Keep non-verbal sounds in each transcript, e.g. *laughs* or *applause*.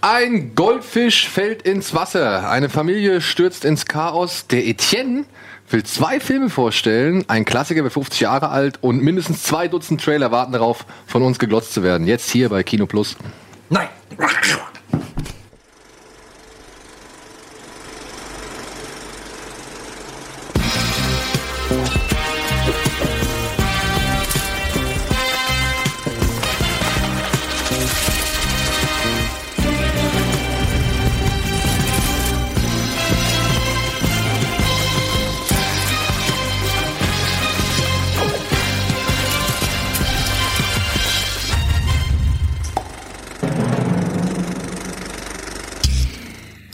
Ein Goldfisch fällt ins Wasser. Eine Familie stürzt ins Chaos. Der Etienne will zwei Filme vorstellen. Ein Klassiker wird 50 Jahre alt und mindestens zwei Dutzend Trailer warten darauf, von uns geglotzt zu werden. Jetzt hier bei Kino Plus. Nein.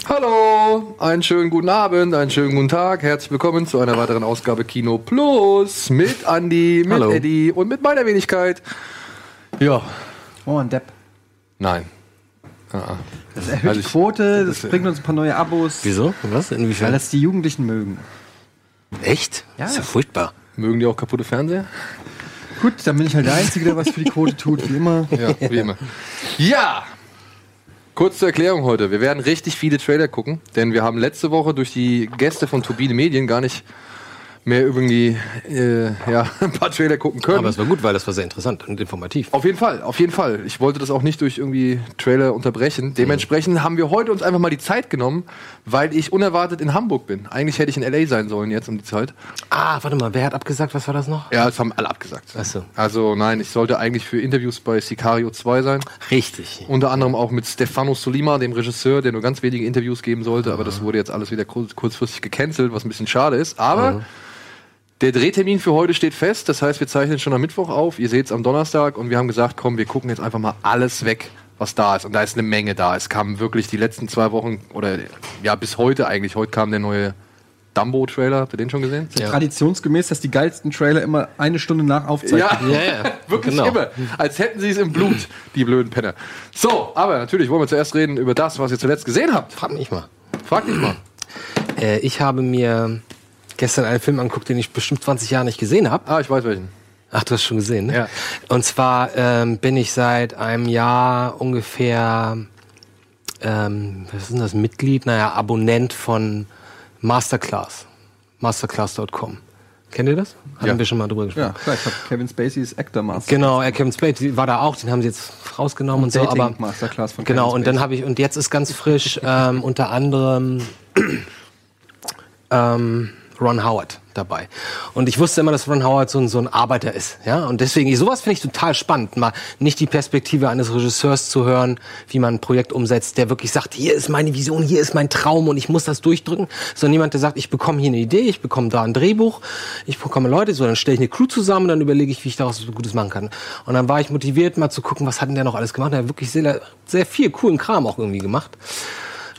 Hallo, einen schönen guten Abend, einen schönen guten Tag. Herzlich willkommen zu einer weiteren Ausgabe Kino Plus mit Andy, mit Hallo. Eddie und mit meiner Wenigkeit. Ja, Oh, ein Depp. nein. Ah, Das erhöht Also die ich- Quote, das bringt uns ein paar neue Abos, Wieso? Was? Inwiefern? weil das die Jugendlichen mögen. echt? Ja. Ist ja furchtbar. Mögen die auch kaputte Fernseher? Gut, dann bin ich halt der Einzige, der was für die Quote tut, wie immer. Ja, wie immer. Ja! Kurz zur Erklärung heute. Wir werden richtig viele Trailer gucken, denn wir haben letzte Woche durch die Gäste von Turbine Medien gar nicht mehr irgendwie äh, ja, *laughs* ein paar Trailer gucken können. Aber es war gut, weil das war sehr interessant und informativ. Auf jeden Fall, auf jeden Fall. Ich wollte das auch nicht durch irgendwie Trailer Mhm. unterbrechen. Dementsprechend haben wir heute uns einfach mal die Zeit genommen, weil ich unerwartet in Hamburg bin. Eigentlich hätte ich in LA sein sollen jetzt um die Zeit. Ah, warte mal, wer hat abgesagt? Was war das noch? Ja, das haben alle abgesagt. Ach so. Also nein, ich sollte eigentlich für Interviews bei Sicario 2 sein. Richtig. Unter anderem auch mit Stefano Solima, dem Regisseur, der nur ganz wenige Interviews geben sollte, aber das wurde jetzt alles wieder kurz, kurzfristig gecancelt, was ein bisschen schade ist. Aber der Drehtermin für heute steht fest, das heißt, wir zeichnen schon am Mittwoch auf, ihr seht es am Donnerstag und wir haben gesagt, komm, wir gucken jetzt einfach mal alles weg, was da ist. Und da ist eine Menge da. Es kamen wirklich die letzten zwei Wochen oder ja, bis heute eigentlich. Heute kam der neue Dumbo-Trailer, habt ihr den schon gesehen? Ja. Traditionsgemäß, dass die geilsten Trailer immer eine Stunde nach Aufzeichnung Ja, ja, *laughs* Wirklich genau. immer. Als hätten sie es im Blut, die blöden Penner. So, aber natürlich wollen wir zuerst reden über das, was ihr zuletzt gesehen habt. Frag mich mal. Frag dich mal. Äh, ich habe mir gestern einen Film angeguckt, den ich bestimmt 20 Jahre nicht gesehen habe. Ah, ich weiß welchen. Ach, du hast schon gesehen, ne? Ja. Und zwar ähm, bin ich seit einem Jahr ungefähr, ähm, was ist denn das, Mitglied? Naja, Abonnent von Masterclass. Masterclass.com. Kennt ihr das? Hatten Ja. wir schon mal drüber gesprochen. Ja, klar, ich hab Kevin Spaceys Actor Master. Genau, er Kevin Spacey war da auch, den haben sie jetzt rausgenommen und, so, Dating aber Masterclass von genau. Kevin Und dann habe ich und jetzt ist ganz frisch ähm, unter anderem ähm, Ron Howard dabei. Und ich wusste immer, dass Ron Howard so ein, so ein Arbeiter ist, ja. Und deswegen sowas finde ich total spannend, mal nicht die Perspektive eines Regisseurs zu hören, wie man ein Projekt umsetzt, der wirklich sagt, hier ist meine Vision, hier ist mein Traum und ich muss das durchdrücken, sondern jemand, der sagt, ich bekomme hier eine Idee, ich bekomme da ein Drehbuch, ich bekomme Leute, so dann stelle ich eine Crew zusammen, dann überlege ich, wie ich daraus was Gutes machen kann. Und dann war ich motiviert, mal zu gucken, was hat denn der noch alles gemacht? Er hat wirklich sehr, sehr viel coolen Kram auch irgendwie gemacht.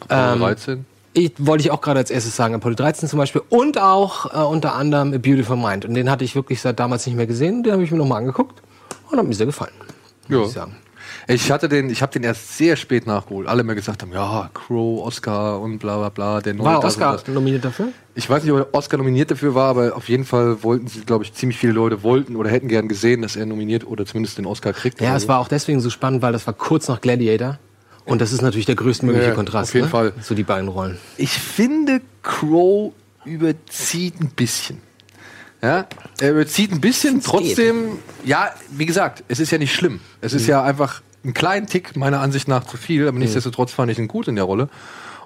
Ähm, 13. Ich, wollte ich auch gerade als erstes sagen, Apollo 13 zum Beispiel und auch äh, unter anderem A Beautiful Mind. Und den hatte ich wirklich seit damals nicht mehr gesehen. Den habe ich mir nochmal angeguckt und hat mir sehr gefallen. Ja. ich sagen. Ich hatte den, ich habe den erst sehr spät nachgeholt. Alle mir gesagt haben, ja, Crow, Oscar und bla bla bla. Der neue War das und Oscar das. nominiert dafür? Ich weiß nicht, ob er Oscar nominiert dafür war, aber auf jeden Fall wollten sie, glaube ich, ziemlich viele Leute wollten oder hätten gern gesehen, dass er nominiert oder zumindest den Oscar kriegt. Ja, Also, es war auch deswegen so spannend, weil das war kurz nach Gladiator. Und das ist natürlich der größtmögliche Ja, Kontrast. auf jeden ne? Fall. So die beiden Rollen. Ich finde, Crow überzieht ein bisschen. Ja, er überzieht ein bisschen, Es geht. trotzdem, ja, wie gesagt, es ist ja nicht schlimm. Es Mhm. ist ja einfach ein kleinen Tick meiner Ansicht nach zu viel, aber nichtsdestotrotz fand ich ihn gut in der Rolle.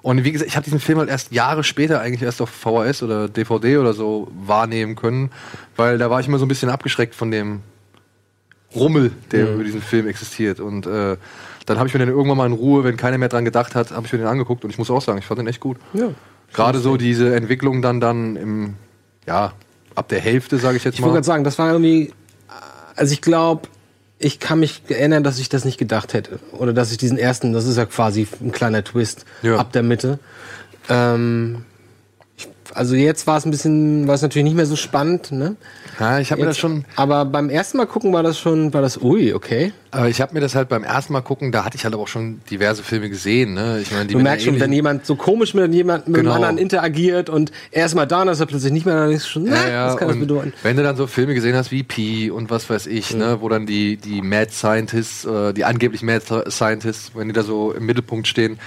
Und wie gesagt, ich habe diesen Film halt erst Jahre später eigentlich erst auf VHS oder DVD oder so wahrnehmen können, weil da war ich immer so ein bisschen abgeschreckt von dem Rummel, der Mhm. über diesen Film existiert. Und äh, dann habe ich mir den irgendwann mal in Ruhe, wenn keiner mehr dran gedacht hat, habe ich mir den angeguckt und ich muss auch sagen, ich fand den echt gut. Ja. Gerade so diese Entwicklung dann dann im, ja, ab der Hälfte, sage ich jetzt Ich wollte mal. gerade sagen, das war irgendwie. Also ich glaube, ich kann mich erinnern, dass ich das nicht gedacht hätte. Oder dass ich diesen ersten, das ist ja quasi ein kleiner Twist Ja. ab der Mitte. Ähm, also jetzt war es ein bisschen, war es natürlich nicht mehr so spannend, ne? Ja, ich habe mir das Jetzt- schon, Aber beim ersten Mal gucken war das schon, war das, ui, okay. aber ich habe mir das halt beim ersten Mal gucken, da hatte ich halt aber auch schon diverse Filme gesehen, ne? Ich meine, die Du mit merkst einer schon, wenn ähnlichen- jemand so komisch mit jemandem, mit dem Genau. anderen interagiert und er ist mal da und dann ist er plötzlich nicht mehr da, dann ist schon, na, ja, ja, was kann ne? das und bedeuten? Mhm. Wenn du dann so Filme gesehen hast wie Pi und was weiß ich, ne, wo dann die, die Mad Scientists, äh, die angeblich Mad Scientists, wenn die da so im Mittelpunkt stehen,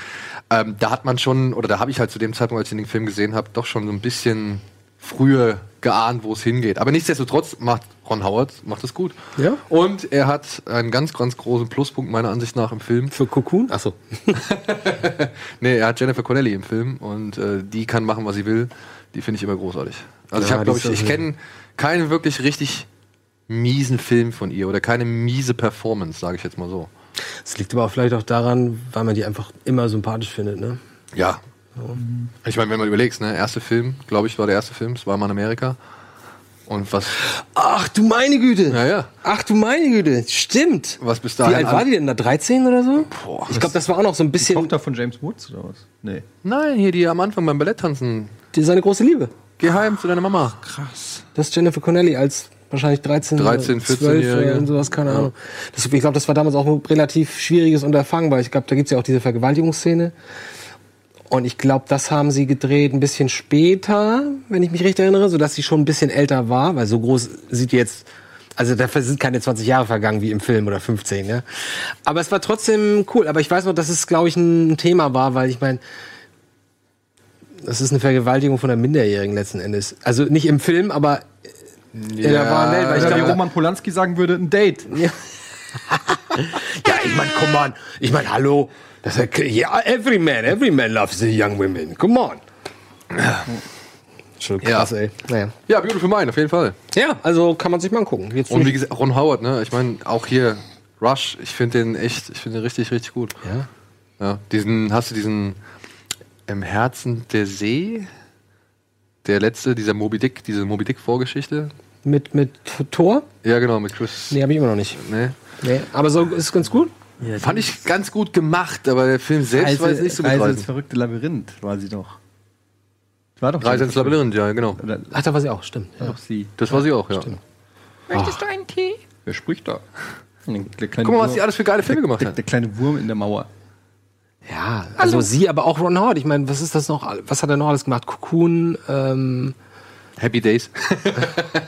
ähm, da hat man schon, oder da habe ich halt zu dem Zeitpunkt, als ich den Film gesehen habe, doch schon so ein bisschen früher geahnt, wo es hingeht. Aber nichtsdestotrotz macht Ron Howard macht es gut. Ja. Und er hat einen ganz, ganz großen Pluspunkt meiner Ansicht nach im Film. Für Cocoon? Achso. Nee, er hat Jennifer Connelly im Film und äh, die kann machen, was sie will. Die finde ich immer großartig. Also ich Ja, habe, die glaube ist ich, ich auch- kenne keinen wirklich richtig miesen Film von ihr oder keine miese Performance, sage ich jetzt mal so. Das liegt aber auch vielleicht auch daran, weil man die einfach immer sympathisch findet, ne? Ja. Ich meine, wenn man überlegst, ne, erste Film, glaube ich, war der erste Film, es war mal in Amerika. Und was, Ach du meine Güte! Ja, ja. Ach du meine Güte, stimmt. was bis Wie dahin. alt an- war die denn da? 13 oder so? Boah. ich glaube, das war auch noch so ein bisschen Tochter von James Woods oder was? Nee. Nein, hier die am Anfang beim Ballett tanzen. die, seine große Liebe. Geh heim zu deiner Mama. Das ist Jennifer Connelly als wahrscheinlich 13, 13, 12 14-Jährige. oder sowas, keine Ahnung. Das, ich glaube, das war damals auch ein relativ schwieriges Unterfangen, weil ich glaube, da gibt's ja auch diese Vergewaltigungsszene. Und ich glaube, das haben sie gedreht ein bisschen später, wenn ich mich richtig erinnere, sodass sie schon ein bisschen älter war, weil so groß sieht die jetzt, also da sind keine 20 Jahre vergangen wie im Film oder 15, ne? Aber es war trotzdem cool. Aber ich weiß noch, dass es, glaube ich, ein Thema war, weil ich meine, das ist eine Vergewaltigung von einer Minderjährigen letzten Endes. Also nicht im Film, aber in der wahren Welt. Weil ich Oder wie glaube, Roman Polanski sagen würde, ein Date. Ja, ich meine, come on. Ich meine, hallo. Das ist ja, yeah, every man, every man loves the young women. Come on. Schon krass, Ja. ey. Naja. Ja, Beautiful Mind, auf jeden Fall. Ja, also kann man sich mal angucken. Jetzt Und wie gesagt, Ron Howard, ne? Ich meine, auch hier Rush, ich finde den echt, ich finde den richtig, richtig gut. ja. Ja, diesen, hast du diesen im Herzen der See? Der letzte, dieser Moby Dick, diese Moby Dick Vorgeschichte? Mit, mit Tor? Ja, genau, mit Chris. Nee, habe ich immer noch nicht. Ne? Nee. Aber so ist ganz gut. Fand ich ganz gut gemacht, aber der Film selbst war jetzt nicht so Reise ins mitreißend. verrückte Labyrinth war sie doch. War doch Reise ins Labyrinth, ja, genau. Oder Ach, da war sie auch, stimmt. war doch sie. Das war sie auch, ja. Möchtest du einen Tee? Wer spricht da? Guck mal, was die alles für geile Filme gemacht der, hat. der kleine Wurm in der Mauer. Ja, also sie, aber auch Ron Howard. Ich meine, was ist das noch? all- Was hat er noch alles gemacht? Cocoon, *laughs* ähm, Happy Days. *laughs*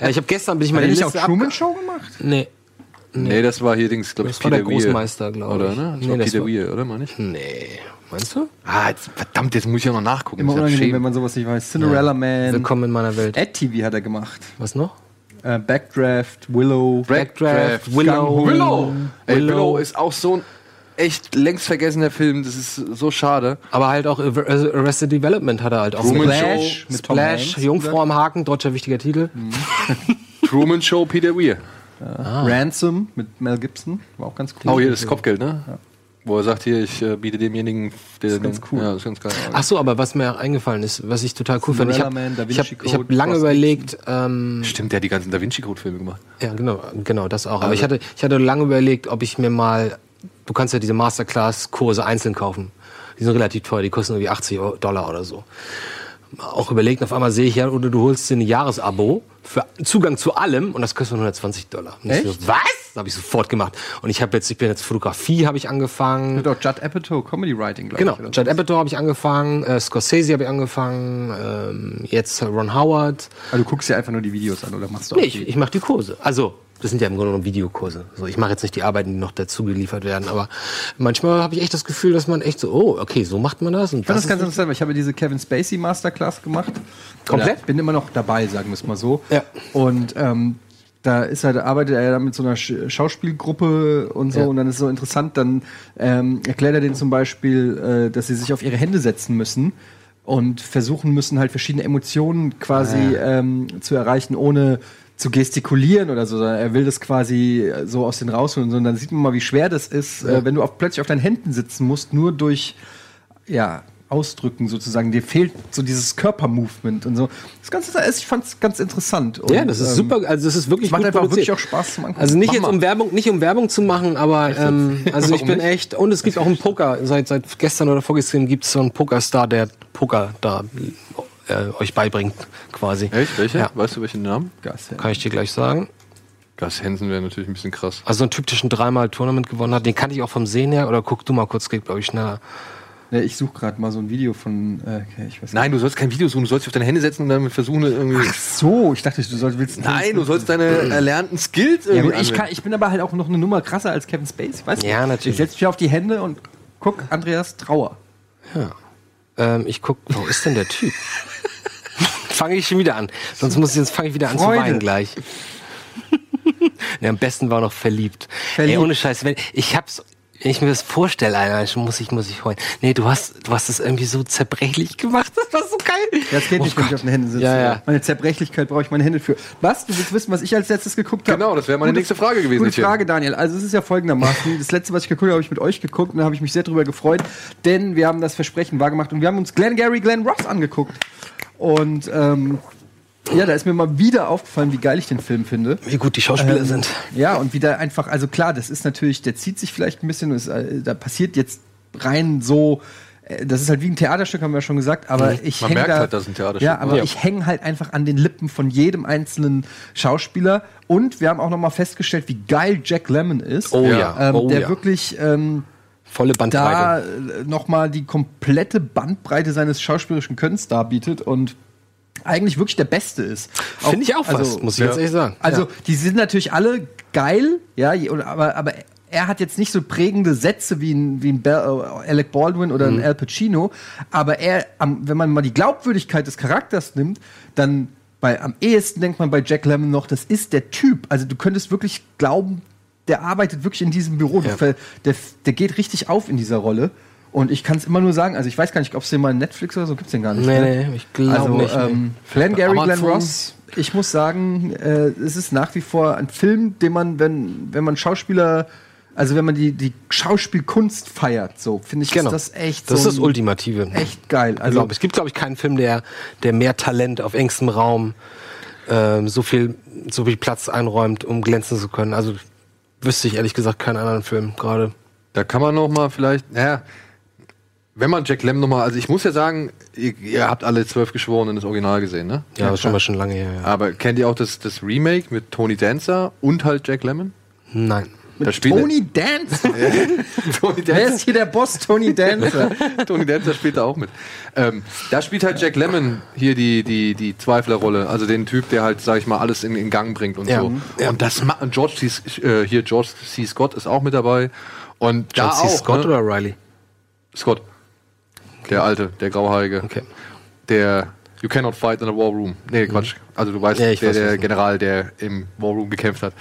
ja, ich habe gestern bin ich mal die Liste ab- Show gemacht? Nee. Nee, das war hier Dings, glaube ich, Das war der Peter Weir. Großmeister, glaub Oder, ich. ne? Das Nee, war das Peter war- Weir, oder, meine ich? Nee. Meinst du? Ah, jetzt, verdammt, jetzt muss ich ja noch nachgucken. Immer Ist ja unangenehm, schämen. wenn man sowas nicht weiß. Cinderella Man. Willkommen in meiner Welt. Ad-TV hat er gemacht. Was noch? Äh, Backdraft, Willow. Backdraft, Backdraft, Willow. Scum- Willow. Oh, Ey, Willow. Willow ist auch so ein echt längst vergessener Film. Das ist so schade. Aber halt auch Ar- Arrested Development hat er halt auch. Truman gemacht. Splash mit Tom Splash, Hanks. Mhm. Jungfrau am Haken, deutscher wichtiger Titel. Truman Show, Peter Weir. Ah. Ransom mit Mel Gibson. War auch ganz cool. Oh, hier das Kopfgeld, ne? Wo er sagt, hier, ich äh, biete demjenigen, der ist ganz den- cool. Ah. Ja, ist ganz geil. Ach so, aber was mir eingefallen ist, was ich total cool fand, ich habe Cinderella Man, Da ich hab, Vinci ich hab Code, lange Frost überlegt, ähm, Stimmt, der hat die ganzen Da Vinci Code Filme gemacht. ja genau, genau das auch. Aber ich hatte, ich hatte lange überlegt, ob ich mir mal, du kannst ja diese Masterclass-Kurse einzeln kaufen. Die sind relativ teuer, die kosten irgendwie 80 Euro- Dollar oder so. Auch überlegt, und auf einmal sehe ich ja, oder du holst dir ein Jahresabo für Zugang zu allem und das kostet nur 120 Dollar. Und ich Echt? So, was? Habe ich sofort gemacht. Und ich habe jetzt, ich bin jetzt Fotografie, habe ich angefangen. Mit auch Judd Apatow, Comedy Writing, glaube Genau, ich. oder so. Judd Apatow habe ich angefangen, äh, Scorsese habe ich angefangen, ähm, jetzt Ron Howard. Aber Ah, du guckst dir einfach nur die Videos an oder machst du auch Nee, ich, die? ich mache die Kurse. Also, das sind ja im Grunde genommen Videokurse. So, ich mache jetzt nicht die Arbeiten, die noch dazu geliefert werden, aber manchmal habe ich echt das Gefühl, dass man echt so, oh, okay, so macht man das und Ich fand das. das ganz ist- interessant, weil ich habe diese Kevin Spacey Masterclass gemacht. Komplett? Oder Bin immer noch dabei, sagen wir es mal so. Ja. Und ähm, da ist halt, arbeitet er ja mit so einer Sch Schauspielgruppe und so. Ja. Und dann ist es so interessant, dann ähm, erklärt er denen zum Beispiel, äh, dass sie sich auf ihre Hände setzen müssen und versuchen müssen, halt verschiedene Emotionen quasi Ah, ähm, zu erreichen, ohne zu gestikulieren oder so. sondern Er will das quasi äh, so aus den rausholen. Und, so. und dann sieht man mal, wie schwer das ist, äh, wenn du auf, plötzlich auf deinen Händen sitzen musst, nur durch ja, ausdrücken sozusagen. Dir fehlt so dieses Körpermovement und so. Das Ganze ist, ich fand es ganz interessant. Und, ja, das ist ähm, super, also das ist wirklich Es macht gut einfach produziert. wirklich auch Spaß zum Angucken. Also nicht Mach jetzt mal. um Werbung, nicht um Werbung zu machen, aber ähm, also ich Warum bin nicht? echt und es gibt auch einen Poker seit seit gestern oder vorgestern gibt es so einen Pokerstar, der Poker da äh, euch beibringt, quasi. Echt? Welche? Ja. Weißt du welchen Namen? Gas. Kann ich dir gleich sagen. Gas Hensen wäre natürlich ein bisschen krass. Also so einen typischen dreimal Tournament gewonnen hat, den kannte ich auch vom Sehen her. Oder guck du mal kurz, geht glaube ich schneller. Ne, ich suche gerade mal so ein Video von. Äh, okay, ich weiß Nein, du sollst kein Video suchen, du sollst dich auf deine Hände setzen und dann versuchen irgendwie. Ach so, ich dachte, du sollst, willst. Nein, du sollst deine erlernten Skills Ja, irgendwie. gut, ich, anwenden. kann, ich bin aber halt auch noch eine Nummer krasser als Kevin Spacey, weißt du? Ja, Ich natürlich. setze mich auf die Hände und guck Andreas Trauer. Ähm, ich guck, wo ist denn *laughs* der Typ? fange ich schon wieder an. Sonst muss ich, sonst fange ich wieder an Freude. zu *laughs* weinen gleich. nee, am besten war noch verliebt. Verliebt. Ey, ohne Scheiß, wenn ich hab's wenn ich mir das vorstelle, Alter, schon muss ich, muss ich heulen. Nee, du hast, du hast es irgendwie so zerbrechlich gemacht. Das war so geil. Das geht Oh nicht, wenn ich Gott. auf den Händen sitze. Ja, ja. Meine Zerbrechlichkeit brauche ich meine Hände für. Was? Du willst wissen, was ich als letztes geguckt habe? Genau, das wäre meine Gute- nächste Frage gewesen, Gute Tim. Frage, Daniel. Also es ist ja folgendermaßen. Das letzte, was ich geguckt habe, habe ich mit euch geguckt und da habe ich mich sehr drüber gefreut, denn wir haben das Versprechen wahrgemacht und wir haben uns Glengarry Glenn Ross angeguckt. Und ähm, ja, da ist mir mal wieder aufgefallen, wie geil ich den Film finde. Wie gut die Schauspieler Ähm, sind. Ja, und wieder einfach, also klar, das ist natürlich, der zieht sich vielleicht ein bisschen, und es, äh, da passiert jetzt rein so, äh, das ist halt wie ein Theaterstück, haben wir ja schon gesagt, Mhm. aber ich Man häng merkt da, halt, dass es ein Theaterstück Ja, aber ist. Ja. ich hänge halt einfach an den Lippen von jedem einzelnen Schauspieler und wir haben auch nochmal festgestellt, wie geil Jack Lemmon ist. Oh ja. Ähm, Oh der ja. wirklich ähm, Volle da äh, Bandbreite. nochmal die komplette Bandbreite seines schauspielerischen Könnens darbietet und eigentlich wirklich der Beste ist. Finde ich auch fast, also- muss ich jetzt ehrlich sagen. also ja. die sind natürlich alle geil, ja, je- und- aber, aber er hat jetzt nicht so prägende Sätze wie ein, wie ein Bal- äh, Alec Baldwin oder Mhm. ein Al Pacino, aber er, am, wenn man mal die Glaubwürdigkeit des Charakters nimmt, dann bei, am ehesten denkt man bei Jack Lemmon noch, das ist der Typ. Also du könntest wirklich glauben, der arbeitet wirklich in diesem Büro. Du Ja. ver- Der, der geht richtig auf in dieser Rolle. Und ich kann es immer nur sagen, also ich weiß gar nicht, ob es den mal in Netflix oder so gibt es den gar nicht. Nee, ne? nee, ich glaub nicht, nee. Ähm, Glenn Gary, Glenn Amazon. Ross. Ich muss sagen, äh, es ist nach wie vor ein Film, den man, wenn, wenn man Schauspieler, also wenn man die, die Schauspielkunst feiert, so finde ich, Genau. ist das echt Das so ist das ein- Ultimative. Echt geil. Also, Also, es gibt, glaube ich, keinen Film, der, der mehr Talent auf engstem Raum ähm, so, viel, so viel Platz einräumt, um glänzen zu können. Also wüsste ich ehrlich gesagt keinen anderen Film gerade. Da kann man noch mal vielleicht, naja, wenn man Jack Lem noch mal, also ich muss ja sagen, ihr, ihr habt alle zwölf Geschworenen das Original gesehen, ne? Ja, das ist schon mal schon lange her. Ja. Aber kennt ihr auch das, das Remake mit Tony Dancer und halt Jack Lemmon? Nein. Da spielt Tony Dancer. Tony Wer Dancer, ist hier der Boss Tony Dancer? *laughs* Tony Dancer spielt da auch mit. Ähm, da spielt halt Jack Lemmon hier die, die, die Zweiflerrolle, also den Typ, der halt, sag ich mal, alles in, in Gang bringt und Ja. so. Und das ma- und George C. S- Äh, hier George C. Scott ist auch mit dabei. Und da John C. auch, Scott ne? oder Riley? Scott. Der alte, der grauhaarige. Okay. Mhm. Der You cannot fight in a war room. Nee, Quatsch. Also du weißt, Ja, ich der, weiß, was der du- General, der im War Room gekämpft hat.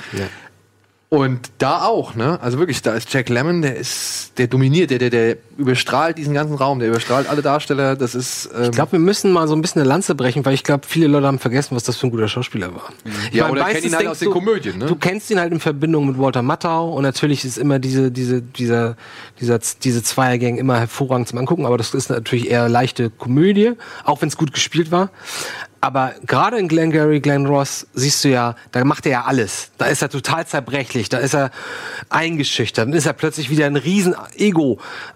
Und da auch, ne? Also wirklich, da ist Jack Lemmon, der ist, der dominiert, der, der, der überstrahlt diesen ganzen Raum, der überstrahlt alle Darsteller. Das ist. Ähm, Ich glaube, wir müssen mal so ein bisschen eine Lanze brechen, weil ich glaube, viele Leute haben vergessen, was das für ein guter Schauspieler war. Ich Ja, oder kennen meistens ihn halt denkst aus den du- Komödien, ne? Du kennst ihn halt in Verbindung mit Walter Matthau und natürlich ist immer diese, diese, dieser, dieser, diese Zweiergang immer hervorragend zum Angucken, aber das ist natürlich eher leichte Komödie, auch wenn es gut gespielt war. Aber gerade in Glengarry, Glen Ross siehst du ja, da macht er ja alles. Da ist er total zerbrechlich, da ist er eingeschüchtert, dann ist er plötzlich wieder ein riesen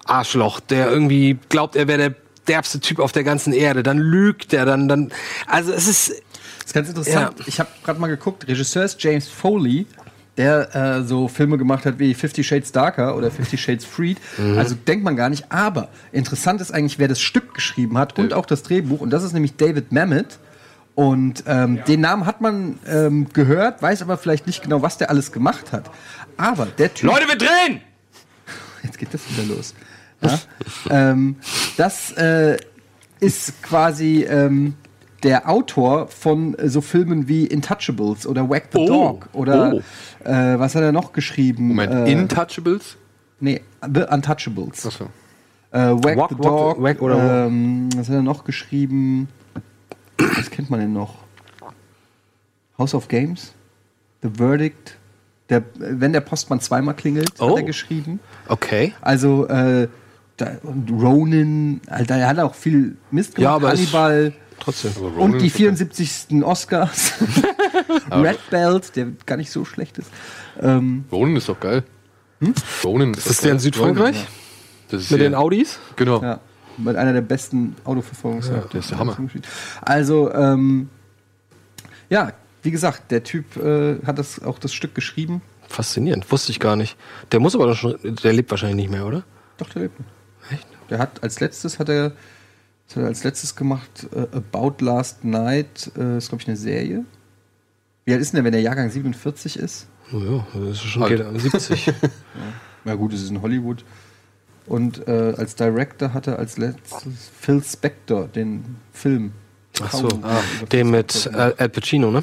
Ego-Arschloch, der irgendwie glaubt, er wäre der derbste Typ auf der ganzen Erde. Dann lügt er, dann, dann, also es ist, Das ist ganz interessant. Ja. Ich habe gerade mal geguckt, Regisseur ist James Foley, der äh, so Filme gemacht hat wie Fifty Shades Darker oder Fifty Shades Freed. Also denkt man gar nicht. Aber interessant ist eigentlich, wer das Stück geschrieben hat und auch das Drehbuch. Und das ist nämlich David Mamet. Und ähm, den Namen hat man ähm, gehört, weiß aber vielleicht nicht genau, was der alles gemacht hat. Aber der Typ. wir drehen! Jetzt geht das wieder los. Ja? ähm, das äh, ist quasi ähm, der Autor von äh, so Filmen wie Intouchables oder Whack the Oh. Dog oder Oh. äh, was hat er noch geschrieben? Moment, äh, Intouchables? nee, The Untouchables. Achso. Äh, Whack Walk, the Walk the- Dog. Whack oder ähm, was hat er noch geschrieben? Was kennt man denn noch? House of Games? The Verdict? Der, wenn der Postmann zweimal klingelt, Oh. hat er geschrieben. Okay. Also äh, da, und Ronin, Alter, er hat auch viel Mist gemacht. Ja, aber es- Hannibal Trotzdem. und die 74. *laughs* Oscars. Red Belt, der gar nicht so schlecht ist. Ähm, Ronin ist doch geil. Ronin Ist Hm? das der in Südfrankreich? Das ist Mit hier- den Audis? Genau. ja. mit einer der besten Autoverfolgungsjagden. der ist der Hammer. Also, ähm, ja, wie gesagt, der Typ äh, hat das, auch das Stück geschrieben. Faszinierend, wusste ich gar nicht. Der muss aber doch schon, der lebt wahrscheinlich nicht mehr, oder? Doch, der lebt noch. Echt? Der hat als letztes hat er, was hat er als letztes gemacht? Äh, About Last Night äh, ist glaube ich eine Serie. Wie alt ist denn der, wenn der Jahrgang 47 ist? Ja, das ist schon Alt. geht an *laughs* 70. Na gut, es ist in Hollywood. Und äh, als Director hat er als letztes Phil Spector den Film. Ach so. Kaum über Den mit Phil äh, Spector. Al Pacino, ne?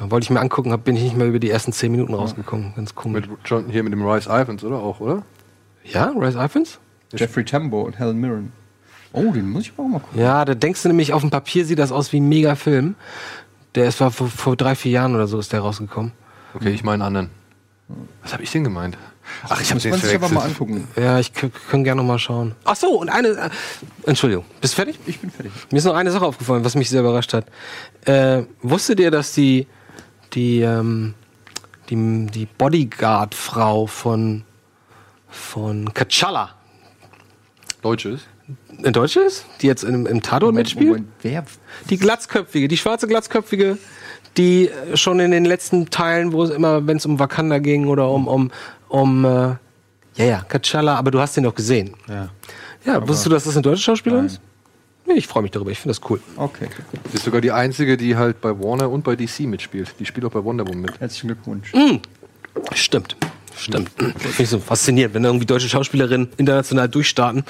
Ja, wollte ich mir angucken, hab, bin ich nicht mehr über die ersten 10 Minuten rausgekommen. Ganz komisch. Mit John, hier mit dem Rice Ivans, oder? Auch, oder? Ja, Rise Iphans? Jeffrey Tambor und Helen Mirren. Oh, den muss ich aber auch mal gucken. Ja, da denkst du nämlich, auf dem Papier sieht das aus wie ein mega Film. Der ist war vor, vor drei, vier Jahren oder so ist der rausgekommen. Okay, ich meine anderen. Was habe ich denn gemeint? Ach, ich habe muss den man sich aber verwechselt. mal angucken. Ja, ich k- können gerne noch mal schauen. Ach so, und eine äh, Entschuldigung, bist du fertig? Ich bin fertig. Mir ist noch eine Sache aufgefallen, was mich sehr überrascht hat. Äh, wusstet ihr, dass die die ähm, die, die Bodyguard-Frau von von Kachala Deutsches. eine Deutsche ist, die jetzt im, im Tatort mitspielt? wer? Die glatzköpfige, die schwarze glatzköpfige, die äh, schon in den letzten Teilen, wo es immer, wenn es um Wakanda ging oder um um um äh, ja ja Kachala, aber du hast den doch gesehen. Ja. Ja, wusstest du, dass das eine deutsche Schauspielerin Nein. ist? Nee, ich freue mich darüber. Ich finde das cool. Okay. Das ist sogar die einzige, die halt bei Warner und bei DC mitspielt. Die spielt auch bei Wonder Woman mit. Herzlichen Glückwunsch. Stimmt. Stimmt. Finde ich so faszinierend, wenn irgendwie deutsche Schauspielerinnen international durchstarten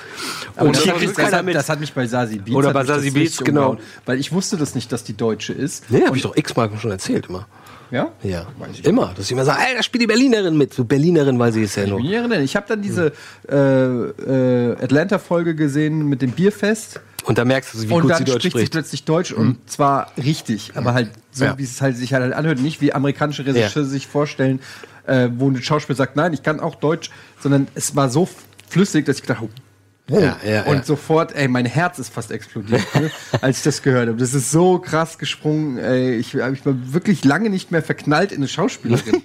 Aber und das, hier hat mich, kriegt das, keiner hat, mit. das hat mich bei Sasi Beats. Oder hat bei mich das Sasi richtig Beats, genau. umgehauen, Weil ich wusste das nicht, dass die Deutsche ist. Nee, habe ich doch x-mal schon erzählt immer. Ja? Ja, Weiß ich immer. Dass ich immer sage, ey, da spielt die Berlinerin mit. Du Berlinerin, weil sie ist ja Ich bin nur. nicht erinnert. Ich habe dann diese äh, äh, Atlanta-Folge gesehen mit dem Bierfest. Und da merkst du, wie und gut dann sie spricht Deutsch sie spricht. Mhm. plötzlich Deutsch und zwar richtig, aber halt so, Ja. wie es halt sich halt anhört. Nicht wie amerikanische Regisseure Ja. sich vorstellen, äh, wo ein Schauspieler sagt, nein, ich kann auch Deutsch, sondern es war so flüssig, dass ich gedacht habe, wow. Ja, ja, und ja. sofort, ey, mein Herz ist fast explodiert, *laughs* ne, als ich das gehört habe. Das ist so krass gesprungen. Ey, ich habe mich mal wirklich lange nicht mehr verknallt in eine *laughs* Schauspielerin.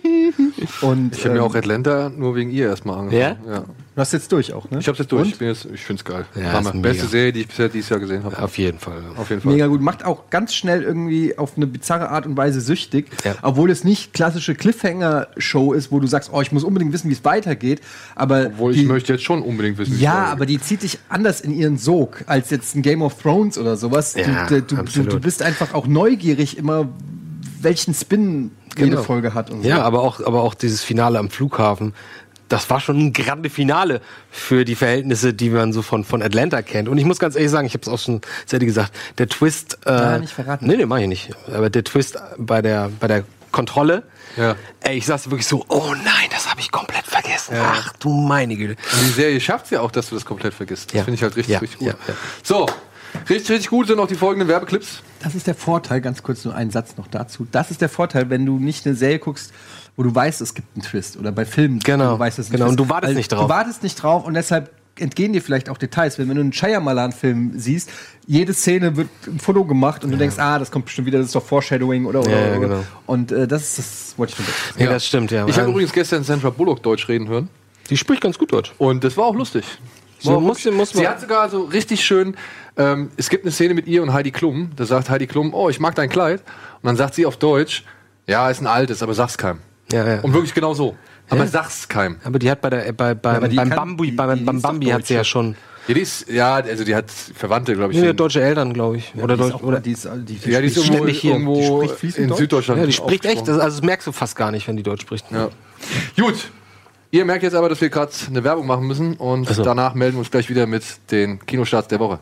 und Ich habe mir ähm, auch Atlanta nur wegen ihr erstmal angefangen. Ja? du hast jetzt durch auch, ne? Ich habe es jetzt durch. Ich, bin jetzt, ich finde es geil. Ja, Hammer. ist mega. Beste Serie, die ich bisher dieses Jahr gesehen habe. Auf jeden Fall. Auf jeden Fall. Mega gut. Macht auch ganz schnell irgendwie auf eine bizarre Art und Weise süchtig. Ja. Obwohl es nicht klassische Cliffhanger-Show ist, wo du sagst, oh, ich muss unbedingt wissen, wie es weitergeht. Aber Obwohl die, ich möchte jetzt schon unbedingt wissen, wie ja, aber die zieht dich anders in ihren Sog als jetzt ein Game of Thrones oder sowas. Ja, du, du, du, absolut. du bist einfach auch neugierig immer, welchen Spin jede Folge hat. Und Ja, aber auch, aber auch dieses Finale am Flughafen. Das war schon ein grande Finale für die Verhältnisse, die man so von, von Atlanta kennt. Und ich muss ganz ehrlich sagen, ich habe es auch schon sehr gesagt, der Twist. Äh, Ja, nicht verraten. Nee, nee, mach ich nicht. Aber der Twist bei der, bei der Kontrolle. Ja. Ey, ich saß wirklich so, oh nein, das habe ich komplett vergessen. Ach du meine Güte. Und die Serie schafft es ja auch, dass du das komplett vergisst. Das Ja. finde ich halt richtig, Ja, richtig gut. ja, ja. So, richtig, richtig gut sind auch die folgenden Werbeclips. Das ist der Vorteil, ganz kurz nur einen Satz noch dazu. Das ist der Vorteil, wenn du nicht eine Serie guckst, wo du weißt, es gibt einen Twist oder bei Filmen, Genau, wo du weißt, es genau, und du wartest nicht drauf. Also Du wartest nicht drauf und deshalb entgehen dir vielleicht auch Details. Wenn, wenn du einen Shyamalan-Film siehst, jede Szene wird ein Foto gemacht und du denkst, ah, das kommt bestimmt wieder, das ist doch Foreshadowing oder oder. Ja, ja, oder. genau. Und äh, das ist das wollte ich nur dazu sagen. Ja, das stimmt, ja. Ähm, Ich habe übrigens gestern Sandra Bullock Deutsch reden hören. die spricht ganz gut Deutsch. Und das war auch lustig. So War auch muss- lustig. muss man- sie hat sogar so richtig schön, ähm, es gibt eine Szene mit ihr und Heidi Klum, da sagt Heidi Klum, oh, ich mag dein Kleid. Und dann sagt sie auf Deutsch, ja, ist ein altes, aber sag's keinem. Ja, ja. Und wirklich genau so. Aber Ja. sag's keinem. Aber die hat bei der, äh, bei, bei, aber die beim kann- Bambi, die- bei, die beim ist doch Bambi hat sie ja Deutsche. schon Ja, die ist, ja, also die hat Verwandte, glaube ich. nee, in- deutsche Eltern, glaube ich. oder Die ist Deutsch, auch- oder die ist, die, die ja, die ist spricht irgendwo, ständig hier. Die irgendwo spricht fließend in Deutsch. Süddeutschland. Ja, die spricht echt. aufgesprungen. Das, also das merkst du fast gar nicht, wenn die Deutsch spricht. Ja. Gut. Ihr merkt jetzt aber, dass wir gerade eine Werbung machen müssen und Ach so. danach melden wir uns gleich wieder mit den Kinostarts der Woche.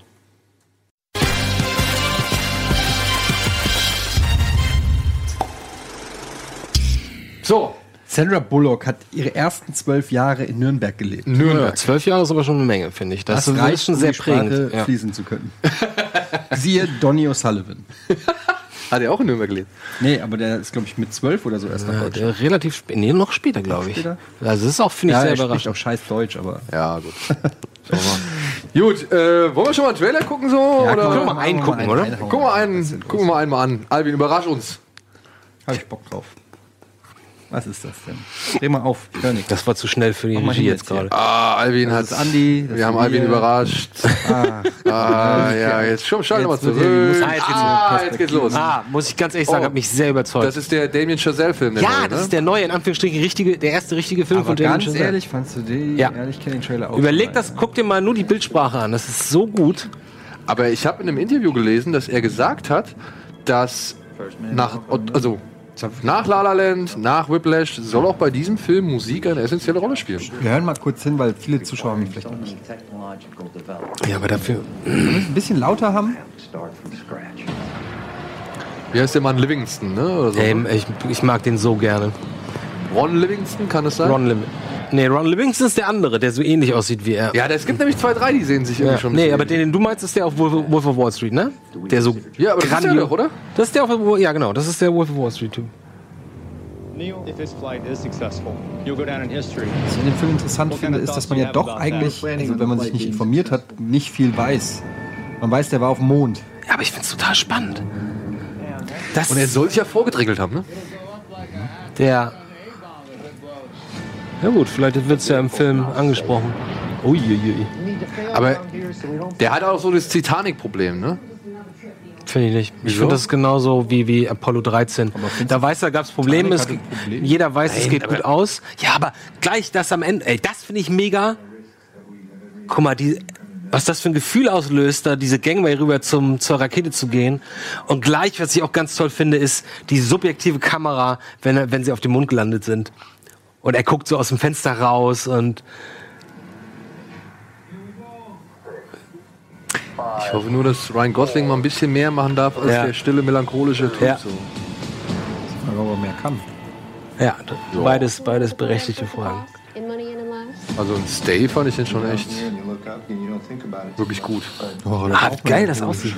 So, Sandra Bullock hat ihre ersten zwölf Jahre in Nürnberg gelebt. Ja, Nürnberg. zwölf Jahre ist aber schon eine Menge, finde ich. Das, ist- das ist schon um sehr die Sprache prägend. Ja. fließen zu können. *laughs* Siehe Donny O'Sullivan. Hat er auch in Nürnberg gelebt? Nee, aber der ist, glaube ich, mit zwölf oder so erst nach Ja, Deutschland. Äh, der relativ spät, nee, noch später, glaube ich. später? Also das ist auch, finde ich, sehr er spricht überraschend. auch scheiß Deutsch, aber. Ja, gut. gut, äh, wollen wir schon mal einen Trailer gucken so? Ja, oder? komm, Können Oh, wir mal einen gucken, oder? reinhauen. Gucken wir einen, gucken wir mal einen mal an. Alvin, überrasch uns. Hab ich Bock drauf. Was ist das denn? Dreh mal auf, ich höre nichts. Das war zu schnell für die mal Regie hin jetzt jetzt hier. gerade. Ah, Alvin hat. ist Andi, das wir haben sind Alvin wir. überrascht. Ah, ja, äh, jetzt schon, schau nochmal Jetzt wird hier die zurück. Musik- Ah, jetzt geht's los. Ah, muss ich ganz ehrlich sagen, Oh. hat mich sehr überzeugt. Das ist der Damien Chazelle-Film. der ja, neue, das ne? ist der neue, in Anführungsstrichen, richtige, der erste richtige Film Aber von Damien ganz Chazelle. ehrlich, fandst du den? Ja. Ehrlich, ich kenne den Trailer auch. Überleg schon das, guck dir mal nur die Bildsprache an. Das ist so gut. Aber ich habe in einem Interview gelesen, dass er gesagt hat, dass nach, also nach La La Land, nach Whiplash soll auch bei diesem Film Musik eine essentielle Rolle spielen. mal. Wir hören mal kurz hin, weil viele Zuschauer mich vielleicht So many technological developments Ja, aber dafür. ein bisschen lauter haben. start from scratch. Wie heißt der Mann Livingston, ne? Oder so, Ey, ne? ich, ich mag den so gerne. Ron Livingston, kann es sein? Ron Lim Nee, Ron Livingston ist der andere, der so ähnlich aussieht wie er. Ja, das- es gibt nämlich zwei, drei, die sehen sich irgendwie Ja. schon. ein Nee, bisschen aber den, den du meinst, ist der auf Wolf, Wolf of Wall Street, ne? Der so. Ja, aber das ist der grandio- doch, oder? Das ist der auf, ja, genau, das ist der Wolf of Wall Street Typ. Neil, if this flight is successful, you'll go down in history. Was ich in dem Film interessant finde, ist, dass man ja doch eigentlich, also wenn man sich nicht informiert hat, nicht viel weiß. Man weiß, der war auf dem Mond. Ja, aber ich find's total spannend. Das Und er soll sich ja vorgedrängelt haben, ne? der. Ja gut, vielleicht wird's ja im Film angesprochen. Uiuiui. Aber der hat auch so das Titanic-Problem, ne? Finde ich nicht. Ich Wieso? finde das genauso wie, wie Apollo 13. Da weiß er, gab's Probleme. Es, hatte Probleme. jeder weiß, es geht gut aus. Ja, aber gleich das am Ende. Ey, das finde ich mega. Guck mal, die, was das für ein Gefühl auslöst, da diese Gangway rüber zum, zur Rakete zu gehen. Und gleich, was ich auch ganz toll finde, ist die subjektive Kamera, wenn, er- wenn sie auf dem Mond gelandet sind. Und er guckt so aus dem Fenster raus und Ich hoffe nur, dass Ryan Gosling mal ein bisschen mehr machen darf als Ja. der stille, melancholische Typ. Ja. So. Aber ob er mehr kann. ja, beides, beides berechtigte Fragen. In Money in a Mouse. Also ein Stay fand ich den schon echt and you look up and you don't think about it. wirklich gut. Oh, Ah, wie geil das aussieht.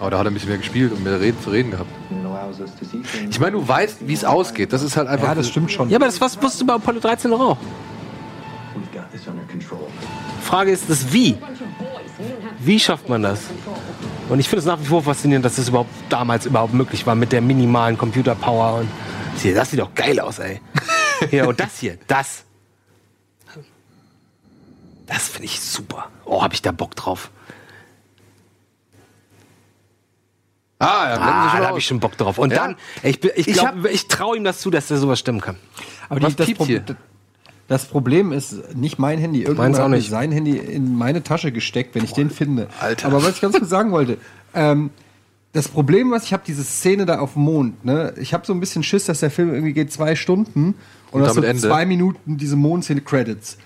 Aber da hat er ein bisschen mehr gespielt und mehr reden, zu reden gehabt. It allows us to see things. Ich meine, du weißt, wie es ausgeht. Das ist halt einfach. Ja, das stimmt schon. Ja, aber das was wusste bei Apollo 13 noch auch. We've got this under control. Frage ist das Wie. Wie schafft man das? Und ich finde es nach wie vor faszinierend, dass das überhaupt damals überhaupt möglich war mit der minimalen Computerpower. Und Sieh, das sieht doch geil aus, ey. ja, und das hier, das. Das finde ich super. Oh, habe ich da Bock drauf. Ah, ja, blenden Sie Ah, schon da aus. habe ich schon Bock drauf. Und Ja. dann, ich, bin- ich, Ich glaub, hab- ich traue ihm das zu, dass er sowas stimmen kann. Aber Was das, piept hier? das Problem ist nicht mein Handy. Irgendwann Meins auch hat mir nicht. sein Handy in meine Tasche gesteckt, wenn ich den finde. Alter. Aber was ich ganz kurz sagen wollte, ähm, das Problem, was ich habe, diese Szene da auf dem Mond, ne? ich habe so ein bisschen Schiss, dass der Film irgendwie geht zwei Stunden und, Und hast so damit Ende. zwei Minuten diese Mondszene Credits.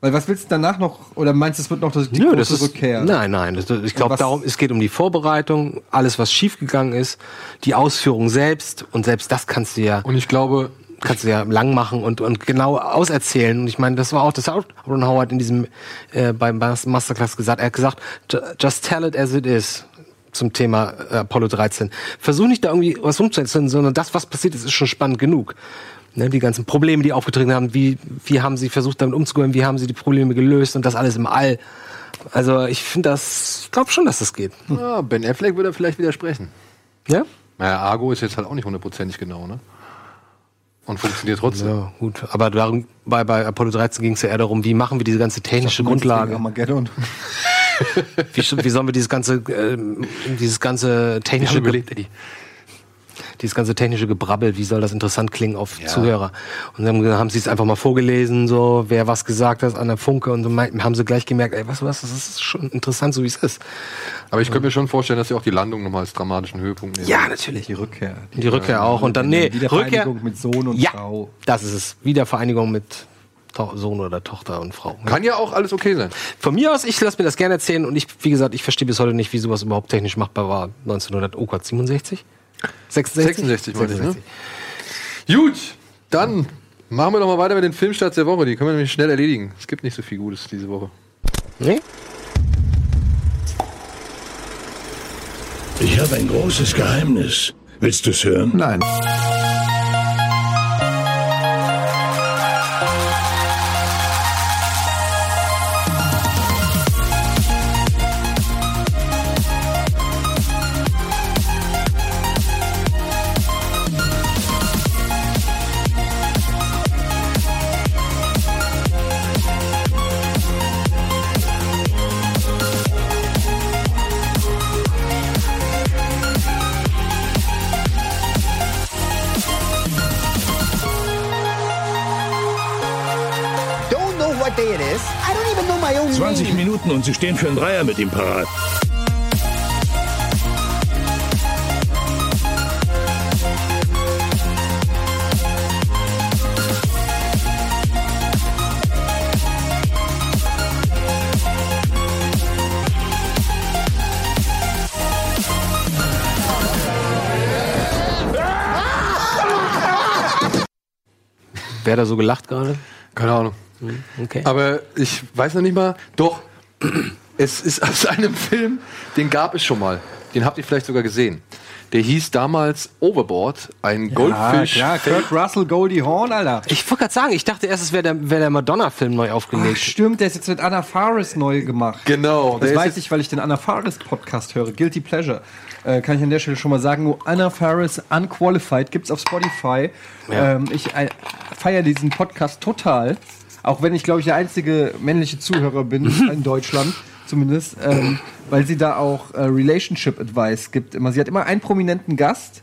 Weil was willst du danach noch, oder meinst du, es wird noch das, die Nö, große das ist, Rückkehr? Nein, nein. Das, ich Und Also glaube, was- darum, es geht um die Vorbereitung, alles, was schiefgegangen ist, die Ausführung selbst. Und selbst das kannst du ja, Und ich glaube, kannst du ja lang machen und, und genau auserzählen. Und ich meine, das war auch, das hat Ron Howard in diesem, äh, beim Mas- Masterclass gesagt. Er hat gesagt, "Ju- just tell it as it is. Zum Thema äh, Apollo 13. Versuch nicht da irgendwie was rumzusetzen, sondern das, was passiert ist, ist schon spannend genug. Ne, die ganzen Probleme, die aufgetreten haben, wie, wie haben sie versucht, damit umzugehen, wie haben sie die Probleme gelöst und das alles im All. Also ich finde das, glaube schon, dass das geht. ja, Ben Affleck würde vielleicht widersprechen. Ja? Naja, Argo ist jetzt halt auch nicht hundertprozentig genau, ne? Und funktioniert trotzdem. Ja, gut. Aber darum, bei, bei Apollo 13 ging es ja eher darum, wie machen wir diese ganze technische Grundlage? Armageddon. *laughs* Wie, sch- wie sollen wir dieses ganze, ähm, dieses ganze technische, haben überlegt, Ge dieses ganze technische Gebrabbel, wie soll das interessant klingen auf Ja. Zuhörer? Und dann haben sie es einfach mal vorgelesen, so wer was gesagt hat an der Funke und so meinten, haben sie gleich gemerkt, ey, was was, das ist schon interessant, so wie es ist. Aber ich könnte mir schon vorstellen, dass sie auch die Landung nochmal als dramatischen Höhepunkt nehmen. Ja, natürlich. Die Rückkehr. Die Rückkehr auch und dann nee, Rückkehr Wiedervereinigung mit Sohn und ja, Frau. das ist es. Wiedervereinigung mit To Sohn oder Tochter und Frau. Kann ja auch alles okay sein. Von mir aus, ich lasse mir das gerne erzählen und ich, wie gesagt, ich verstehe bis heute nicht, wie sowas überhaupt technisch machbar war. 1900, oh Gott, 67? 66? 66 meine ich, ne? Gut, dann machen wir doch mal weiter mit den Filmstarts der Woche. Die können wir nämlich schnell erledigen. Es gibt nicht so viel Gutes diese Woche. Nee? Ich habe ein großes Geheimnis. Willst du es hören? Nein. 20 Minuten und sie stehen für einen Dreier mit ihm parat. Wer da so gelacht gerade? Keine Ahnung. Okay. Aber ich weiß noch nicht mal, doch, *clears throat* es ist aus einem Film, den gab es schon mal. Den habt ihr vielleicht sogar gesehen. Der hieß damals Overboard, ein Goldfisch. Ah, klar, Kurt Russell, Goldie Horn, Alter. ich wollte gerade sagen, ich dachte erst, es wäre der, wär der Madonna-Film neu aufgelegt. Stimmt, der ist jetzt mit Anna Faris neu gemacht. Genau, Das der ist weiß jetzt- ich, weil ich den Anna Faris Podcast höre. Guilty Pleasure. Äh, kann ich an der Stelle schon mal sagen. Anna Faris Unqualified gibt's auf Spotify. Ähm, ich äh, feiere diesen Podcast total. Auch wenn ich, glaube ich, der einzige männliche Zuhörer bin *laughs* in Deutschland. Zumindest, ähm, weil sie da auch äh, Relationship Advice gibt. Immer, sie hat immer einen prominenten Gast.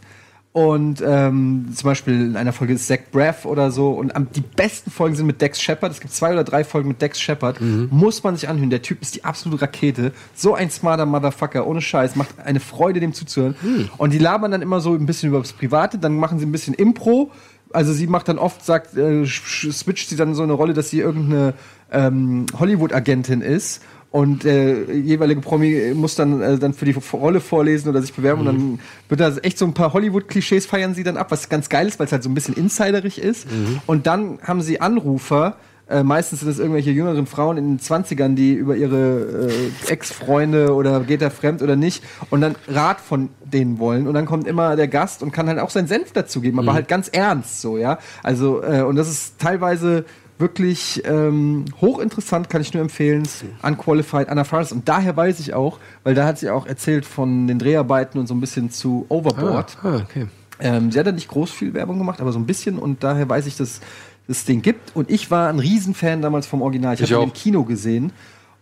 Und ähm, zum Beispiel in einer Folge ist Zach Braff oder so. Und am, die besten Folgen sind mit Dex Shepard. Es gibt zwei oder drei Folgen mit Dex Shepard. Muss man sich anhören. Der Typ ist die absolute Rakete. So ein smarter Motherfucker, ohne Scheiß. Macht eine Freude, dem zuzuhören. Und die labern dann immer so ein bisschen über das Private. Dann machen sie ein bisschen Impro. Also sie macht dann oft, sagt, äh, sch- sch- switcht sie dann so eine Rolle, dass sie irgendeine ähm, Hollywood-Agentin ist. Und der jeweilige Promi muss dann, äh, dann für die Rolle vorlesen oder sich bewerben. Und dann wird da echt so ein paar Hollywood-Klischees feiern sie dann ab, was ganz geil ist, weil es halt so ein bisschen insiderig ist. Und dann haben sie Anrufer, äh, meistens sind es irgendwelche jüngeren Frauen in den 20ern, die über ihre äh, Ex-Freunde oder geht er fremd oder nicht und dann Rat von denen wollen. Und dann kommt immer der Gast und kann halt auch seinen Senf dazugeben, aber halt ganz ernst so, ja. Also, äh, und das ist teilweise wirklich ähm, hochinteressant, kann ich nur empfehlen. Unqualified Anna Faris. Und daher weiß ich auch, weil da hat sie auch erzählt von den Dreharbeiten und so ein bisschen zu Overboard. Ah, okay. Ähm, sie hat da nicht groß viel Werbung gemacht, aber so ein bisschen. Und daher weiß ich, dass es den gibt. Und ich war ein Riesenfan damals vom Original. Ich, Ich habe ihn auch. im Kino gesehen.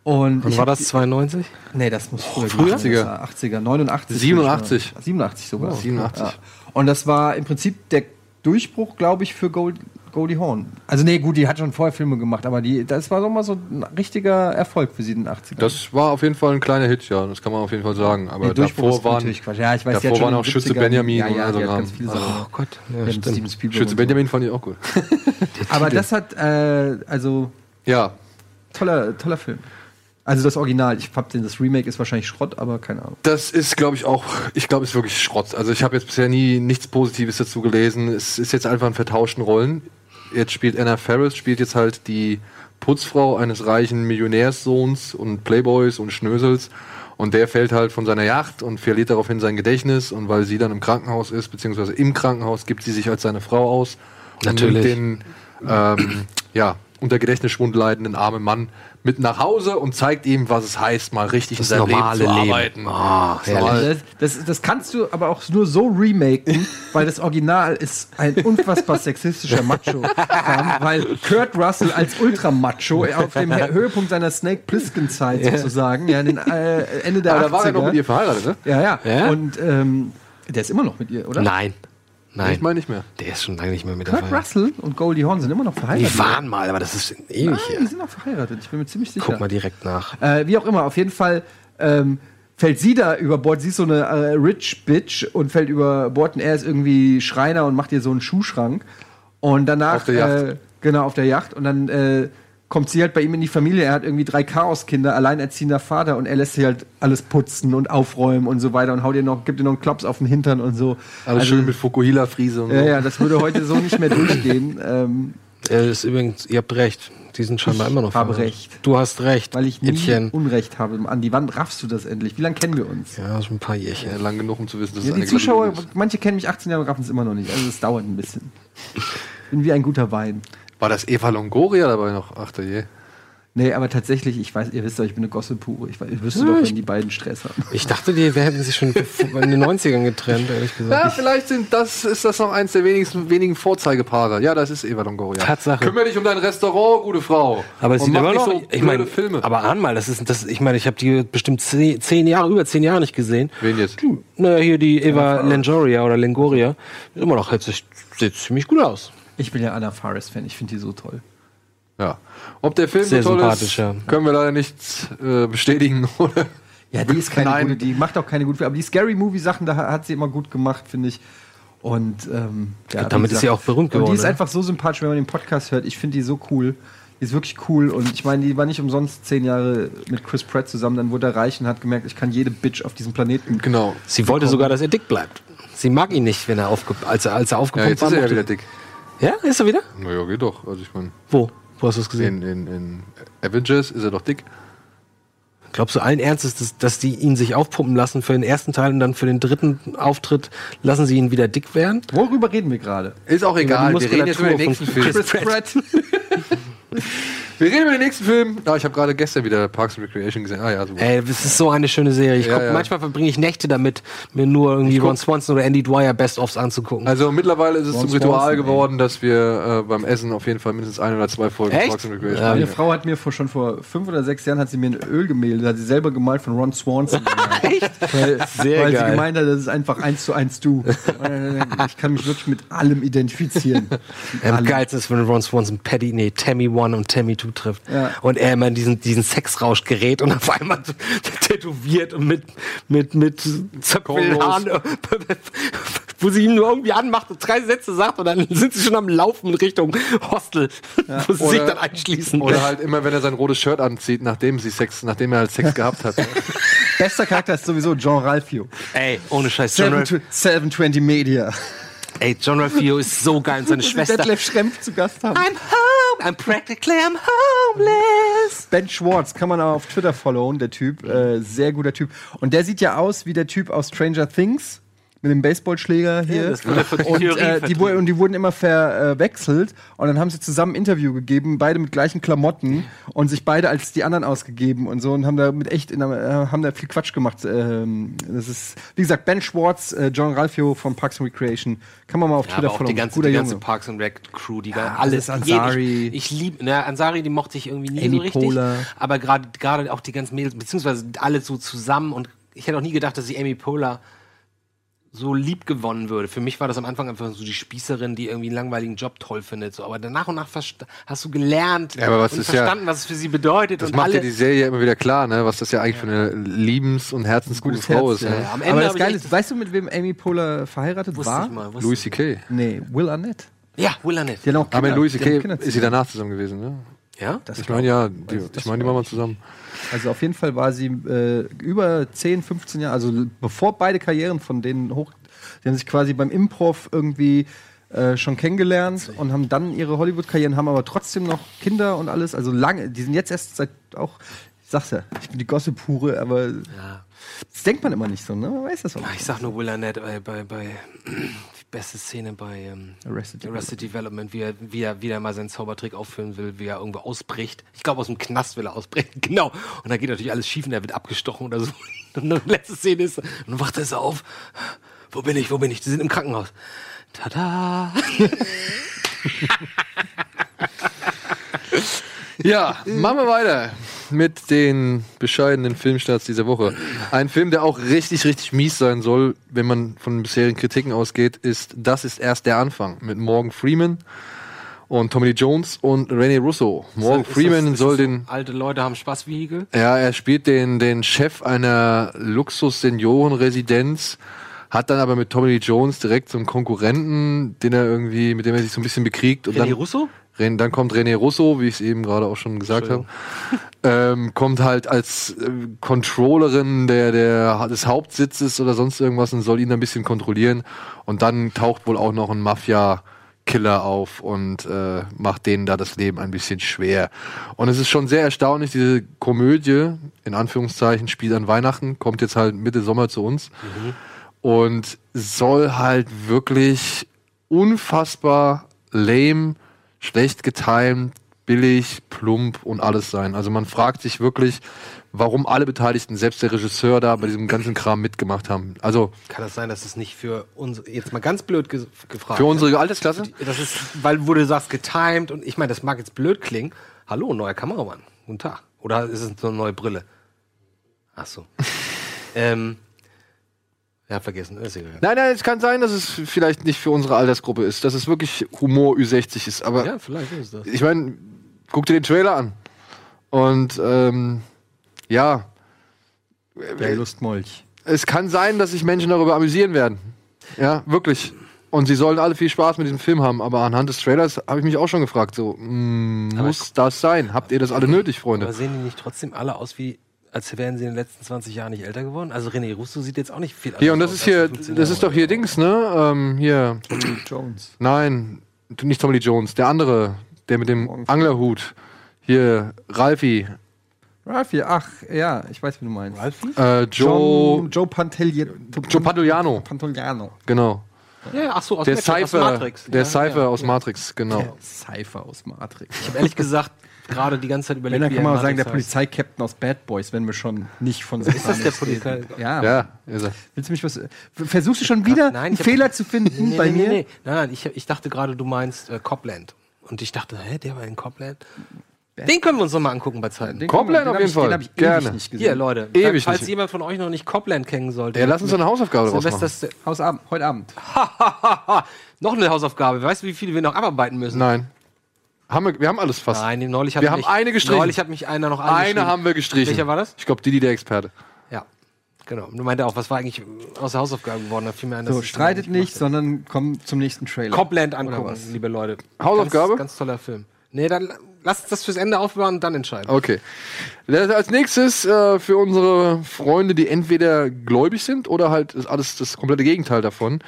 Und Wann ich war hab das? 92? die- Nee, das muss früher, früher? gewesen sein. Das war 80er, 89. 87. 87 sogar. 87. Ja. Und das war im Prinzip der Durchbruch, glaube ich, für Gold, Goldie Horn. Also nee, gut, die hat schon vorher Filme gemacht, aber die, das war doch mal so ein richtiger Erfolg für sie in den 80ern. Das war auf jeden Fall ein kleiner Hit, ja, das kann man auf jeden Fall sagen. Aber Nee, Durchbruch davor ist waren, natürlich Quatsch. Ja, ich weiß, die hat davor schon waren in auch den Schütze 70ern Benjamin Ja, ja, und die so hat Kram. Also ganz viele Sachen. Oh Gott. Ja, Ja, mit Steven Spielberg Schütze und so. Benjamin fand ich auch gut. Aber das hat, äh, also *laughs* ja, toller, toller Film. Also das Original, ich hab den, das Remake ist wahrscheinlich Schrott, aber keine Ahnung. Das ist, glaube ich, auch, ich glaube, es ist wirklich Schrott. Also ich habe jetzt bisher nie nichts Positives dazu gelesen. Es ist jetzt einfach ein vertauschten Rollen. Jetzt spielt Anna Ferris, spielt jetzt halt die Putzfrau eines reichen Millionärssohns und Playboys und Schnösels. Und der fällt halt von seiner Yacht und verliert daraufhin sein Gedächtnis. Und weil sie dann im Krankenhaus ist, beziehungsweise im Krankenhaus, gibt sie sich als seine Frau aus. und nimmt Natürlich. den ähm, ja, unter Gedächtnisschwund leidenden armen Mann mit nach Hause und zeigt ihm, was es heißt, mal richtig Das normale Leben. Ah, Das normale- Das, das, das kannst du aber auch nur so remaken, *laughs* weil das Original ist ein unfassbar sexistischer Macho. weil Kurt Russell als Ultramacho *laughs* auf dem Höhepunkt seiner Snake Plissken-Zeit sozusagen, ja, in den, äh, Ende der Aber 80er. da war er noch mit ihr verheiratet, ne? Ja, ja. Ja? Und ähm, der ist immer noch mit ihr, oder? Nein. Nein. Ich meine nicht mehr. der ist schon lange nicht mehr mit Kurt dabei. Russell und Goldie Hawn sind immer noch verheiratet. Die waren mal, aber das ist ewig Nein, her. die sind noch verheiratet, ich bin mir ziemlich sicher. Guck mal direkt nach. Äh, wie auch immer, auf jeden Fall ähm, fällt sie da über Bord. Sie ist so eine äh, Rich Bitch und fällt über Bord und er ist irgendwie Schreiner und macht ihr so einen Schuhschrank. Und danach. Auf der Yacht. Äh, genau, auf der Yacht. Und dann äh, kommt sie halt bei ihm in die Familie. Er hat irgendwie drei Chaoskinder, alleinerziehender Vater und er lässt sie halt alles putzen und aufräumen und so weiter und haut ihr noch, gibt ihr noch einen Klops auf den Hintern und so. Also, Alles schön Also mit Fukuhila-Friese und Ja, so. ja, das würde heute so nicht mehr durchgehen. Ähm, Er ist übrigens, ihr habt recht. Die sind scheinbar immer noch habe verheiratet. recht. Du hast recht. weil ich nie Äffchen. Unrecht habe. Andi, wann raffst du das endlich? Wie lange kennen wir uns? Ja, schon ein paar Jährchen. Ja, lang genug, um zu wissen, dass Ja, es eine die Zuschauer, glatte Lüge manche kennen mich 18 Jahre und raffen es immer noch nicht. Also es dauert ein bisschen. Bin wie ein guter Wein. ist. War das Eva Longoria dabei noch? Ach du je. Nee, aber tatsächlich, ich weiß, ihr wisst doch, ich bin eine Gossipure. Ich, weiß- ihr wüsste Ja, doch, ich- wenn die beiden Stress haben. Ich dachte, die hätten sich schon in den 90ern getrennt, ehrlich gesagt. Ja, vielleicht sind das, ist das noch eins der wenigsten, wenigen Vorzeigepaare. Ja, das ist Eva Longoria. Tatsache. Kümmere dich um dein Restaurant, gute Frau. Aber es Und sieht mach immer nicht noch, so ich meine, blöde Filme. aber ahn mal, das ist, das, ich meine, ich habe die bestimmt zehn, zehn Jahre, über zehn Jahre nicht gesehen. Wen jetzt? Naja, hier die Eva Lengoria oder Lengoria. Immer noch, hört sich, sieht ziemlich gut aus. Ich bin ja Anna Faris-Fan, ich finde die so toll. Ja. Ob der Film Sehr so toll sympathisch, ist, ja. können wir leider nicht äh, bestätigen. *laughs* Oder? Ja, die ist keine Nein. gute, die macht auch keine gute, aber die Scary Movie Sachen, da hat sie immer gut gemacht, finde ich. Und ähm, ja, wie damit ist sie auch Und berühmt geworden, die ist ne? einfach so sympathisch, wenn man den Podcast hört. Ich finde die so cool. Die ist wirklich cool und ich meine, die war nicht umsonst zehn Jahre mit Chris Pratt zusammen. Dann wurde er reich und hat gemerkt, ich kann jede Bitch auf diesem Planeten. Genau. Sie wollte sogar, dass er dick bleibt. Sie mag ihn nicht, wenn er aufge als er, als er Ja, aufgepumpt jetzt ist er ja mochte- wieder dick. Ja, ist er wieder? Naja, geht doch. Also ich meine, Wo? Wo hast du es gesehen? in, in, in Avengers ist er doch dick. Glaubst du allen Ernstes, dass, dass die ihn sich aufpumpen lassen für den ersten Teil und dann für den dritten Auftritt lassen sie ihn wieder dick werden? Worüber reden wir gerade? Ist auch egal. Wir reden jetzt über den nächsten Muskulatur von Film. Chris Pratt. Wir reden über den nächsten Film. Ah, ich habe gerade gestern wieder Parks and Recreation gesehen. Ah ja, super. Ey, das ist so eine schöne Serie. Ich Ja, guck, ja. Manchmal verbringe ich Nächte damit, mir nur irgendwie Ron Swanson oder Andy Dwyer Best-ofs anzugucken. Also mittlerweile ist es zum Ron Ritual Swanson, ey. geworden, dass wir äh, beim Essen auf jeden Fall mindestens ein oder zwei Folgen Echt? Parks and Recreation Ja, sehen. Meine Frau hat mir vor, schon vor fünf oder sechs Jahren hat sie mir ein Ölgemälde, hat sie selber gemalt von Ron Swanson. Echt? Weil, *laughs* Sehr weil geil. sie gemeint hat, das ist einfach eins zu eins *laughs* du. Ich kann mich wirklich mit allem identifizieren. Am geilsten ist, wenn Ron Swanson Paddy, nee, Tammy One und Tammy Two trifft. Ja. Und er immer in diesen, diesen Sexrausch gerät und auf einmal so *laughs* tätowiert und mit, mit, mit Zöpfeln, Cornrows. Haaren, *laughs* wo sie ihm nur irgendwie anmacht und drei Sätze sagt und dann sind sie schon am Laufen in Richtung Hostel, *laughs* wo sie sich Oder- dann einschließen. Oder halt immer, wenn er sein rotes Shirt anzieht, nachdem sie Sex, nachdem er halt Sex gehabt hat. Bester Charakter ist sowieso John Ralphio. *laughs* Ey, ohne Scheiß. John Ralph, 720 Media. ey, John Ralphio ist so geil und seine Schwester. Detlef Schrempf zu Gast haben. I'm home, I'm practically I'm homeless. Ben Schwartz kann man auch auf Twitter followen, der Typ. Mhm. Äh, sehr guter Typ. Und der sieht ja aus wie der Typ aus Stranger Things. Mit dem Baseballschläger hier. das wurde von und, Theorie äh, die, vertrieben. wu- und die wurden immer verwechselt. Und dann haben sie zusammen ein Interview gegeben, beide mit gleichen Mhm. Klamotten und sich beide als die anderen ausgegeben und so und haben da mit echt in, einer- äh, haben da viel Quatsch gemacht. Ähm, das ist, wie gesagt, Ben Schwartz, äh, John Ralphio von Parks and Recreation. Kann man mal auf Ja, Twitter aber auch die followen. ganze, guter die ganze Junge. Parks and Rec Crew, die ja, alles. alles jeden- Ansari. Ich, ich liebe, ne, Ansari, die mochte ich irgendwie nie Amy so richtig. Poehler. Aber gerade gerade auch die ganzen Mädels, beziehungsweise alle so zusammen und ich hätte auch nie gedacht, dass ich Amy Poehler so lieb gewonnen würde. Für mich war das am Anfang einfach so die Spießerin, die irgendwie einen langweiligen Job toll findet. So. Aber dann nach und nach verst- hast du gelernt Ja, aber was und ist ja- verstanden, was es für sie bedeutet. Das und macht ja alle, die Serie immer wieder klar, ne? was das ja eigentlich für eine liebens- und herzensgute Gutes Herz, Frau ist. ja. Ne? Ja, am Ende Aber das hab ich Geile echt- ist, weißt du, mit wem Amy Poehler verheiratet wusste war? ich mal, wusste Louis ich. C.K. Nee, Will Arnett. Ja, Will Arnett. Die haben auch Aber mit Louis die haben C.K. Kinder ist sie danach zusammen gewesen, ne? Ja? Ich meine, ja, die, ich meine, die waren mal zusammen. Also auf jeden Fall war sie äh, über 10, 15 Jahre, also bevor beide Karrieren von denen hoch, die haben sich quasi beim Improv irgendwie äh, schon kennengelernt und haben dann ihre Hollywood-Karrieren, haben aber trotzdem noch Kinder und alles, also lange, die sind jetzt erst seit auch, ich sag's ja, ich bin die Gossip-Pure, aber ja. das denkt man immer nicht so, ne? Man weiß das auch Ah, Ich nicht. sag nur Will Arnett bei, bei, bei die beste Szene bei ähm, Arrested Arrested, Development, wie er, wie er wieder mal seinen Zaubertrick aufführen will, wie er irgendwo ausbricht. Ich glaube, aus dem Knast will er ausbrechen, *laughs* genau. Und dann geht natürlich alles schief und er wird abgestochen oder so. *laughs* Und dann letzte Szene ist, und dann wacht er so auf. Wo bin ich, wo bin ich? Die sind im Krankenhaus. *laughs* Tada! Ja, machen wir weiter mit den bescheidenen Filmstarts dieser Woche. Ein Film, der auch richtig, richtig mies sein soll, wenn man von den bisherigen Kritiken ausgeht, ist Das ist erst der Anfang mit Morgan Freeman und Tommy Lee Jones und René Russo. Morgan Ist das- Freeman ist das soll so den Alte Leute haben Spaßwiegel. Ja, er spielt den, den Chef einer Luxus-Seniorenresidenz, hat dann aber mit Tommy Lee Jones direkt so einen Konkurrenten, den er irgendwie, mit dem er sich so ein bisschen bekriegt. Und René dann, Russo? Ren, dann kommt René Russo, wie ich es eben gerade auch schon gesagt habe. Ähm, kommt halt als äh, Controllerin der, der, des Hauptsitzes oder sonst irgendwas und soll ihn ein bisschen kontrollieren. Und dann taucht wohl auch noch ein Mafia- Killer auf und äh, macht denen da das Leben ein bisschen schwer. Und es ist schon sehr erstaunlich, diese Komödie, in Anführungszeichen, spielt an Weihnachten, kommt jetzt halt Mitte Sommer zu uns und soll halt wirklich unfassbar lame, schlecht getimt, billig, plump und alles sein. Also man fragt sich wirklich, warum alle Beteiligten, selbst der Regisseur da bei diesem ganzen Kram mitgemacht haben. Also Kann das sein, dass es nicht für uns, jetzt mal ganz blöd ge gefragt für unsere Altersklasse? Das ist, weil wo du sagst, getimed und ich meine, das mag jetzt blöd klingen. Hallo, neuer Kameramann. Guten Tag. Oder ist es so eine neue Brille? Ach so. *laughs* ähm, ja, vergessen. Ist egal. Nein, nein, es kann sein, dass es vielleicht nicht für unsere Altersgruppe ist, dass es wirklich Humor Ü60 ist. Aber Ja, vielleicht ist das. ich meine, guck dir den Trailer an. Und ähm, ja, Der Lustmolch. es kann sein, dass sich Menschen darüber amüsieren werden. Ja, wirklich. Und sie sollen alle viel Spaß mit diesem Film haben, aber anhand des Trailers habe ich mich auch schon gefragt, so, mm, muss das sein? Habt ihr das alle nötig, Aber Freunde? sehen die nicht trotzdem alle aus wie, als wären sie in den letzten 20 Jahren nicht älter geworden? Also René Russo sieht jetzt auch nicht viel Hier, anders und das aus ist als hier, 15 das ist doch Jahre. hier Dings, ne? Ähm, hier, Jones. nein, nicht Tommy Lee Jones, der andere, der mit dem Anglerhut. Hier, Ralfi, Ralphie, ach, ja, ich weiß, wie du meinst. Ralphie? äh, Joe, John, Joe Pantelje, Joe Paduliano, Pantoliano. genau. Ja, ach so, aus Der Matrix, aus Cypher, Matrix. der ja, Cypher Ja. aus Matrix, genau. Cypher aus Matrix. Ich habe ehrlich gesagt gerade die ganze Zeit überlegt, Wenn, dann wie kann man er auch sagen, der Matrix Polizeikapitän aus Bad Boys, wenn wir schon nicht von Ist das der Polizei- Ja. Ja, ist er. Willst du mich was. Versuchst du schon wieder, Nein, einen ich hab- Fehler zu finden heißt. nee, bei nee, nee, mir? Nee, Nein, nein, ich, ich dachte gerade, du meinst äh, Copland. Und ich dachte, hä, der war in Copland? Den können wir uns nochmal angucken bei Zeiten. Den Copland kann man- auf den jeden hab ich- Fall. Den hab ich Gerne. ewig nicht gesehen. Hier, Leute, Ewig falls nicht. jemand von euch noch nicht Copland kennen sollte. Ja, lass uns so eine Hausaufgabe draus Silvester machen. Sta- Hausabend, heute Abend. noch eine Hausaufgabe. Weißt du, wie viele wir noch abarbeiten müssen? Nein. Haben wir, wir haben alles fast. Nein, neulich hat Wir haben mich, eine gestrichen. Neulich hat mich einer noch Eine angeschrieben. haben wir gestrichen. Welcher war das? Ich glaube, Didi, der Experte. Ja, genau. Du meinte auch, was war eigentlich aus der Hausaufgabe geworden? Da fiel mir ein, dass So, ich streitet das gemacht nicht, sondern kommt zum nächsten Trailer. habe. Copland Oder angucken, was? liebe Leute. Hausaufgabe? Ganz, ganz toller Film. Nee, dann lass uns das fürs Ende aufbewahren und dann entscheiden. Okay. Das- Als nächstes äh, für unsere Freunde, die entweder gläubig sind oder halt ist alles das komplette Gegenteil davon.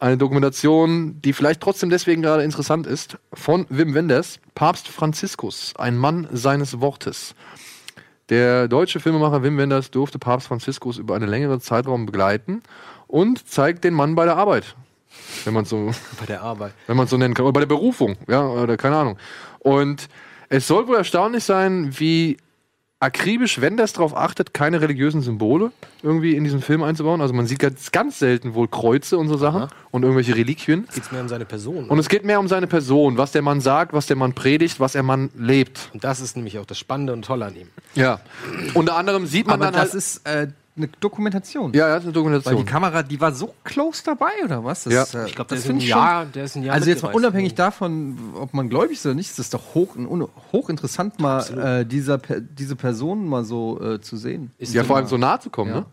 Eine Dokumentation, die vielleicht trotzdem deswegen gerade interessant ist, von Wim Wenders, Papst Franziskus, ein Mann seines Wortes. Der deutsche Filmemacher Wim Wenders durfte Papst Franziskus über einen längeren Zeitraum begleiten und zeigt den Mann bei der Arbeit. Wenn man so Bei der Arbeit. wenn man es so nennen kann. Oder bei der Berufung, ja, oder keine Ahnung. Und es soll wohl erstaunlich sein, wie akribisch, wenn das darauf achtet, keine religiösen Symbole irgendwie in diesem Film einzubauen. Also man sieht ganz, ganz selten wohl Kreuze und so Sachen und irgendwelche Reliquien. Geht's mehr um seine Person. Und es geht mehr um seine Person, was der Mann sagt, was der Mann predigt, was der Mann lebt. Und das ist nämlich auch das Spannende und Tolle an ihm. Ja. Unter anderem sieht man Aber dann das halt. ist äh, eine Dokumentation. Ja, ja, das ist eine Weil die Dokumentation. Kamera, die war so close dabei, oder was? Das, Ja. ist, äh, Ich glaube, der, das ist ein finde ich Jahr- schon. der ist ein Jahr Also jetzt mal mitgereist. ne? unabhängig davon, ob man gläubig ist oder nicht, ist es doch hoch, un, hochinteressant, mal äh, dieser, Per- diese Person mal so äh, zu sehen. Ist Ja, so vor ein- allem so nahe zu kommen, ne?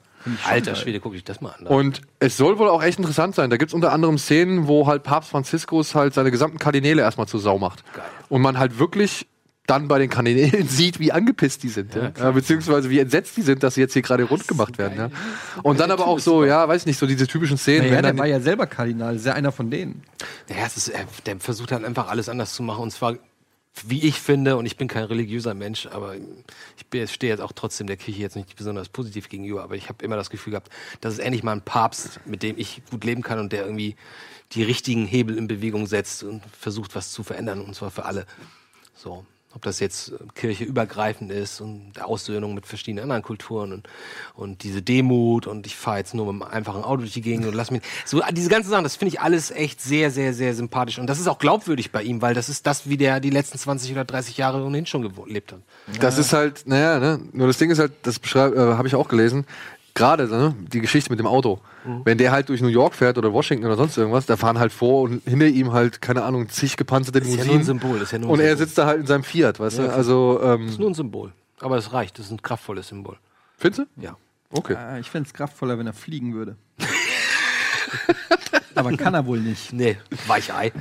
Alter Schwede, guck ich das mal an. Und es soll wohl auch echt interessant sein. Da gibt es unter anderem Szenen, wo halt Papst Franziskus halt seine gesamten Kardinäle erstmal zur Sau macht. Und man halt wirklich dann bei den Kardinälen *laughs* sieht, wie angepisst die sind. Ja, ja, beziehungsweise wie entsetzt die sind, dass sie jetzt hier gerade rund gemacht werden. Ja. Und dann aber auch so, ja, weiß nicht, so diese typischen Szenen. Ja, wenn der dann war ja selber Kardinal, ist ja einer von denen. Ja, es ist, er, der versucht halt einfach alles anders zu machen. Und zwar, wie ich finde, und ich bin kein religiöser Mensch, aber ich bin jetzt- stehe jetzt auch trotzdem der Kirche jetzt nicht besonders positiv gegenüber. Aber ich habe immer das Gefühl gehabt, das ist endlich mal ein Papst, mit dem ich gut leben kann und der irgendwie die richtigen Hebel in Bewegung setzt und versucht, was zu verändern. Und zwar für alle. So. Ob das jetzt äh, Kirche übergreifend ist und der Aussöhnung mit verschiedenen anderen Kulturen und, und diese Demut und ich fahre jetzt nur mit einem einfachen Auto durch die Gegend und lass mich. So, äh, diese ganzen Sachen, das finde ich alles echt sehr, sehr, sehr sympathisch. Und das ist auch glaubwürdig bei ihm, weil das ist das, wie der die letzten 20 oder 30 Jahre ohnehin schon gewo- gelebt hat. Das ist halt, naja, ne? nur das Ding ist halt, das beschreib- äh, habe ich auch gelesen, gerade ne? die Geschichte mit dem Auto. Mhm. Wenn der halt durch New York fährt oder Washington oder sonst irgendwas, da fahren halt vor und hinter ihm halt, keine Ahnung, zig gepanzerte ja nur Limousinen. ein Symbol, ist ja nur ein und er Symbol. sitzt da halt in seinem Fiat, weißt du? Also, ähm, Nur ein Symbol. Aber es reicht, das ist ein kraftvolles Symbol. findest du? Ja. Okay. Ah, ich fände es kraftvoller, wenn er fliegen *laughs* würde. Aber kann er wohl nicht. Nee, Weichei.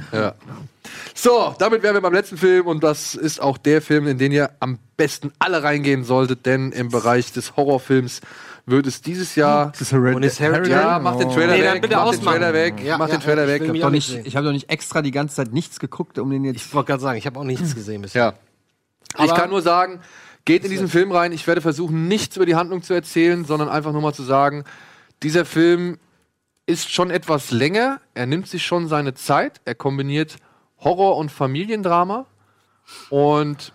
So, damit wären wir beim letzten Film und das ist auch der Film, in den ihr am besten alle reingehen solltet, denn im Bereich des Horrorfilms wird es dieses Jahr. Das ist Hered Und ist Hereditary- Ja, mach den Trailer Hm. Nee, dann weg, bitte mach den ausmachen. Trailer weg, Ja, mach den ja, Trailer ich weg. will mich Doch auch nicht, sehen. ich habe doch nicht extra die ganze Zeit nichts geguckt, um den jetzt. Ich wollte gerade sagen, ich habe auch nichts gesehen bisher. Ja. ich kann nur sagen, geht in diesen Film rein. Ich werde versuchen, nichts über die Handlung zu erzählen, sondern einfach nur mal zu sagen, dieser Film ist schon etwas länger. Er nimmt sich schon seine Zeit. Er kombiniert Horror und Familiendrama und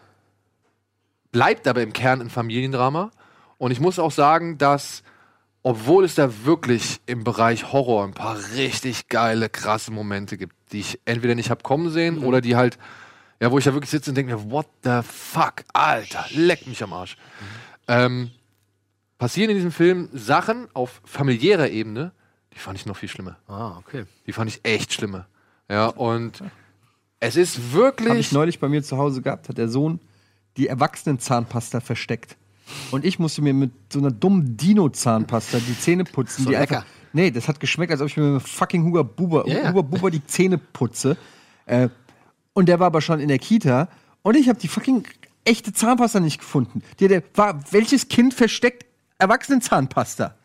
bleibt aber im Kern ein Familiendrama. Und ich muss auch sagen, dass obwohl es da wirklich im Bereich Horror ein paar richtig geile, krasse Momente gibt, die ich entweder nicht hab kommen sehen oder die halt, ja, wo ich da wirklich sitze und denke mir, what the fuck, Alter, leck mich am Arsch. Ähm, passieren in diesem Film Sachen auf familiärer Ebene, die fand ich noch viel schlimmer. Ah, okay. Die fand ich echt schlimmer. Ja, und es ist wirklich. Habe ich neulich bei mir zu Hause gehabt, hat der Sohn die Erwachsenen-Zahnpasta versteckt. Und ich musste mir mit so einer dummen Dino-Zahnpasta die Zähne putzen. So die lecker. Einfach, nee, das hat geschmeckt, als ob ich mir mit fucking Huber Buber, Ja, ja. Huber Buber die Zähne putze. Äh, und der war aber schon in der Kita. Und ich habe die fucking echte Zahnpasta nicht gefunden. Die, der war, welches Kind versteckt Erwachsenen-Zahnpasta?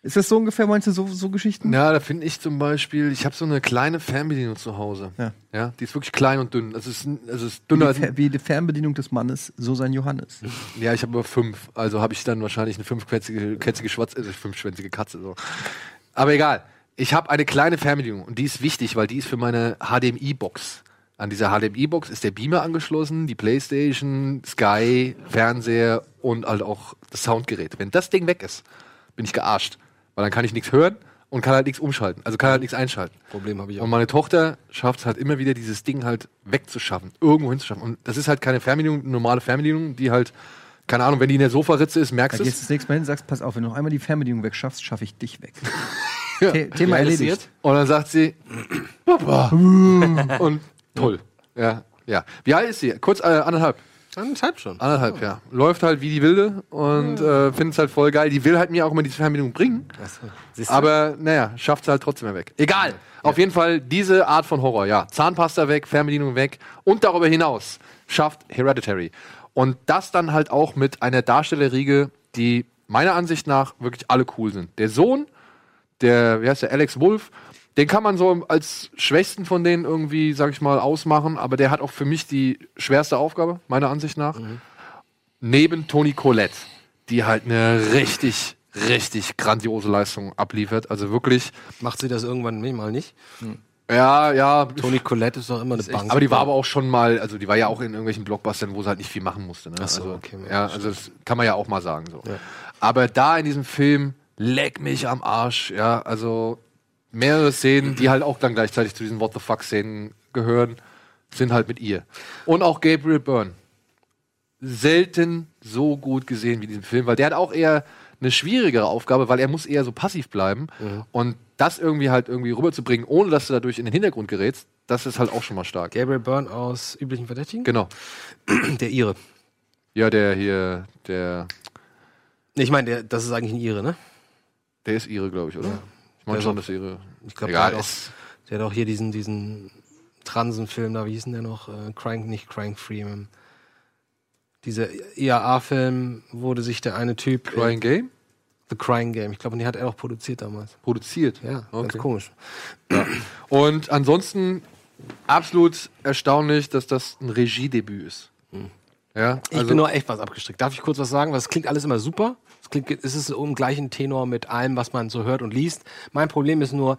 Ist das so ungefähr, meinst du, so, so Geschichten? Ja, da finde ich zum Beispiel, ich habe so eine kleine Fernbedienung zu Hause. Ja. die ist wirklich klein und dünn. Also es ist, also es ist Wie die, *laughs* dünner. Fer- wie die Fernbedienung des Mannes, so sein Johannes. Ja, ich habe nur fünf. Also habe ich dann wahrscheinlich eine fünfkätzige kätzige Schwarz, also fünfschwänzige Katze. So. Aber egal. Ich habe eine kleine Fernbedienung und die ist wichtig, weil die ist für meine HDMI-Box. An dieser HDMI-Box ist der Beamer angeschlossen, die Playstation, Sky, Fernseher und halt auch das Soundgerät. Wenn das Ding weg ist, bin ich gearscht. Weil dann kann ich nichts hören und kann halt nichts umschalten. Also kann halt nichts einschalten. Problem habe ich auch. Und meine Tochter schafft es halt immer wieder, dieses Ding halt wegzuschaffen, irgendwo hinzuschaffen. Und das ist halt keine Fernbedienung, eine normale Fernbedienung, die halt, keine Ahnung, wenn die in der Sofaritze ist, Da merkst du gehst es. du das nächste Mal hin und sagst, pass auf, wenn du noch einmal die Fernbedienung wegschaffst, schaffe ich dich *laughs* weg. The Thema erledigt. Und dann sagt sie, Papa. *laughs* und toll. Ja, ja. Wie alt ist sie? Kurz äh, anderthalb. Anderthalb schon. Anderthalb, ja. Läuft halt wie die Wilde und äh, findet es halt voll geil. Die will halt mir auch immer diese Fernbedienung bringen. Siehst du? Aber naja, schafft es halt trotzdem weg. Egal. Auf jeden Fall diese Art von Horror, ja. Zahnpasta weg, Fernbedienung weg und darüber hinaus schafft Hereditary. Und das dann halt auch mit einer Darstellerriege, die meiner Ansicht nach wirklich alle cool sind. Der Sohn, der, wie heißt der, Alex Wolf, den kann man so als schwächsten von denen irgendwie, sag ich mal, ausmachen, aber der hat auch für mich die schwerste Aufgabe, meiner Ansicht nach Mhm. neben Toni Collette, die halt eine richtig, richtig grandiose Leistung abliefert. Also wirklich, Macht sie das irgendwann nee, mal nicht? ja, ja. Toni Collette ist doch immer eine Bank. aber die war aber auch schon mal, also die war ja auch in irgendwelchen Blockbustern, wo sie halt nicht viel machen musste. Ne? Ach so, also, okay, ja, ja, also das kann man ja auch mal sagen so. Aber da in diesem Film leck mich am Arsch, ja, also mehrere Szenen, die halt auch dann gleichzeitig zu diesen What the fuck Szenen gehören, sind halt mit ihr. Und auch Gabriel Byrne. selten so gut gesehen wie diesen Film, weil der hat auch eher eine schwierigere Aufgabe, weil er muss eher so passiv bleiben Mhm. und das irgendwie halt irgendwie rüberzubringen, ohne dass du dadurch in den Hintergrund gerätst, das ist halt auch schon mal stark. Gabriel Byrne aus üblichen Verdächtigen? Genau. Der Ire. Ja, der hier, der, Ich meine, der- das ist eigentlich ein Ire, ne? der ist ihre, glaube ich, oder? Ich Der meine ist schon, auch- dass ihre. Ich glaube, Egal, der, hat ist- auch- der hat auch hier diesen, diesen Transenfilm, da, wie hieß denn der noch? Äh, Crank, nicht Crank Freeman. Dieser E IAA-Film, wurde sich der eine Typ. Crying Game? The Crying Game. Ich glaube, den hat er auch produziert damals. Produziert. Ja, ganz Ah, okay. komisch. Und ansonsten absolut erstaunlich, dass das ein Regiedebüt ist. Ja, Mhm. also Ich bin nur echt was abgestrickt. Darf ich kurz was sagen? Weil es klingt alles immer super. Es, klingt, es ist im gleichen Tenor mit allem, was man so hört und liest. Mein Problem ist nur,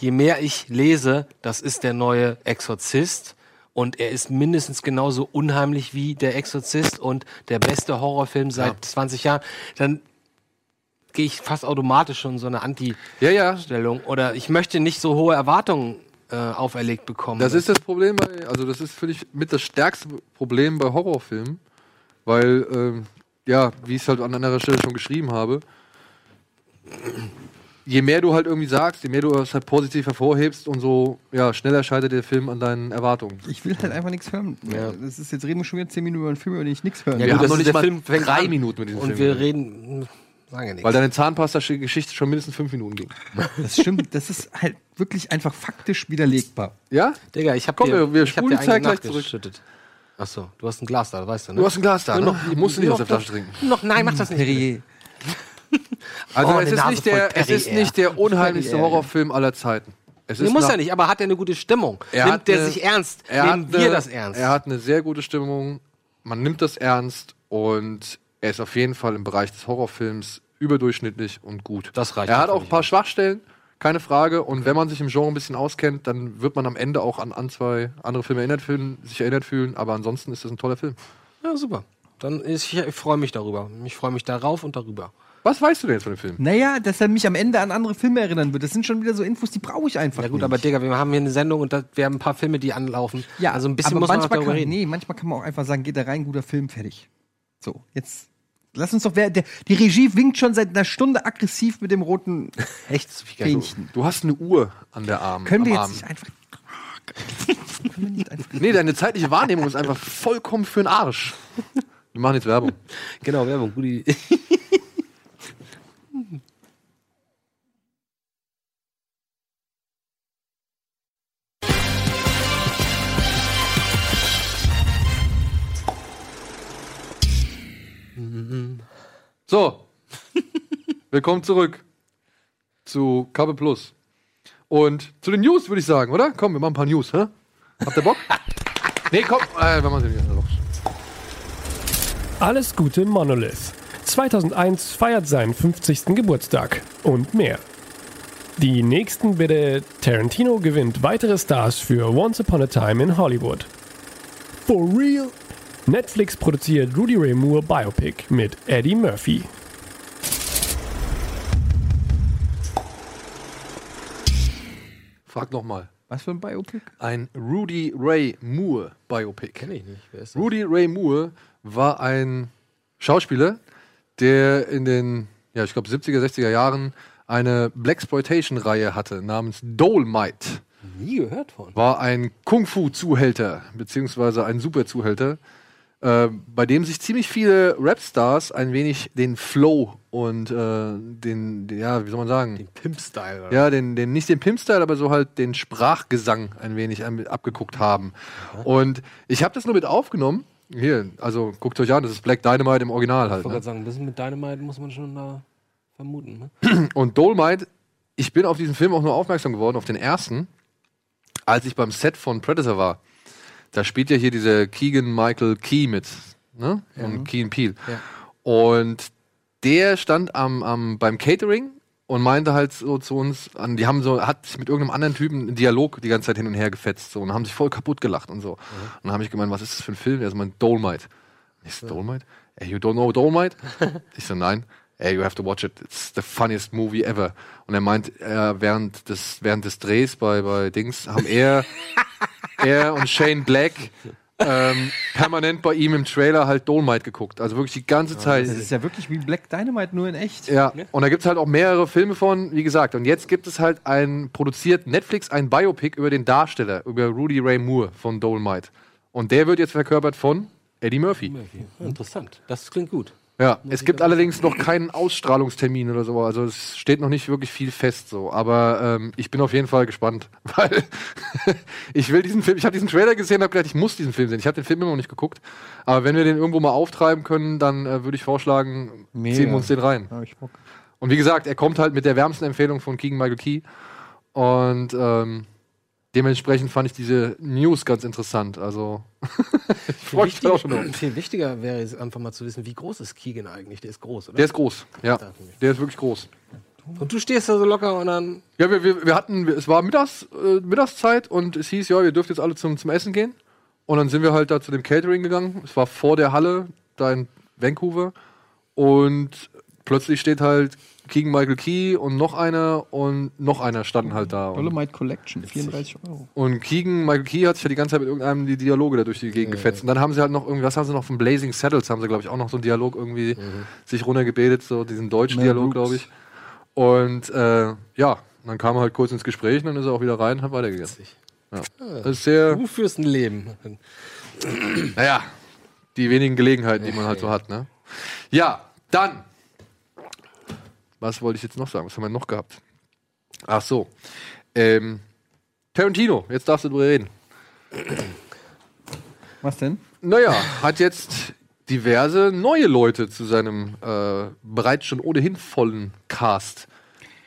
je mehr ich lese, das ist der neue Exorzist. Und er ist mindestens genauso unheimlich wie der Exorzist und der beste Horrorfilm seit 20 Jahren. Dann gehe ich fast automatisch schon in so eine ja, ja, Anti-Stellung. Oder ich möchte nicht so hohe Erwartungen äh, auferlegt bekommen. Das ist das Problem bei, also das ist für dich mit das stärkste Problem bei Horrorfilmen, weil, ähm, ja, wie ich es halt an anderer Stelle schon geschrieben habe, je mehr du halt irgendwie sagst, je mehr du es halt positiv hervorhebst und so, ja, schneller scheitert der Film an deinen Erwartungen. Ich will halt einfach nichts hören. Das ist jetzt reden wir schon wieder 10 Minuten über einen Film, über den ich nichts hören Ja, will. gut, das ist der Film fängt drei an. Minuten mit diesem und Film. wir reden, hm, sagen ja nichts. weil deine Zahnpasta-Geschichte schon mindestens fünf Minuten ging. Das stimmt, das ist halt wirklich einfach faktisch widerlegbar. Ja? Digga, ich hab Komm, dir, wir- wir ich hab spulen dir die einen Zeit gleich nachgeschüttet. Ach so, du hast ein Glas da, weißt du, ne? Du hast ein Glas da, ne? Noch- Du musst nicht noch- aus der Flasche trinken. Noch, nein, mach das nicht. Perrier. Also Oh, es, die ist Nase nicht voll der, es Perry, ist ey. nicht der unheimlichste Perry, ey. Horrorfilm aller Zeiten. Es Nee, ist muss nach- er nicht, aber hat er eine gute Stimmung? Er Nimmt hat der eine- sich ernst? Er Nehmen hat wir eine- das ernst? Er hat eine sehr gute Stimmung. Man nimmt das ernst und er ist auf jeden Fall im Bereich des Horrorfilms überdurchschnittlich und gut. Das reicht Er hat mir für auch ein mich paar Schwachstellen, keine Frage. Und wenn man sich im Genre ein bisschen auskennt, dann wird man am Ende auch an, an zwei andere Filme erinnert fühlen, sich erinnert fühlen. Aber ansonsten ist das ein toller Film. ja, super. Dann ist, ich, ich freue mich darüber. Ich freue mich darauf und darüber. Was weißt du denn jetzt von dem Film? Naja, dass er mich am Ende an andere Filme erinnern wird. Das sind schon wieder so Infos, die brauche ich einfach. Ja gut, nicht. Hm. aber Digga, wir haben hier eine Sendung und da, wir haben ein paar Filme, die anlaufen. ja, also ein bisschen muss man auch manchmal darüber kann, reden. Nee, manchmal kann man auch einfach sagen, geht da rein, guter Film, fertig. So, jetzt. Lass uns doch, wer, der, die Regie winkt schon seit einer Stunde aggressiv mit dem roten *laughs* Echt? Fähnchen. Du hast eine Uhr an der Arm. Können wir am jetzt Arm. nicht einfach. Können wir nicht einfach. Nee, deine zeitliche Wahrnehmung ist einfach vollkommen für den Arsch. Wir machen jetzt Werbung. Genau, Werbung, gute Idee. *laughs* So, willkommen zurück zu Kabel Plus. Und zu den News würde ich sagen, oder? Komm, wir machen ein paar News, hä? Habt ihr *laughs* Bock? nee, komm, äh, wir machen sie nicht. Alles Gute Monolith. 2001 feiert seinen 50. Geburtstag und mehr. Die nächsten bitte Tarantino gewinnt weitere Stars für Once Upon a Time in Hollywood. For real? Netflix produziert Rudy Ray Moore Biopic mit Eddie Murphy. Frag nochmal. Was für ein Biopic? Ein Rudy Ray Moore Biopic. Kenn ich nicht. Wer ist Rudy Ray Moore war ein Schauspieler, der in den, ja, ich glaube 70er, 60er Jahren eine Blaxploitation-Reihe hatte namens Dolmite. nie gehört von. War ein Kung-Fu-Zuhälter, beziehungsweise ein Super-Zuhälter, äh, bei dem sich ziemlich viele Rap-Stars ein wenig den Flow und äh, den, den, ja, wie soll man sagen, Pimp-Style. Ja. ja, den, den, nicht den Pimp-Style, aber so halt den Sprachgesang ein wenig an- abgeguckt haben. Und ich habe das nur mit aufgenommen. Hier, also guckt euch an, das ist Black Dynamite im Original Ich halt. wollte Ne? gerade sagen, ein bisschen mit Dynamite muss man schon da vermuten. Ne? *clears throat* Und Dolmite, ich bin auf diesen Film auch nur aufmerksam geworden, auf den ersten, als ich beim Set von Predator war. Da spielt ja hier dieser Keegan Michael Key mit. Ne? Und Keen Peel. Und der stand am, am, beim Catering und meinte halt so zu uns, an, die haben so, hat sich mit irgendeinem anderen Typen einen Dialog die ganze Zeit hin und her gefetzt so, und haben sich voll kaputt gelacht Mhm. und so. Und dann habe ich gemeint, was ist das für ein Film? Er so meint, Dolmite. Ich so, Dolmite? Ey, you don't know *laughs* Dolmite? ich so, nein. Ey, you have to watch it. It's the funniest movie ever. Und er meint, äh, während, des, während des Drehs bei, bei Dings haben *laughs* er, er und Shane Black ähm, permanent bei ihm im Trailer halt Dolmite geguckt. Also wirklich die ganze Zeit. Das ist ja wirklich wie Black Dynamite, nur in echt. Ja, und da gibt es halt auch mehrere Filme von, wie gesagt. Und jetzt gibt es halt ein, produziert Netflix ein Biopic über den Darsteller, über Rudy Ray Moore von Dolmite. Und der wird jetzt verkörpert von Eddie Murphy. Okay. Interessant. Das klingt gut. Ja, es gibt allerdings noch keinen Ausstrahlungstermin oder so. Also es steht noch nicht wirklich viel fest so. Aber ähm, ich bin auf jeden Fall gespannt, *laughs* weil ich will diesen Film, ich habe diesen Trailer gesehen und habe gedacht, ich muss diesen Film sehen. Ich habe den Film immer noch nicht geguckt. Aber wenn wir den irgendwo mal auftreiben können, dann äh, würde ich vorschlagen, Mega. ziehen wir uns den rein. Hab ich Bock. Und wie gesagt, er kommt halt mit der wärmsten Empfehlung von Keegan Michael Key. Und ähm, dementsprechend fand ich diese News ganz interessant. Also *laughs* ich freue mich da auch schon drauf. viel wichtiger wäre es einfach mal zu wissen, wie groß ist Keegan eigentlich? Der ist groß, oder? Der ist groß, ja. Der ist wirklich groß. und du stehst da so locker und dann. Ja, wir, wir, wir hatten, es war Mittags, äh, Mittagszeit und es hieß, ja, ihr dürft jetzt alle zum, zum Essen gehen. Und dann sind wir halt da zu dem Catering gegangen. Es war vor der Halle, da in Vancouver. Und plötzlich steht halt King Michael Key und noch einer und noch einer standen halt da. Und, Dolomite Collection, 34 Euro. und Keegan Michael Key hat sich ja die ganze Zeit mit irgendeinem die Dialoge da durch die Gegend gefetzt. Und dann haben sie halt noch irgendwie, was haben sie noch von Blazing Saddles, haben sie, glaube ich, auch noch so einen Dialog irgendwie sich runtergebetet, so diesen deutschen Mel Dialog, Brooks. glaube ich. Und äh, ja, dann kam er halt kurz ins Gespräch und dann ist er auch wieder rein und hat weitergegessen. Ja. Das ist sehr, Du führst ein Leben. naja, die wenigen Gelegenheiten, die man halt so hat, ne? Ja, dann. Was wollte ich jetzt noch sagen? Was haben wir noch gehabt? Ach so. Ähm, Tarantino, jetzt darfst du drüber reden. Was denn? Naja, hat jetzt diverse neue Leute zu seinem äh, bereits schon ohnehin vollen Cast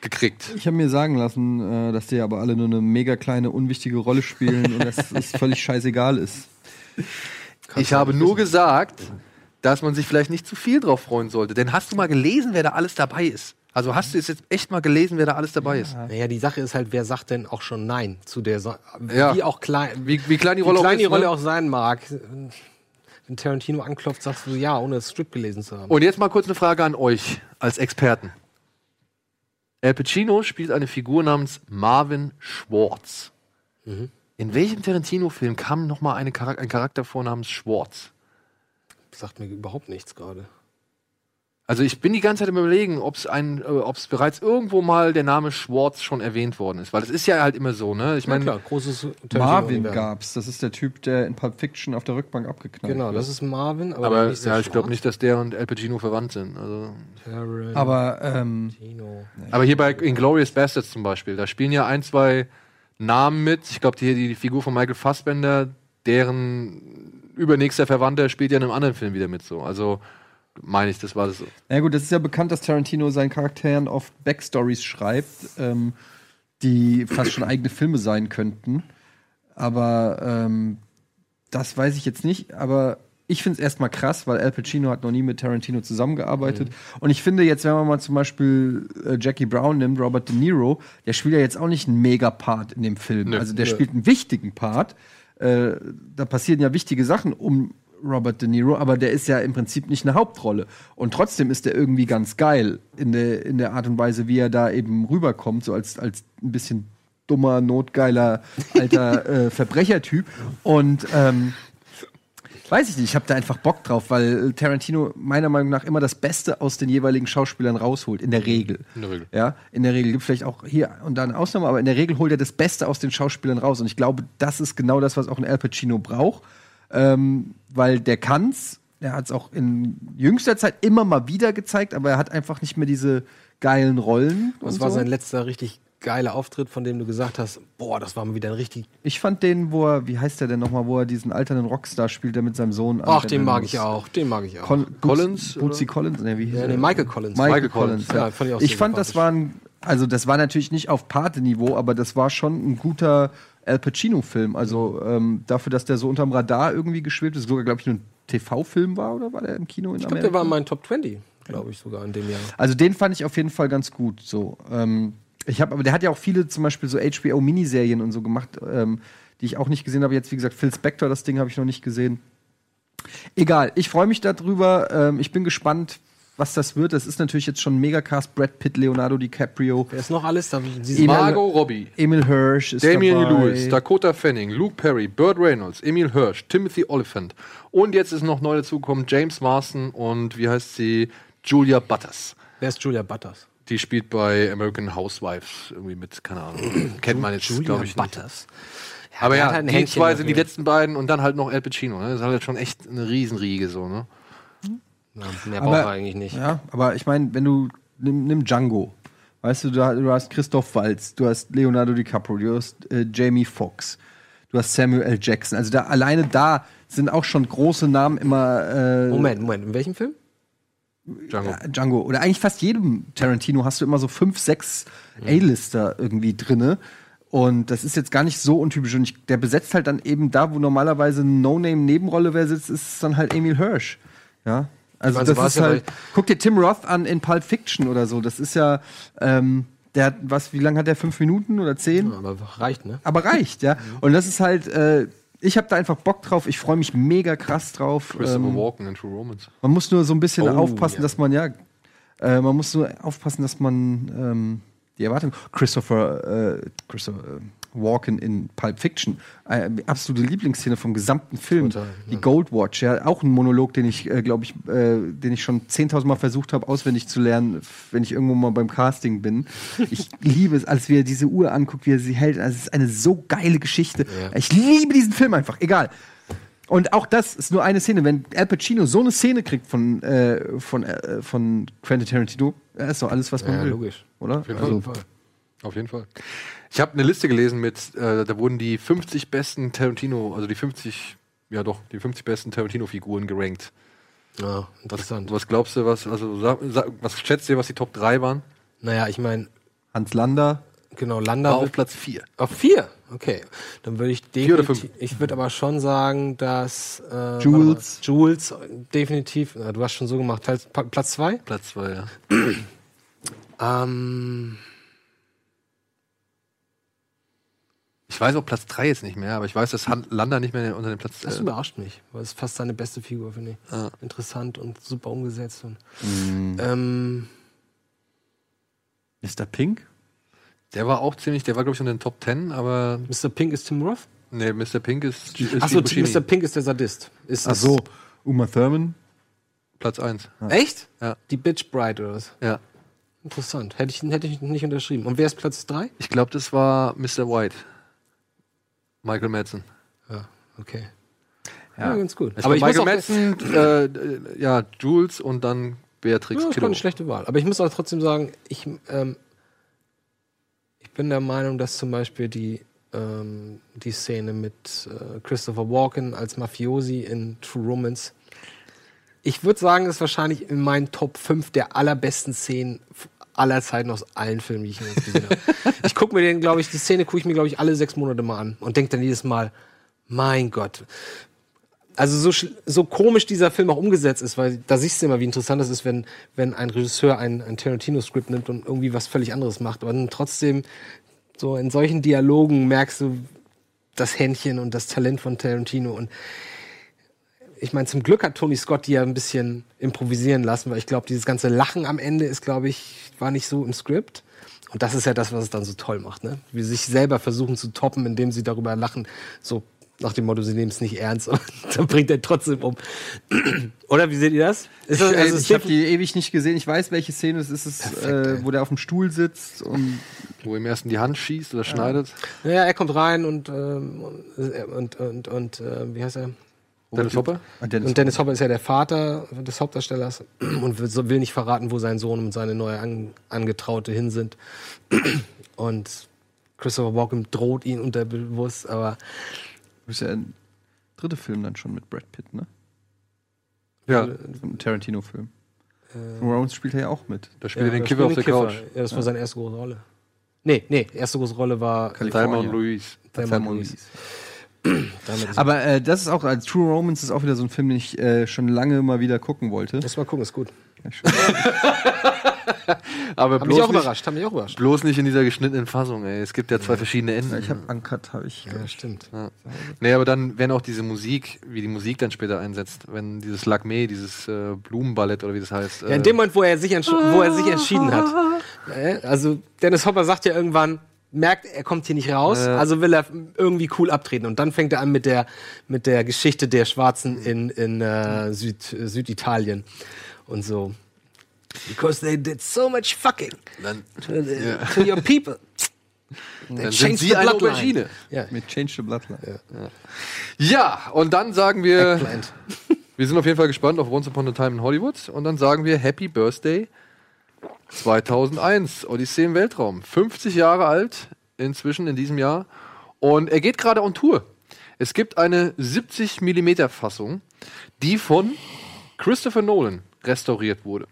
gekriegt. Ich habe mir sagen lassen, äh, dass die aber alle nur eine mega kleine, unwichtige Rolle spielen und dass *laughs* es völlig scheißegal ist. ich habe nur gesagt, dass man sich vielleicht nicht zu viel drauf freuen sollte. Denn hast du mal gelesen, wer da alles dabei ist? Also hast du es jetzt echt mal gelesen, wer da alles dabei ist? Naja, die Sache ist halt, wer sagt denn auch schon Nein zu der so Ja. Wie auch klein. Wie, wie klein die Wie Rolle klein die auch ist. Rolle ne? auch sein mag. Wenn Tarantino anklopft, sagst du ja, ohne das Strip gelesen zu haben. Und jetzt mal kurz eine Frage an euch als Experten. Al Pacino spielt eine Figur namens Marvin Schwartz. In welchem Tarantino-Film kam nochmal eine Charak ein Charakter vor namens Schwartz? Sagt mir überhaupt nichts gerade. Also ich bin die ganze Zeit im Überlegen, ob es ein, äh, ob's bereits irgendwo mal der Name Schwartz schon erwähnt worden ist. Weil das ist ja halt immer so, ne? Ich meine, großes Marvin Tarantino-Universum. gab's. Das ist der Typ, der in Pulp Fiction auf der Rückbank abgeknallt Genau, wird. das ist Marvin, aber, aber nicht der ja, ich glaube Schwarz. nicht, dass der und Al Pacino verwandt sind. Also, Aber ähm, Tarantino. aber hier bei Inglourious Bastards zum Beispiel, da spielen ja ein, zwei Namen mit. Ich glaube, die, die Figur von Michael Fassbender, deren übernächster Verwandter spielt ja in einem anderen Film wieder mit so. Also meine ich, das war das. na gut, das ist ja bekannt, dass Tarantino seinen Charakteren oft Backstories schreibt, ähm, die fast schon eigene Filme sein könnten. Aber ähm, das weiß ich jetzt nicht. Aber ich finde es erstmal krass, weil Al Pacino hat noch nie mit Tarantino zusammengearbeitet. Und ich finde jetzt, wenn man mal zum Beispiel äh, Jackie Brown nimmt, Robert De Niro, der spielt ja jetzt auch nicht einen Mega-Part in dem Film. also der spielt einen wichtigen Part. Äh, da passieren ja wichtige Sachen um Robert De Niro, aber der ist ja im Prinzip nicht eine Hauptrolle. Und trotzdem ist er irgendwie ganz geil in der, in der Art und Weise, wie er da eben rüberkommt, so als, als ein bisschen dummer, notgeiler, alter äh, Verbrechertyp. Und ähm, weiß ich nicht, ich habe da einfach Bock drauf, weil Tarantino meiner Meinung nach immer das Beste aus den jeweiligen Schauspielern rausholt, in der Regel. In der Regel. Ja, in der Regel. Gibt vielleicht auch hier und da eine Ausnahme, aber in der Regel holt er das Beste aus den Schauspielern raus. Und ich glaube, das ist genau das, was auch ein Al Pacino braucht, ähm, weil der kann's. Er hat es auch in jüngster Zeit immer mal wieder gezeigt, aber er hat einfach nicht mehr diese geilen Rollen. Das und war so. sein letzter richtig geiler Auftritt, von dem du gesagt hast, boah, das war mal wieder ein richtig. Ich fand den, wo er, wie heißt der denn nochmal, wo er diesen alternden Rockstar spielt, der mit seinem Sohn. Ach, den mag ich auch, den mag ich auch. Con Collins, Collins? Bootsy Collins? Nee, wie hieß Ja, er? nee, Michael Collins. Michael, Michael Collins. Collins, ja. ja, fand ich ich auch sehr fand, das war ein, also das war natürlich nicht auf Pate-Niveau, aber das war schon ein guter Al Pacino-Film. Also ähm, dafür, dass der so unterm Radar irgendwie geschwebt ist, sogar, glaube ich, nur ein TV-Film war oder war der im Kino in Ich glaube, Amerika? der war in meinen Top 20, glaube ich sogar in dem Jahr. Also den fand ich auf jeden Fall ganz gut. So, ähm, ich habe, aber der hat ja auch viele zum Beispiel so HBO Miniserien und so gemacht, ähm, die ich auch nicht gesehen habe. Jetzt wie gesagt Phil Spector, das Ding habe ich noch nicht gesehen. Egal, ich freue mich darüber. Ähm, ich bin gespannt, was das wird. Das ist natürlich jetzt schon ein Megacast. Brad Pitt, Leonardo DiCaprio, Wer ist noch alles? Da, diese Emil- Margot Robbie. Emil Hirsch ist Damian ne- dabei. Lewis, Dakota Fanning, Luke Perry, Burt Reynolds, Emil Hirsch, Timothy Oliphant und jetzt ist noch neu dazugekommen James Marston und wie heißt sie? Julia Butters. Wer ist Julia Butters? Die spielt bei American Housewives irgendwie mit, keine *clears throat* Ahnung. Kennt man jetzt, glaube ich, nicht. Butters. Aber die ja, hat halt ein die Händchen zwei sind die dafür. letzten beiden und dann halt noch Al Pacino. Ne? Das ist halt schon echt eine Riesenriege so, ne? Na, mehr Aber- braucht er eigentlich nicht. Ja, aber ich meine, wenn du nimm, nimm Django, weißt du, du, du hast Christoph Waltz, du hast Leonardo DiCaprio, du hast äh, Jamie Foxx, du hast Samuel L. Jackson. Also da alleine da sind auch schon große Namen immer äh, Moment, Moment, in welchem Film? Django. Django oder eigentlich fast jedem Tarantino hast du immer so fünf, sechs A-Lister irgendwie drinne. Und das ist jetzt gar nicht so untypisch. Und ich, der besetzt halt dann eben da, wo normalerweise eine No-Name-Nebenrolle wer sitzt, ist es dann halt Emil Hirsch. Ja. Also Ich meine, so war das es ist ja halt. Guck dir Tim Roth an in Pulp Fiction oder so. Das ist ja, ähm, der hat was, wie lange hat der? Fünf Minuten oder zehn? Aber reicht, ne? aber reicht, ja. Und das ist halt, äh, ich habe da einfach Bock drauf. Ich freue mich mega krass drauf. Christopher Ähm, Walken in True Romance. man muss nur so ein bisschen Oh, aufpassen, ja. dass man ja, äh, man muss nur aufpassen, dass man ähm, die Erwartung. Christopher, äh, Christopher äh, Walken in Pulp Fiction, äh, absolute Lieblingsszene vom gesamten Film. Die Gold Watch, ja, auch ein Monolog, den ich, äh, glaube ich, äh, den ich schon 10.000 Mal versucht habe, auswendig zu lernen, f- wenn ich irgendwo mal beim Casting bin. *laughs* Ich liebe es, als wir diese Uhr anguckt, wie er sie hält. Also, es ist eine so geile Geschichte. Ich liebe diesen Film einfach, egal. Und auch das ist nur eine Szene. Wenn Al Pacino so eine Szene kriegt von, äh, von, äh, von Quentin Tarantino, äh, ist doch alles, was man Ja, will. logisch. Oder? Also, jeden Fall. Auf jeden Fall. Ich habe eine Liste gelesen mit, äh, da wurden die 50 besten Tarantino, also die 50, ja doch, die 50 besten Tarantino-Figuren gerankt. Ja, interessant. Was glaubst du, was, also sag, sag, was schätzt ihr, was die Top 3 waren? Naja, ich meine, Hans Lander. genau, War Landa auf wird Platz 4. Auf vier? Okay. Dann würde ich definitiv. oder Ich würde aber schon sagen, dass. Äh, Jules. warte mal, Jules, äh, definitiv. Na, du hast schon so gemacht. Teils- Pa- Platz zwei? Platz 2, ja. Ähm, Ich weiß auch Platz 3 jetzt nicht mehr, aber ich weiß, dass Han Landa nicht mehr unter den Platz. das Äh, überrascht mich. Weil es ist fast seine beste Figur, finde ich. Interessant und super umgesetzt. Und, Mhm. ähm, Mr. Pink? der war auch ziemlich, der war, glaube ich, unter den Top 10, aber Mr. Pink ist Tim Roth? nee, Mr. Pink ist. ist Achso, Steve Buscemi. Mr. Pink ist der Sadist. Ist Ach es- so, Uma Thurman. Platz 1. Echt? Ja. Die Bitch Bride oder was? Ja. Interessant. Hätte ich, hätte ich nicht unterschrieben. Und wer ist Platz 3? Ich glaube, das war Mr. White. Michael Madsen. Ja, okay. Ja, ganz gut. Es war Michael Madsen, äh, äh, ja, Jules und dann Beatrix Ja, das war Kiddo. eine schlechte Wahl. Aber ich muss auch trotzdem sagen, ich, ähm, ich bin der Meinung, dass zum Beispiel die, ähm, die Szene mit äh, Christopher Walken als Mafiosi in True Romance, ich würde sagen, ist wahrscheinlich in meinen Top 5 der allerbesten Szenen f- aller Zeiten aus allen Filmen, die ich jemals gesehen habe. Ich gucke mir den, glaube ich, die Szene gucke ich mir, glaube ich, alle sechs Monate mal an und denke dann jedes Mal, mein Gott, also so, schl- so komisch dieser Film auch umgesetzt ist, weil da siehst du immer, wie interessant das ist, wenn, wenn ein Regisseur ein, ein Tarantino-Skript nimmt und irgendwie was völlig anderes macht. Aber dann trotzdem, so in solchen Dialogen merkst du das Händchen und das Talent von Tarantino. Und ich meine, zum Glück hat Tony Scott die ja ein bisschen improvisieren lassen, weil ich glaube, dieses ganze Lachen am Ende ist, glaube ich, war nicht so im Skript. Und das ist ja das, was es dann so toll macht, ne? Wie sie sich selber versuchen zu toppen, indem sie darüber lachen. So nach dem Motto, sie nehmen es nicht ernst, *laughs* aber dann bringt er trotzdem um. *clears throat* Oder wie seht ihr das? Ist das Ich, also also es ich habe hilft- die ewig nicht gesehen. Ich weiß, welche Szene es ist, es, äh, wo der auf dem Stuhl sitzt und Wo ihm erst in die Hand schießt oder schneidet. Naja, er kommt rein und, ähm, und, und, und, und äh, wie heißt er? Dennis Hopper? Und Dennis und Dennis Hopper ist ja der Vater des Hauptdarstellers *clears throat* und will, so- will nicht verraten, wo sein Sohn und seine neue An Angetraute hin sind. *clears throat* Und Christopher Walken droht ihn unterbewusst, aber ist ja ein dritter Film dann schon mit Brad Pitt, ne? Ja, Ein Tarantino-Film. Mhm. Äh, Rounds spielt er ja auch mit. da spielt Ja, er den da Kiffer auf der spielt den Couch. Kiffer. Ja, das war seine erste große Rolle. Nee, nee, erste große Rolle war Diamond Louise. Thelma und Louise. *clears throat* Damit ist- Aber äh, das ist auch, als True Romance ist auch wieder so ein Film, den ich äh, schon lange mal wieder gucken wollte. Lass mal gucken, ist gut. Aber Hab mich auch bloß nicht, überrascht, hab mich auch überrascht. bloß nicht in dieser geschnittenen Fassung, ey. Es gibt ja zwei verschiedene Enden. Ich habe Uncut, habe ich. Ja, stimmt. Nee, aber dann, wenn auch diese Musik, wie die Musik dann später einsetzt, wenn dieses Lacme, dieses äh, Blumenballett oder wie das heißt. äh, Ja, in dem Moment, wo er sich, entsch wo er sich entschieden hat. Äh, Also Dennis Hopper sagt ja irgendwann, merkt, er kommt hier nicht raus, also will er irgendwie cool abtreten. Und dann fängt er an mit der, mit der Geschichte der Schwarzen in, in äh, Süd, äh, Süditalien und so. Because they did so much fucking dann, to, to your people. They *laughs* dann sind changed the sie eine bloodline. Aubergine. Ja. Mit Change the Bloodline. Ja, und dann sagen wir, Blind. wir sind auf jeden Fall gespannt auf Once Upon a Time in Hollywood. Und dann sagen wir Happy Birthday 2001, Odyssee im Weltraum. 50 Jahre alt inzwischen in diesem Jahr. Und er geht gerade on Tour. Es gibt eine 70 mm Fassung, die von Christopher Nolan restauriert wurde.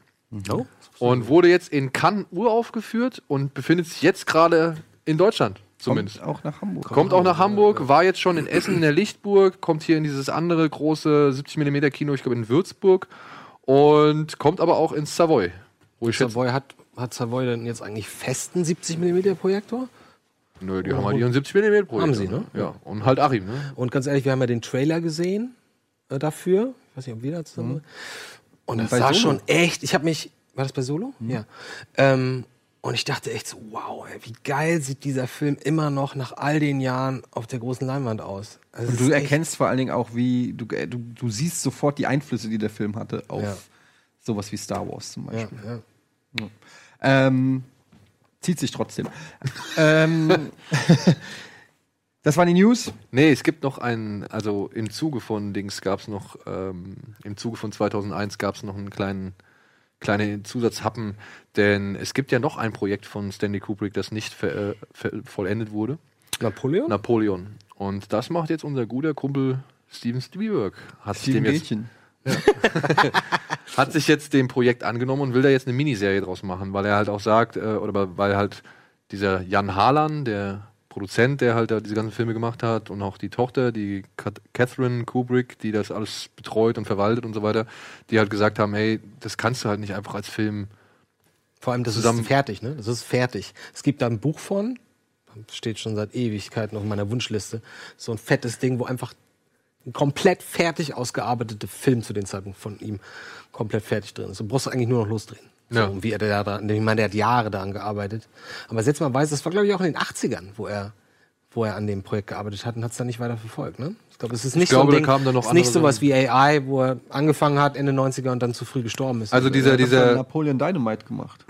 Oh. Und wurde jetzt in Cannes uraufgeführt und befindet sich jetzt gerade in Deutschland zumindest. Kommt auch nach Hamburg. Kommt auch nach Hamburg, war jetzt schon in Essen in der Lichtburg, kommt hier in dieses andere große 70 mm Kino, ich glaube in Würzburg und kommt aber auch ins Savoy. Wo ich schätze, Savoy hat, hat Savoy denn jetzt eigentlich festen 70 mm Projektor? nö, die haben halt ihren 70 mm Projektor. Haben sie, ne? Ja, und halt Achim, ne? Und ganz ehrlich, wir haben ja den Trailer gesehen äh, dafür. Ich weiß nicht, ob wir da zusammen. Und das Mhm. bei sah Solo. Mhm. schon echt. Ich habe mich. War das bei Solo? Ja. Ähm, und ich dachte echt so, wow, ey, wie geil sieht dieser Film immer noch nach all den Jahren auf der großen Leinwand aus. Also es Und du ist echt- erkennst vor allen Dingen auch, wie du, äh, du, du siehst sofort die Einflüsse, die der Film hatte auf Ja. sowas wie Star Wars zum Ja, Beispiel. ja. Ähm, zieht sich *laughs* trotzdem. ähm, das waren die News. Nee, es gibt noch einen, also im Zuge von Dings gab es noch, ähm, im Zuge von 2001 gab es noch einen kleinen kleine Zusatzhappen, denn es gibt ja noch ein Projekt von Stanley Kubrick, das nicht ver, äh, ver, vollendet wurde. Napoleon? Napoleon. Und das macht jetzt unser guter Kumpel Steven Spielberg. Hat, sich Die dem jetzt, Mädchen. hat sich jetzt dem Projekt angenommen und will da jetzt eine Miniserie draus machen, weil er halt auch sagt, äh, oder weil halt dieser Jan Harlan, der Produzent, der halt da diese ganzen Filme gemacht hat, und auch die Tochter, die Kat Catherine Kubrick, die das alles betreut und verwaltet und so weiter, die halt gesagt haben, hey, das kannst du halt nicht einfach als Film Vor allem, das Zusammen- ist fertig, ne? Das ist fertig. Es gibt da ein Buch von, steht schon seit Ewigkeiten auf meiner Wunschliste, so ein fettes Ding, wo einfach ein komplett fertig ausgearbeiteter Film zu dem Zeitpunkt von ihm komplett fertig drin ist. Du brauchst eigentlich nur noch losdrehen. Ja. So, und wie er da dran, ich meine, der hat Jahre daran gearbeitet. Aber jetzt mal weiß, das war glaube ich auch in den 80ern, wo er, wo er an dem Projekt gearbeitet hat und hat es dann nicht weiter verfolgt. Ne? Ich glaube, es ist nicht glaube, so da ein Ding, kamen dann noch es ist nicht andere sowas wie AI, wo er angefangen hat Ende 90er und dann zu früh gestorben ist. Also dieser, Dieser dieser, Napoleon Dynamite *laughs* gemacht.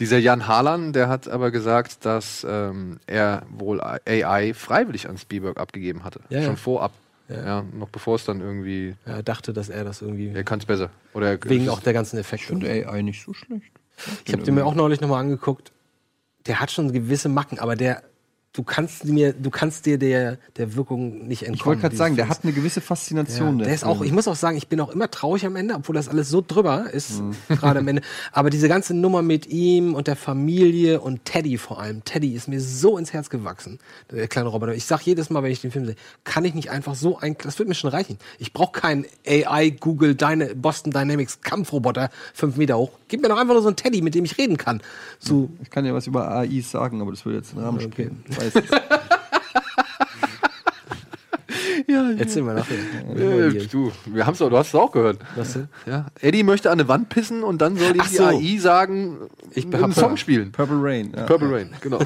dieser Jan Harlan, der hat aber gesagt, dass ähm, er wohl AI freiwillig an Spielberg abgegeben hatte. Ja, ja. Schon vorab. Ja. noch bevor es dann irgendwie. er dachte, dass er das irgendwie Er kann es besser. Oder er- wegen auch der ganzen Effekte. Und AI nicht so schlecht. Ich habe den mir auch neulich nochmal angeguckt. Der hat schon gewisse Macken, aber der, du kannst mir, du kannst dir der, der Wirkung nicht entkommen. Ich wollte gerade dieses sagen, der Films. hat eine gewisse Faszination. Ja, der ist auch, ich muss auch sagen, ich bin auch immer traurig am Ende, obwohl das alles so drüber ist, Mhm. *laughs* gerade am Ende. Aber diese ganze Nummer mit ihm und der Familie und Teddy vor allem. Teddy ist mir so ins Herz gewachsen, der kleine Roboter. Ich sag jedes Mal, wenn ich den Film sehe, kann ich nicht einfach so ein, das wird mir schon reichen. Ich brauche keinen AI, Google, Dyna- Boston Dynamics Kampfroboter fünf Meter hoch. Gib mir doch einfach nur so einen Teddy, mit dem ich reden kann. So, Ich kann ja was über AI sagen, aber das würde jetzt den Rahmen sprengen. Ich weiß es. Mhm. erzähl mal nachher. Äh, du, wir haben's auch, du hast es auch gehört. Ja. Eddie möchte an eine Wand pissen und dann soll ihm Ach die so. AI sagen, ich einen hab's- Song spielen. Purple Rain. Ja. Purple Rain, *laughs* genau.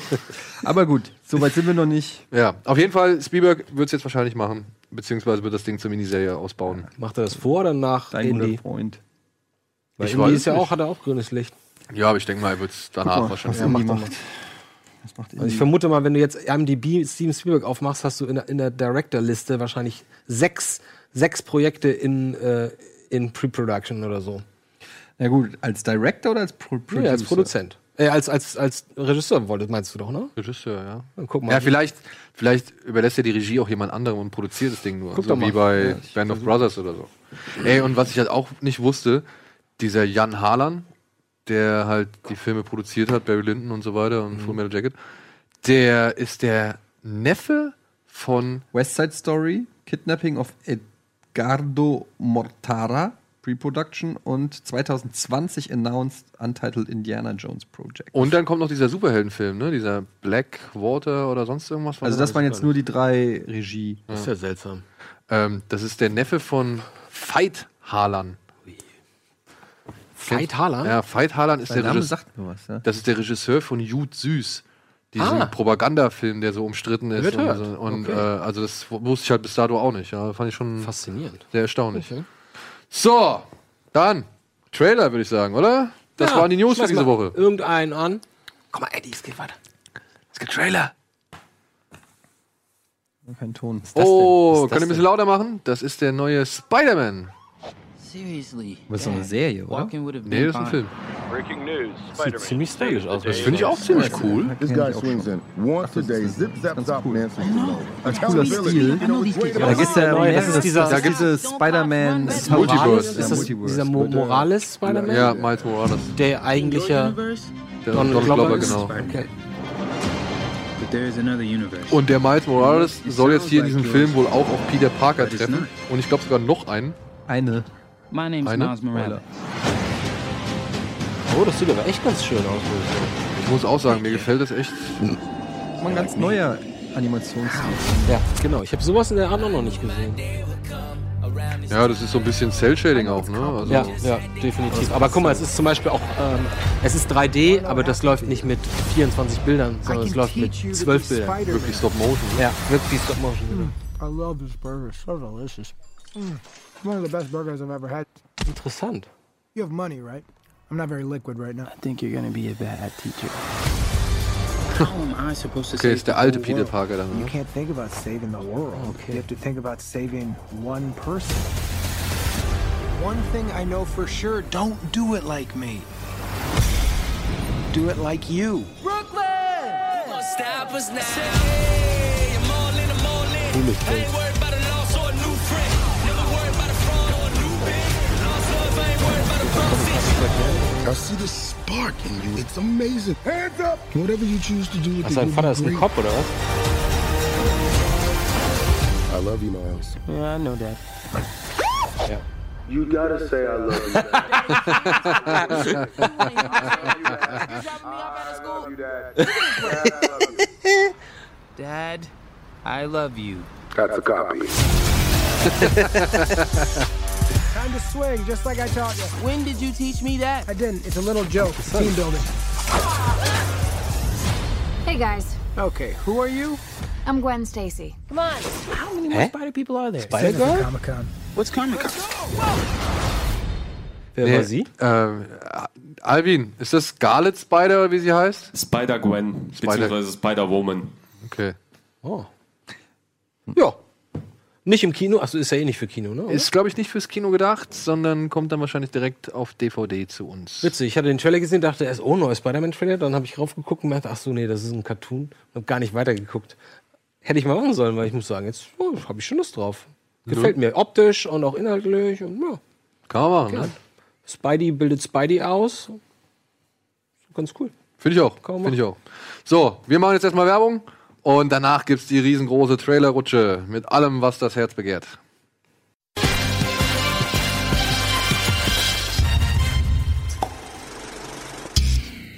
Aber gut, soweit sind wir noch nicht. ja, auf jeden Fall, Spielberg wird's jetzt wahrscheinlich machen, beziehungsweise wird das Ding zur Miniserie ausbauen. Macht er das vor oder nach Dein guter Indy? Freund. Weil Ich Indy weiß ist ja nicht. auch, hat er auch grünes Licht. Ja, aber ich denke mal, er wird's danach mal, wahrscheinlich was machen. Indy macht. Was macht Also ich Mhm. Indy? vermute mal, wenn du jetzt IMDb Steven Spielberg aufmachst, hast du in der, in der Director-Liste wahrscheinlich sechs, sechs Projekte in, äh, in Pre-Production oder so. Na gut, als Director oder als Pro Producer? Ja, als Produzent. Äh, als, als, als Regisseur wolltest, meinst du doch, ne? Regisseur, ja. Dann guck mal. Ja, vielleicht, vielleicht überlässt er die Regie auch jemand anderem und produziert das Ding nur. Guck doch so mal. wie bei Band of Brothers oder so. Ey, und was ich halt auch nicht wusste, dieser Jan Harlan, der halt die Filme produziert hat, Barry Lyndon und so weiter und Full Metal Jacket, der ist der Neffe von West Side Story, Kidnapping of Edgardo Mortara, Pre-Production und 2020 announced Untitled Indiana Jones Project. und dann kommt noch dieser Superheldenfilm, ne? Dieser Blackwater oder sonst irgendwas. von- Also das waren jetzt nur die drei Regie. ist ja seltsam. Ähm, das ist der Neffe von Veit Harlan. Veit Harlan? Ja, Veit Harlan ist der, der Regisseur. sagt mir was, ja. Das ist der Regisseur von Jude Süß. Diesen Ah. Propagandafilm, der so umstritten ist. Wird und hört. so. und Okay. äh, also das wu- wusste ich halt bis dato auch nicht. Ja, fand ich schon Faszinierend. sehr erstaunlich. Okay. So, dann Trailer würde ich sagen, oder? Das waren die News für schmeiß diese mal Woche. Irgendeinen an. Komm mal, Eddie, es geht weiter. Es gibt Trailer. Kein Ton. Oh, Was ist das könnt ihr ein bisschen lauter machen? Das ist der neue Spider-Man. Seriously. Was ist so eine Serie, oder? Walking would have been Nee, das ist ein fine. Film. Breaking news. Sieht ziemlich stylisch aus. Das finde ich auch ziemlich cool. This guy swings in once a day, zip zaps out Nancy Genau. Sinone. Accountability, you Stil. know, it's way Da gibt's ja Neu, mehr, das ist dieser- das ist diese Spider-Man Das ist Multiverse. Morales, Ja, Ist das Multiverse. dieser Mo Morales Spider-Man? Ja, Miles Morales. Der eigentliche Der Donald Donald Glover Glover, ist- genau. okay. But there is another universe. Und der Miles Morales soll jetzt hier in diesem Film wohl auch auf Peter Parker treffen. Und ich glaube sogar noch einen. Eine. My name's Eine? Miles Morales. Oh, das sieht aber echt ganz schön aus. muss ich sagen. Ich muss auch sagen, mir gefällt das echt. Mal ein ganz neuer Animationsstil. Ja, genau. Ich habe sowas in der Art auch noch nicht gesehen. Ja, das ist so ein bisschen Cell-Shading auch, ne? Also, Ja, ja, definitiv. Aber guck mal, es ist zum Beispiel auch, ähm, es ist 3D, aber das läuft nicht mit 24 Bildern, sondern es läuft mit 12 Bildern. Wirklich Stop-Motion. ne? Ja, wirklich Stop Motion. I love this burger. So delicious. Mm, it's one of the best burgers I've ever had. Interessant. You have money, right? I'm not very liquid right now. I think you're gonna be a bad teacher. How am I supposed to Okay, save ist der the alte whole Peter world? Parker dann, ne? can't think about saving the world. You have to think about saving one person. One thing I know for sure, don't do it like me. Do it like you. I see the spark in you. It's amazing. Hands up! Whatever you choose to do with Was sein Vater ist ein Cop oder was? I love you, Miles. Yeah, I know that. You gotta say I love you. Dad. I love you, Dad. Dad, I love you. Dad, I love you. That's a copy. Time to swing, just like I taught you. When did you teach me that? I didn't. It's a little joke. It's team building. Hey guys, Okay, who are you? I'm Gwen Stacy. Come on. How many more Hä? Spider People are there? Spider Girl? Comic Con. What's Comic Con? Wer Nee, war sie? ähm, Alvin, ist das Scarlet Spider oder wie sie heißt? Spider-Gwen, beziehungsweise Spider-Woman. Okay. Oh. Ja, Nicht im Kino? Achso, ist ja eh nicht für Kino, ne? ist glaube ich nicht fürs Kino gedacht, sondern kommt dann wahrscheinlich direkt auf DVD zu uns. Witzig, ich hatte den Trailer gesehen, dachte erst, oh, neuer Spider-Man-Trailer. Dann habe ich raufgeguckt und dachte, ach so, nee, das ist ein Cartoon. Und habe gar nicht weitergeguckt. Hätte ich mal machen sollen, weil ich muss sagen, jetzt oh, habe ich schon Lust drauf. Gefällt mir optisch und auch inhaltlich. Und, ja. Kann man machen, ne? Spidey bildet Spidey aus. Ganz cool. Finde ich auch. Kann man Finde ich auch. So, wir machen jetzt erstmal Werbung und danach gibt es die riesengroße Trailerrutsche mit allem, was das Herz begehrt.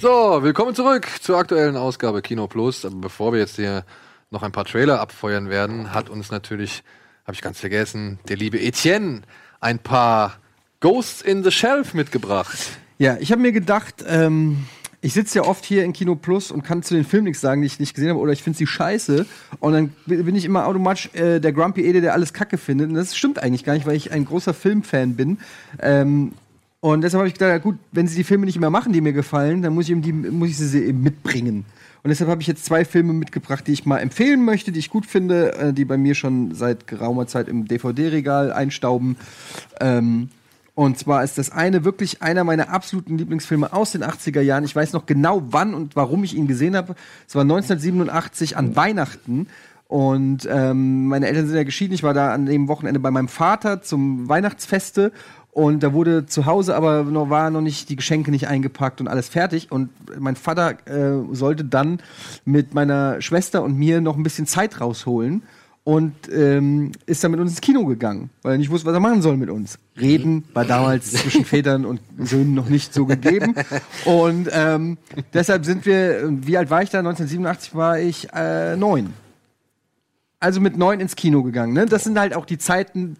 So, willkommen zurück zur aktuellen Ausgabe Kino Plus. Aber bevor wir jetzt hier noch ein paar Trailer abfeuern werden, hat uns natürlich, habe ich ganz vergessen, der liebe Etienne ein paar Ghosts in the Shelf mitgebracht. Ja, ich habe mir gedacht, ähm, ich sitze ja oft hier in Kino Plus und kann zu den Filmen nichts sagen, die ich nicht gesehen habe, oder ich finde sie scheiße. Und dann bin ich immer automatisch äh, der Grumpy Ede, der alles kacke findet. Und das stimmt eigentlich gar nicht, weil ich ein großer Filmfan bin. Ähm, und deshalb habe ich gedacht, ja gut, wenn sie die Filme nicht mehr machen, die mir gefallen, dann muss ich, eben die, muss ich sie eben mitbringen. Und deshalb habe ich jetzt zwei Filme mitgebracht, die ich mal empfehlen möchte, die ich gut finde, äh, die bei mir schon seit geraumer Zeit im DVD-Regal einstauben. Ähm, und zwar ist das eine wirklich einer meiner absoluten Lieblingsfilme aus den 80er Jahren. Ich weiß noch genau, wann und warum ich ihn gesehen habe. Es war 1987 an Weihnachten. Und ähm, meine Eltern sind ja geschieden. Ich war da an dem Wochenende bei meinem Vater zum Weihnachtsfeste. Und da wurde zu Hause aber noch, war noch nicht die Geschenke nicht eingepackt und alles fertig. Und mein Vater äh, sollte dann mit meiner Schwester und mir noch ein bisschen Zeit rausholen und ähm, ist dann mit uns ins Kino gegangen, weil er nicht wusste, was er machen soll mit uns. Reden war damals zwischen Vätern und Söhnen noch nicht so gegeben. Und ähm, deshalb sind wir, wie alt war ich da? 1987 war ich äh, neun. Also mit neun ins Kino gegangen. Ne? Das sind halt auch die Zeiten,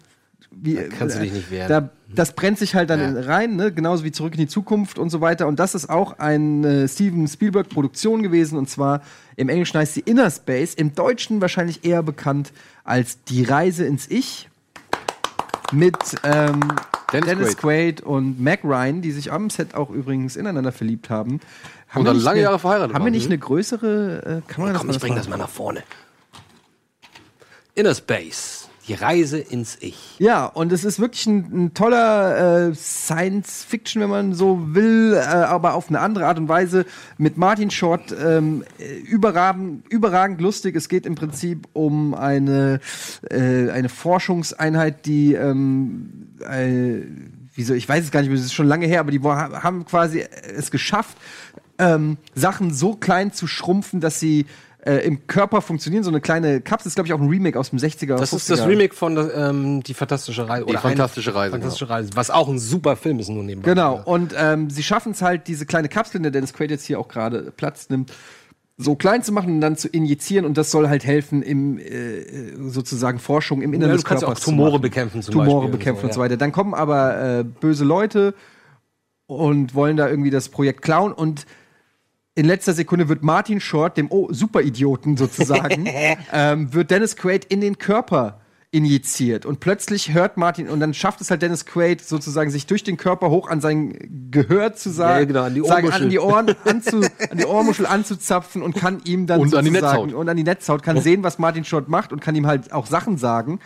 wie, kannst du dich nicht wehren. Da, das brennt sich halt dann Ja. in- rein, ne? genauso wie Zurück in die Zukunft und so weiter. Und das ist auch eine Steven Spielberg-Produktion gewesen. Und zwar im Englischen heißt sie Inner Space, im Deutschen wahrscheinlich eher bekannt als Die Reise ins Ich mit ähm, Dennis Dennis, Quaid und Mac Ryan, die sich am Set auch übrigens ineinander verliebt haben. Und Haben wir dann nicht lange eine- Jahre verheiratet Haben wir waren, nicht ne? eine größere äh, Kamera? hm? Komm, dass ich bring man das mal nach vorne. Inner Space. Die Reise ins Ich. Ja, und es ist wirklich ein, ein toller äh, Science-Fiction, wenn man so will, äh, aber auf eine andere Art und Weise mit Martin Short ähm, äh, überragend, überragend lustig. Es geht im Prinzip um eine, äh, eine Forschungseinheit, die ähm, äh, wieso, ich weiß es gar nicht, mehr, es ist schon lange her, aber die wa- haben quasi es geschafft, ähm, Sachen so klein zu schrumpfen, dass sie äh, im Körper funktionieren. So eine kleine Kapsel ist, glaube ich, auch ein Remake aus dem 60er. Das ist das 50er. Remake von ähm, Die fantastische Reise. Die oder eine fantastische Reise, Fantastische Reise. Was auch ein super Film ist, nur nebenbei. Genau, und ähm, sie schaffen es halt, diese kleine Kapsel, in der Dennis Quaid jetzt hier auch gerade Platz nimmt, so klein zu machen und dann zu injizieren. Und das soll halt helfen, im äh, sozusagen Forschung im Ja, Inneren du des kannst ja auch Körpers zu Tumore machen. bekämpfen zum Tumore Beispiel. bekämpfen und so ja. weiter. Dann kommen aber äh, böse Leute und wollen da irgendwie das Projekt klauen und in letzter Sekunde wird Martin Short, dem oh, Superidioten *laughs* sozusagen, ähm, wird Dennis Quaid in den Körper injiziert und plötzlich hört Martin und dann schafft es halt Dennis Quaid sozusagen sich durch den Körper hoch an sein Gehör zu sagen, Ja, genau, an die sagen Ohrmuschel. an die *laughs* Ohren anzu, an die Ohrmuschel anzuzapfen und kann ihm dann Und an die sozusagen- Netzhaut. und an die Netzhaut kann sehen, was Martin Short macht und kann ihm halt auch Sachen sagen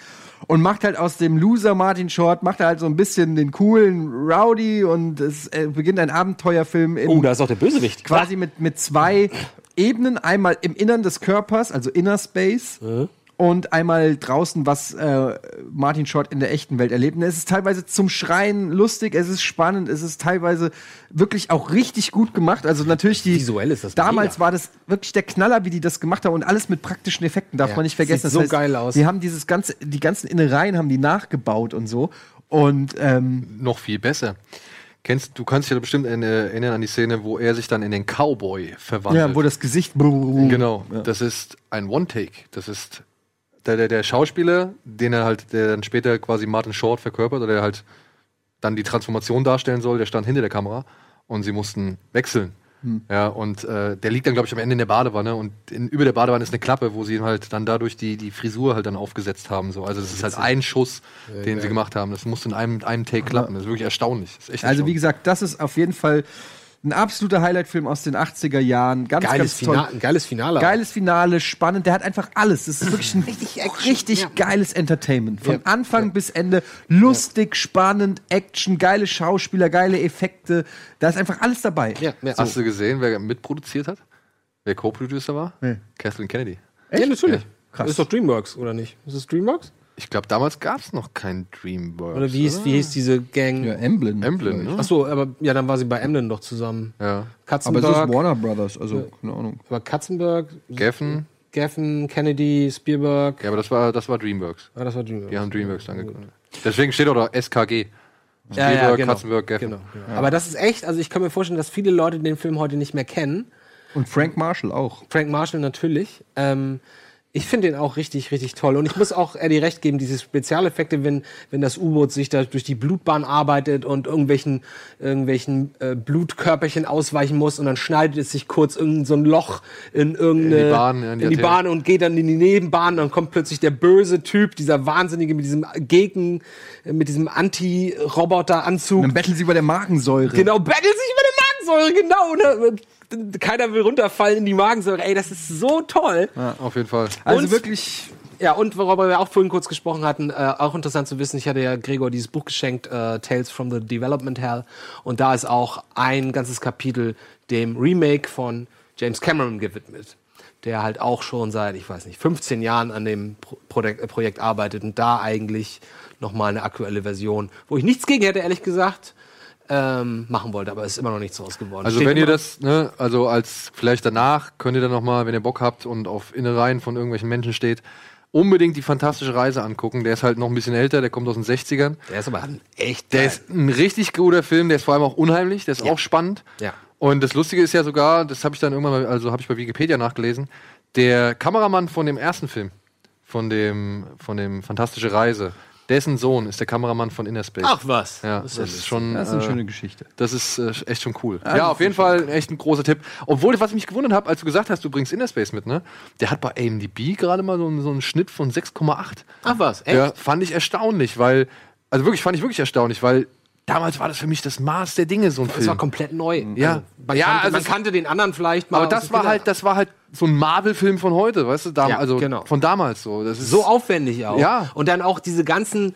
und macht halt aus dem Loser Martin Short macht er halt so ein bisschen den coolen Rowdy und es äh, beginnt ein Abenteuerfilm in Oh, da ist auch der Bösewicht. quasi mit, mit zwei Ebenen. Einmal im Innern des Körpers, also Inner Space. Mhm. Und einmal draußen, was äh, Martin Short in der echten Welt erlebt. Und es ist teilweise zum Schreien lustig, es ist spannend, es ist teilweise wirklich auch richtig gut gemacht. Also natürlich die Visuell ist das damals mega. war das wirklich der Knaller, wie die das gemacht haben und alles mit praktischen Effekten darf Ja, man nicht vergessen. sieht so geil aus. Die haben dieses ganze, die ganzen Innereien haben die nachgebaut und so. Und ähm, Noch viel besser. Kennst, du kannst dich ja bestimmt in, äh, erinnern an die Szene, wo er sich dann in den Cowboy verwandelt. ja, wo das Gesicht Genau, das ist ein One-Take. Das ist der, der, der Schauspieler, den er halt, der dann später quasi Martin Short verkörpert oder der halt dann die Transformation darstellen soll, der stand hinter der Kamera und sie mussten wechseln. Hm. Ja, und äh, der liegt dann, glaube ich, am Ende in der Badewanne und in, über der Badewanne ist eine Klappe, wo sie ihn halt dann dadurch die, die Frisur halt dann aufgesetzt haben. So. Also das ist halt ein Schuss, ja, den ja. sie gemacht haben. Das musste in einem, einem Take klappen. Das ist wirklich erstaunlich. Ist also wie gesagt, das ist auf jeden Fall ein absoluter Highlight-Film aus den 80er Jahren. Ganz, geiles, ganz toll. Finale, geiles Finale. Geiles Finale, spannend. Der hat einfach alles. Das ist wirklich ein richtig, richtig ja. geiles Entertainment. Von ja. Anfang ja. bis Ende. Lustig, spannend, Action, geile Schauspieler, geile Effekte. Da ist einfach alles dabei. So. Hast du gesehen, wer mitproduziert hat? Wer Co-Producer war? Nee. Kathleen Kennedy. Echt? Ja, natürlich. Krass. Das ist doch DreamWorks, oder nicht? Ist es DreamWorks? Ich glaube, damals gab es noch kein Dreamworks. Oder wie hieß, oder? wie hieß diese Gang? Ja, Emblem. Emblem, ne? Achso, aber ja, dann war sie bei Emblem doch zusammen. Ja. Katzenberg, aber es ist Warner Brothers, also keine Ahnung. Aber Katzenberg, Geffen. Geffen, Kennedy, Spielberg. Ja, aber das war, das war Dreamworks. Ah, das war Dreamworks. Die haben Dreamworks angegründet. Deswegen steht auch da SKG. Ja, Spielberg, ja, genau. Katzenberg, Geffen. Genau, genau. Ja. Aber das ist echt, also ich kann mir vorstellen, dass viele Leute den Film heute nicht mehr kennen. Und Frank Marshall auch. Frank Marshall natürlich. Ähm, ich finde den auch richtig, richtig toll. Und ich muss auch Eddie recht geben, diese Spezialeffekte, wenn, wenn das U-Boot sich da durch die Blutbahn arbeitet und irgendwelchen, irgendwelchen äh, Blutkörperchen ausweichen muss und dann schneidet es sich kurz in so ein Loch in irgendeine, in die Bahn, ja, in die, in die Bahn und geht dann in die Nebenbahn, dann kommt plötzlich der böse Typ, dieser Wahnsinnige mit diesem Gegen, mit diesem Anti-Roboter-Anzug. Dann betteln sie über der Magensäure. Genau, betteln sie über der Magensäure, genau. Ne? keiner will runterfallen in die Magensäure. Ey, das ist so toll. Ja, auf jeden Fall. Also und, wirklich. Ja, und worüber wir auch vorhin kurz gesprochen hatten, äh, auch interessant zu wissen, ich hatte ja Gregor dieses Buch geschenkt, äh, Tales from the Development Hell. Und da ist auch ein ganzes Kapitel dem Remake von James Cameron gewidmet, der halt auch schon seit, ich weiß nicht, 15 Jahren an dem Pro Projekt, äh, Projekt arbeitet und da eigentlich nochmal eine aktuelle Version, wo ich nichts gegen hätte, ehrlich gesagt. Ähm, machen wollte, aber es ist immer noch nichts raus geworden. Also Steht wenn ihr das, ne, also als vielleicht danach könnt ihr dann noch mal, wenn ihr Bock habt und auf Innereien von irgendwelchen Menschen steht, unbedingt die fantastische Reise angucken. Der ist halt noch ein bisschen älter, der kommt aus den 60ern. Der ist aber ein echt Der ist ein richtig guter Film, der ist vor allem auch unheimlich, der ist ja. auch spannend. Ja. Und das lustige ist ja sogar, das habe ich dann irgendwann mal, also habe ich bei Wikipedia nachgelesen, der Kameramann von dem ersten Film, von dem von dem fantastische Reise, dessen Sohn ist der Kameramann von Innerspace. Ach was. Ja, das, das ist schon. Das ist eine äh, schöne Geschichte. Das ist äh, echt schon cool. ja, ja auf jeden Fall cool. echt ein großer Tipp. Obwohl, was ich mich gewundert habe, als du gesagt hast, du bringst Innerspace mit, ne? Der hat bei AMDB gerade mal so, so, einen Schnitt von 6,8. Ach was, echt? Ja, fand ich erstaunlich, weil. Also wirklich, fand ich wirklich erstaunlich, weil Damals war das für mich das Maß der Dinge, so ein das Film. Das war komplett neu. Ja, also, man, ja, kannte, also man kannte den anderen vielleicht mal. Aber das war halt, das war halt so ein Marvel-Film von heute, weißt du? Dam ja, also genau. von damals so. Das ist so aufwendig auch. Ja. Und dann auch diese ganzen,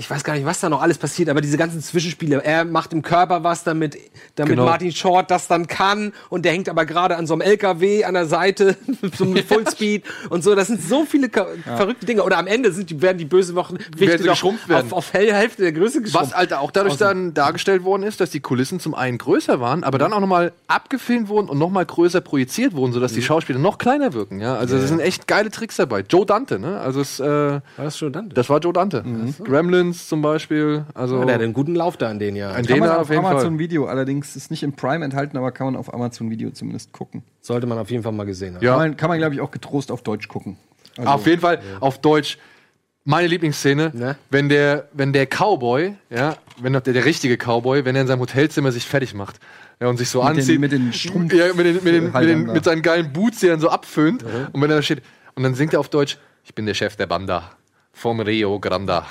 ich weiß gar nicht, was da noch alles passiert, aber diese ganzen Zwischenspiele. Er macht im Körper was, damit, damit genau. Martin Short das dann kann. Und der hängt aber gerade an so einem LKW an der Seite, *laughs* *laughs* so einem Fullspeed und so. Das sind so viele ja. verrückte Dinge. Oder am Ende sind die, werden die bösen Wochen werden geschrumpft werden. Auf, auf Hell Hälfte der Größe geschrumpft. Was Alter, auch dadurch dann dargestellt worden ist, dass die Kulissen zum einen größer waren, aber dann auch nochmal abgefilmt wurden und nochmal größer projiziert wurden, sodass Mhm. die Schauspieler noch kleiner wirken. Ja? Also, ja. das sind echt geile Tricks dabei. Joe Dante, ne? Also, es, äh, war das Joe Dante? Das war Joe Dante. Mhm. Gremlin zum Beispiel. Also ja, der hat einen guten Lauf da an den ja. An kann den man auf, auf Amazon Fall. Video allerdings ist nicht im Prime enthalten, aber kann man auf Amazon Video zumindest gucken. Sollte man auf jeden Fall mal gesehen haben. Ja. Kann man, kann man glaube ich auch getrost auf Deutsch gucken. Also, auf jeden Fall ja. auf Deutsch. Meine Lieblingsszene, ne? wenn der wenn der Cowboy, ja, wenn der, der richtige Cowboy, wenn er in seinem Hotelzimmer sich fertig macht. Ja, und sich so mit anzieht. Den, Halt mit den Strumpf. Ja, mit, den, mit, den, mit, den, mit seinen geilen Boots, die er dann so abföhnt. Mhm. Und wenn er da steht, und dann singt er auf Deutsch, ich bin der Chef der Banda vom Rio *laughs* Grande.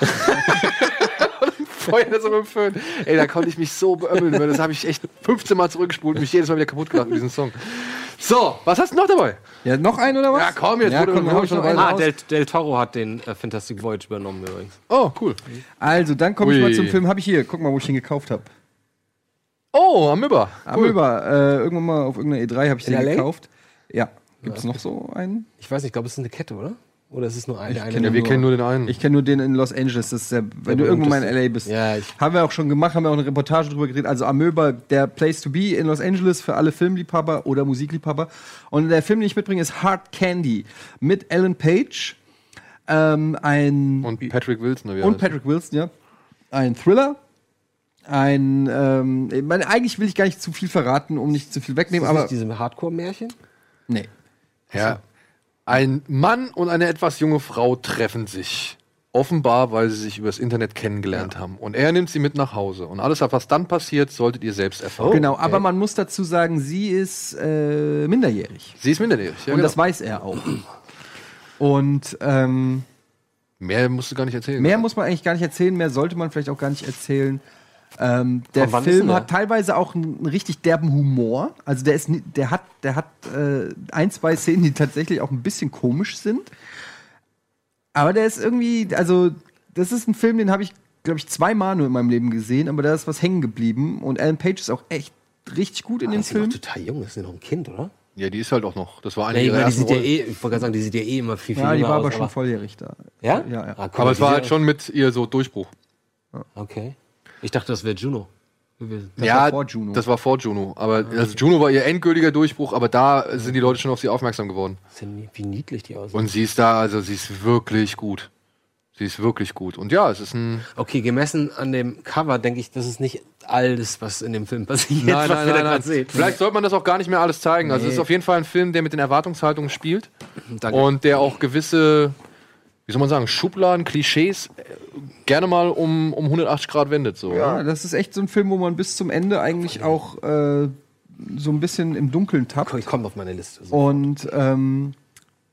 Feuer das aber Föhn. Ey, da konnte ich mich so beömmeln, weil das habe ich echt 15 Mal zurückgespult und mich jedes Mal wieder kaputt gemacht mit diesem Song. So, was hast du noch dabei? Ja, noch einen oder was? Ja, komm, jetzt ja, komm, komm, schon einen Ah, Del, Del, Toro hat den äh, Fantastic Voyage übernommen übrigens. Oh, cool. Also, dann komme ich mal zum Film. Habe ich hier. Guck mal, wo ich ihn gekauft habe. Oh, am Über. Am cool. Über. Äh, irgendwann mal auf irgendeiner E3 habe ich In den LA? gekauft. Ja. Gibt es noch so einen? Ich weiß nicht, ich glaube, es ist eine Kette, oder? Oder ist es nur eine? Ich eine kenn, ja, wir kennen nur den einen. Ich kenne nur den in Los Angeles. Das ist der, wenn du irgendwo mal in LA bist. Ja, haben wir auch schon gemacht, haben wir auch eine Reportage drüber gedreht. Also Amöba, der Place to Be in Los Angeles für alle Filmliebhaber oder Musikliebhaber. Und der Film, den ich mitbringe, ist Hard Candy mit Alan Page. Ähm, ein und Patrick Wilson. Und heißt. Patrick Wilson, ja. Ein Thriller. Ein, ähm, ich meine, eigentlich will ich gar nicht zu viel verraten, um nicht zu viel wegnehmen. Ist das aber nicht diesem Hardcore-Märchen? Nee. Ja, ein Mann und eine etwas junge Frau treffen sich. Offenbar, weil sie sich übers Internet kennengelernt haben. Und er nimmt sie mit nach Hause. Und alles, was dann passiert, solltet ihr selbst erfahren. genau, aber man muss dazu sagen, sie ist äh, minderjährig. Sie ist minderjährig, genau. Und genau. das weiß er auch. Und ähm, Mehr musst du gar nicht erzählen. Mehr muss man eigentlich gar nicht erzählen, mehr sollte man vielleicht auch gar nicht erzählen. Ähm, der Von wann ist denn Film der? hat teilweise auch einen richtig derben Humor. Also der ist, ni- der hat, der hat äh, ein, zwei Szenen, die tatsächlich auch ein bisschen komisch sind. Aber der ist irgendwie, also das ist ein Film, den habe ich, glaube ich, zweimal nur in meinem Leben gesehen, aber da ist was hängen geblieben. Und Alan Page ist auch echt richtig gut in dem ist sie noch Film. total jung, ist sie noch ein Kind, oder? Ja, die ist halt auch noch. Das war Ja, eine ich ihrer meine, die ersten sieht ja Rollen. eh, ich wollte gerade sagen, die sieht ja eh immer viel, viel Ja, die jünger war aus, aber schon volljährig da. Ja? Ja, eh- ja. Ah, guck Aber mal, es die war sieht halt schon mit ihr so Durchbruch. Okay. Ich dachte, das wäre Juno gewesen. ja, war vor Juno. das war vor Juno. Aber also Juno war ihr endgültiger Durchbruch, aber da sind die Leute schon auf sie aufmerksam geworden. Sind- Wie niedlich die aussieht. Und sie ist da, also sie ist wirklich gut. Sie ist wirklich gut. Und ja, es ist ein. Okay, gemessen an dem Cover denke ich, das ist nicht alles, was in dem Film passiert, was wir da gerade sehen. Vielleicht sollte man das auch gar nicht mehr alles zeigen. Also es ist auf jeden Fall ein Film, der mit den Erwartungshaltungen spielt Danke. und der auch gewisse, wie soll man sagen, Schubladen, Klischees äh, gerne mal um, um 180 Grad wendet. So. Ja, Ne, das ist echt so ein Film, wo man bis zum Ende eigentlich auch äh, so ein bisschen im Dunkeln tappt. Ich komme auf meine Liste. Oh, So. Und ähm,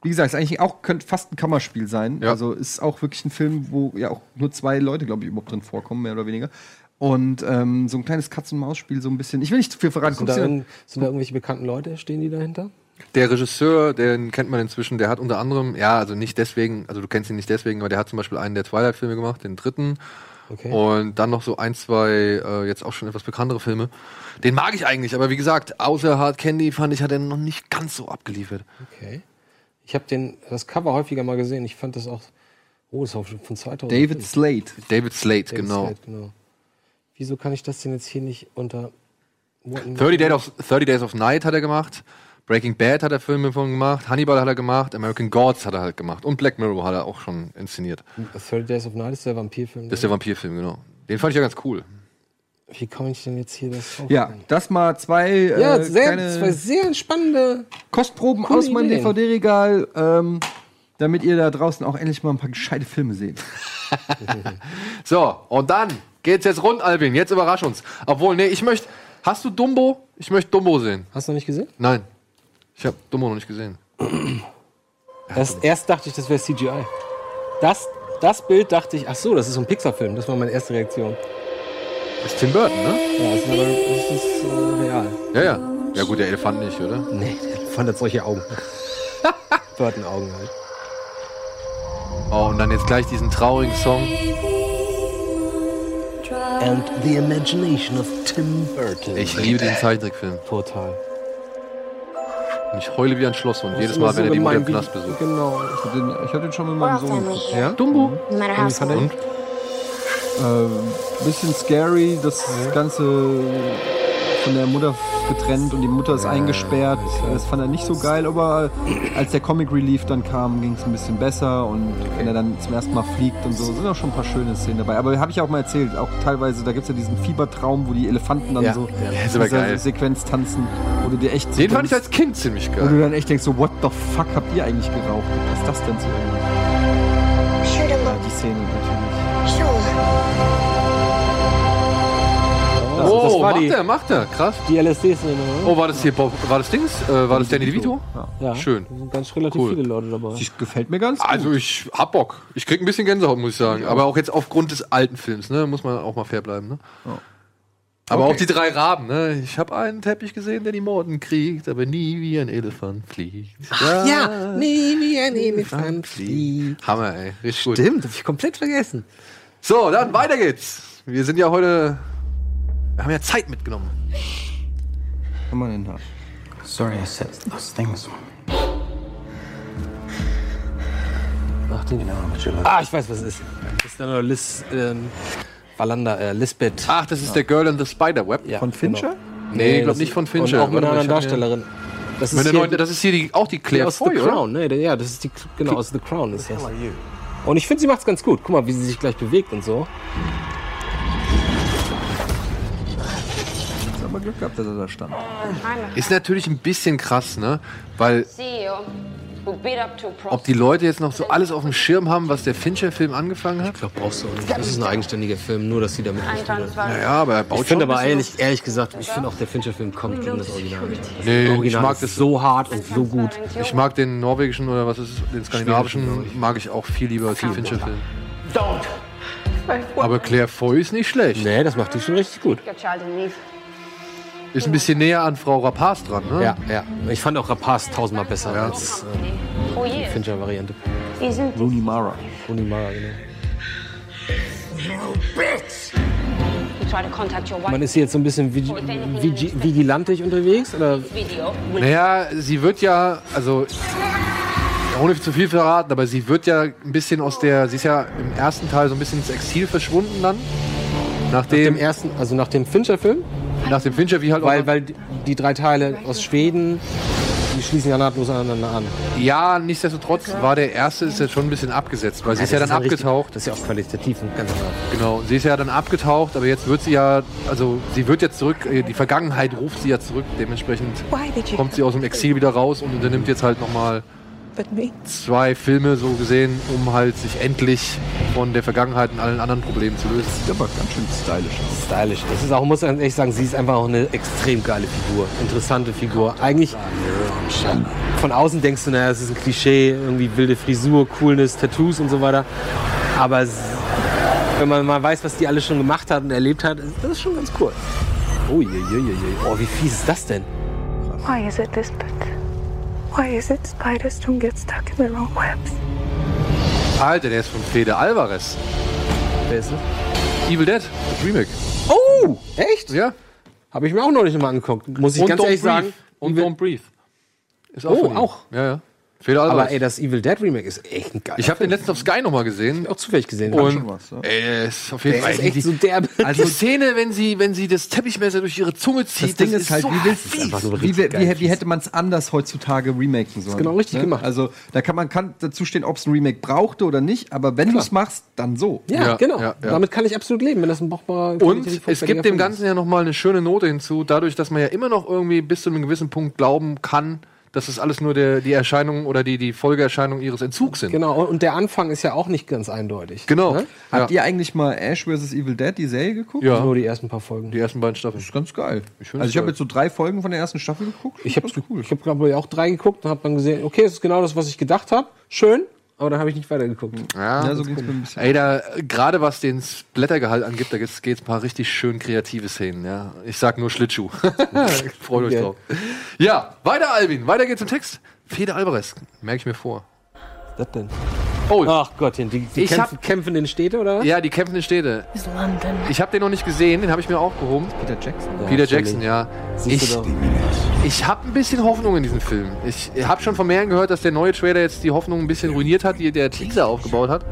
wie gesagt, ist eigentlich auch könnte fast ein Kammerspiel sein. Ja. Also ist auch wirklich ein Film, wo ja auch nur zwei Leute, glaube ich, überhaupt drin vorkommen, mehr oder weniger. Und ähm, so ein kleines Katz-und-Maus-Spiel, so ein bisschen. Ich will nicht zu viel verraten. Sind, Guck's da dir- irgend- sind da irgendwelche bekannten Leute, stehen die dahinter? Der Regisseur, den kennt man inzwischen, der hat unter anderem, ja, also nicht deswegen, also du kennst ihn nicht deswegen, aber der hat zum Beispiel einen der Twilight-Filme gemacht, den dritten. Okay. Und dann noch so ein, zwei, äh, jetzt auch schon etwas bekanntere Filme. Den mag ich eigentlich, aber wie gesagt, außer Hard Candy fand ich, hat er noch nicht ganz so abgeliefert. Okay. Ich habe den das Cover häufiger mal gesehen. Ich fand das auch. Oh, das ist auch schon von 2000. David Slade. David Slate, David genau. Slade, genau. Wieso kann ich das denn jetzt hier nicht unter. 30, Days of, 30 Days of Night hat er gemacht. Breaking Bad hat er Filme von gemacht. Hannibal hat er gemacht. American Gods hat er halt gemacht. Und Black Mirror hat er auch schon inszeniert. 30 Days of Night ist der Vampirfilm. ne? Das ist der Vampirfilm, genau. Den fand ich ja ganz cool. Wie komme ich denn jetzt hier das drauf? Ja, das mal zwei, äh, Ja, sehr, zwei kleine sehr spannende. Kostproben coole aus meinem Ideen. DVD-Regal, ähm, damit ihr da draußen auch endlich mal ein paar gescheite Filme seht. So, und dann geht's jetzt rund, Alvin. Jetzt überrasch uns. Obwohl, nee, ich möchte. Hast du Dumbo? Ich möchte Dumbo sehen. Hast du noch nicht gesehen? Nein. Ich habe Dumbo noch nicht gesehen. Erst, erst dachte ich, das wäre CGI. Das, das Bild dachte ich, ach so, das ist so ein Pixar-Film. Das war meine erste Reaktion. Ist Tim Burton, ne? Ja, das ist, aber, das ist äh, real. Ja, ja. Ja, gut, der Elefant nicht, oder? Nee, der fand hat solche *laughs* Augen. Burton-Augen halt. Oh, und dann jetzt gleich diesen traurigen Song. And the Imagination of Tim Burton. Ich liebe den Zeichentrickfilm. Total. Und ich heule wie ein Schlosshund. Das Jedes ist immer Mal, wenn er die Mutter im gemein, Knast wie- besucht. Genau. Ich hab den, ich hab den schon mit meinem Sohn geguckt. Ja? Dumbo. No matter how small. Und? Ähm, bisschen scary, das Ganze von der Mutter getrennt und die Mutter ist eingesperrt. Das fand er nicht so geil, aber als der Comic Relief dann kam, ging es ein bisschen besser und wenn er dann zum ersten Mal fliegt und so, sind auch schon ein paar schöne Szenen dabei. Aber habe ich auch mal erzählt, auch teilweise, da gibt es ja diesen Fiebertraum, wo die Elefanten dann Ja. so Ja, ist aber dieser geil. Sequenz tanzen, wo du dir echt so Den fand denkst- ich als Kind ziemlich wo du geil. dann echt denkst, so, what the fuck habt ihr eigentlich geraucht? Was ist das denn so? Sure to Ja, look. die Szene natürlich. Sure. Das, das war die, Oh, macht er, macht er. Krass. die LSD-Szene, oder? Oh, war das hier Bob, war das Dings? Äh, war das Danny DeVito? ne? ja. schön. Da sind ganz relativ Cool. viele Leute dabei. Die gefällt mir ganz gut. Also ich hab Bock. Ich krieg ein bisschen Gänsehaut, muss ich sagen. Aber auch jetzt aufgrund des alten Films, ne? Muss man auch mal fair bleiben, ne? Aber auch die drei Raben, ne? Ich habe einen Teppich gesehen, der die Morden kriegt, aber nie wie ein Elefant fliegt. Ja, Ah. nie wie ein Elefant fliegt. Hammer, ey. Richtig gut. Stimmt, hab ich komplett vergessen. So, dann weiter geht's. Wir sind ja heute. Wir haben ja Zeit mitgenommen. Kann man den haben. Sorry, I said those things. Ah, ich weiß, was es ist. Das ist dann nur Liz, ähm, Valanda, äh, Lisbeth. Ach, das ist der Girl in the Spiderweb. Ja, Von Fincher? Genau. Ah, Nee, ich glaub das- nicht von Fincher. Und auch mit Warte mal, einer anderen ich hab hier- Darstellerin. Das Wenn der hier neunte- das ist hier die, auch die die Claire aus Foy, The oder? Crown. Nee, der- ja, das ist die, genau, aus The Crown ist das. Und ich finde, sie macht's ganz gut. Guck mal, wie sie sich gleich bewegt und so. Hat aber Glück gehabt, dass er da stand. E Ist natürlich ein bisschen krass, ne? Weil See you. Ob die Leute jetzt noch so alles auf dem Schirm haben, was der Fincher-Film angefangen hat? Ich glaube, brauchst du auch nicht. Das ist ein eigenständiger Film, nur dass sie damit nicht tun. Naja, aber er baut Ich finde schon ein aber bisschen ehrlich, ehrlich gesagt, ich finde auch der Fincher-Film kommt um das Original. Das Nee, Original Äh, ich mag ist das so hart und so gut. Ich mag den norwegischen oder was ist es, den skandinavischen, mag ich auch viel lieber als den Fincher-Film. Aber Claire Foy ist nicht schlecht. Nee, das macht die schon richtig gut. Your child and leave. Ist ein bisschen näher an Frau Rapaz dran, ne? Ja, ja. Ich fand auch Rapaz tausendmal besser als Four die years. Fincher-Variante. Isn't Rooney Mara. Rooney Mara, genau. you try to contact your wife? Man ist hier jetzt so ein bisschen vigi vigi vigilantig unterwegs, oder? Video. Naja, sie wird ja, also ja, ohne zu viel verraten, aber sie wird ja ein bisschen aus der, sie ist ja im ersten Teil so ein bisschen ins Exil verschwunden dann. Nach dem, ersten, also nach dem Fincher-Film? Nach dem Fincher, wie halt auch Weil, weil die- die drei Teile aus Schweden, die schließen ja nahtlos aneinander an. Ja, nichtsdestotrotz war der erste ist jetzt schon ein bisschen abgesetzt, weil sie Ja, ist ja Also das dann ist ja richtig- abgetaucht. das ist ja auch qualitativ ein ganz anderer. Genau, sie ist ja dann abgetaucht, aber jetzt wird sie ja, also sie wird jetzt zurück, äh, die Vergangenheit ruft sie ja zurück, dementsprechend kommt sie aus dem Exil wieder raus und unternimmt jetzt halt nochmal zwei Filme so gesehen, um halt sich endlich von der Vergangenheit und allen anderen Problemen zu lösen. Sieht aber ganz schön stylisch aus. Stylisch. Das ist auch, muss man echt sagen, sie ist einfach auch eine extrem geile Figur. Interessante Figur. Eigentlich von außen denkst du, naja, es ist ein Klischee, irgendwie wilde Frisur, Coolness, Tattoos und so weiter. Aber s- wenn man mal weiß, was die alle schon gemacht hat und erlebt hat, ist das schon ganz cool. Oh, je, je, je, je. oh wie fies ist das denn? Why is it this bit? Why is it spiders don't get stuck in their own webs? Alter, der ist von Fede Alvarez. Wer ist das? Evil Dead, das Remake. Oh, echt? Ja. Habe ich mir auch noch nicht mal angeguckt. Muss ich Und ganz Don't ehrlich Breathe. sagen. Und Don't Breathe. Ist oh, von ihm. auch. Ja, ja. Fede Alvarez. Aber ey, das Evil Dead Remake ist echt ein geiler ich habe den letzten auf Sky nochmal gesehen. Auch zufällig gesehen. Und Hab schon schon was, was, ey, der ist auf jeden Der Fall ist echt die- so derbe. Also die Szene, wenn sie, wenn sie das Teppichmesser durch ihre Zunge zieht, Das Ding ist halt, so wie, willst, fies. wie, wie, wie, wie hätte man es anders heutzutage remaken sollen? genau richtig gemacht. Also da kann man kann dazu stehen, ob es ein Remake brauchte oder nicht, aber wenn du es machst, dann so. Ja, genau. ja, ja. Damit kann ich absolut leben, wenn das ein brauchbarer Und qualitativ es hochwertiger gibt dem Film Ganzen ja nochmal eine schöne Note hinzu, dadurch, dass man ja immer noch irgendwie bis zu einem gewissen Punkt glauben kann, dass es alles nur der, die Erscheinungen oder die, die Folgeerscheinungen ihres Entzugs ist. sind. Genau, und der Anfang ist ja auch nicht ganz eindeutig. Ne? Genau. Habt ihr eigentlich mal Ash vs. Evil Dead, die Serie geguckt? Ja. Nur die ersten paar Folgen. Die ersten beiden Staffeln. Das ist ganz geil. Ich find's also ich habe geil. jetzt so drei Folgen von der ersten Staffel geguckt. Ich habe cool. hab, glaube ich, auch drei geguckt und habe dann gesehen, okay, es ist genau das, was ich gedacht habe. Schön, aber dann habe ich nicht weitergeguckt. Ja, so ging's mir ein bisschen. Ey, da, äh, gerade was den Blättergehalt angibt, da geht's, geht's ein paar richtig schön kreative Szenen, ja. Ich sag nur *laughs* Schlittschuh. Freut euch Ja. drauf. Ja, weiter, Albin. Weiter geht's im Text. Fede Alvarez. Merke ich mir vor. Was ist das denn? Oh. Ah. Ach Gottchen, die, die Ich hab- kämpfen, kämpfen in Städte, oder? Ja, die kämpfenden Städte. Ich habe den noch nicht gesehen, den habe ich mir aufgehoben. Peter Jackson. Peter natürlich. Jackson, ja. Siehst Ich, du doch. ich habe ein bisschen Hoffnung in diesen Film. Ich habe schon von mehreren gehört, dass der neue Trailer jetzt die Hoffnung ein bisschen ruiniert hat, die der Teaser aufgebaut hat.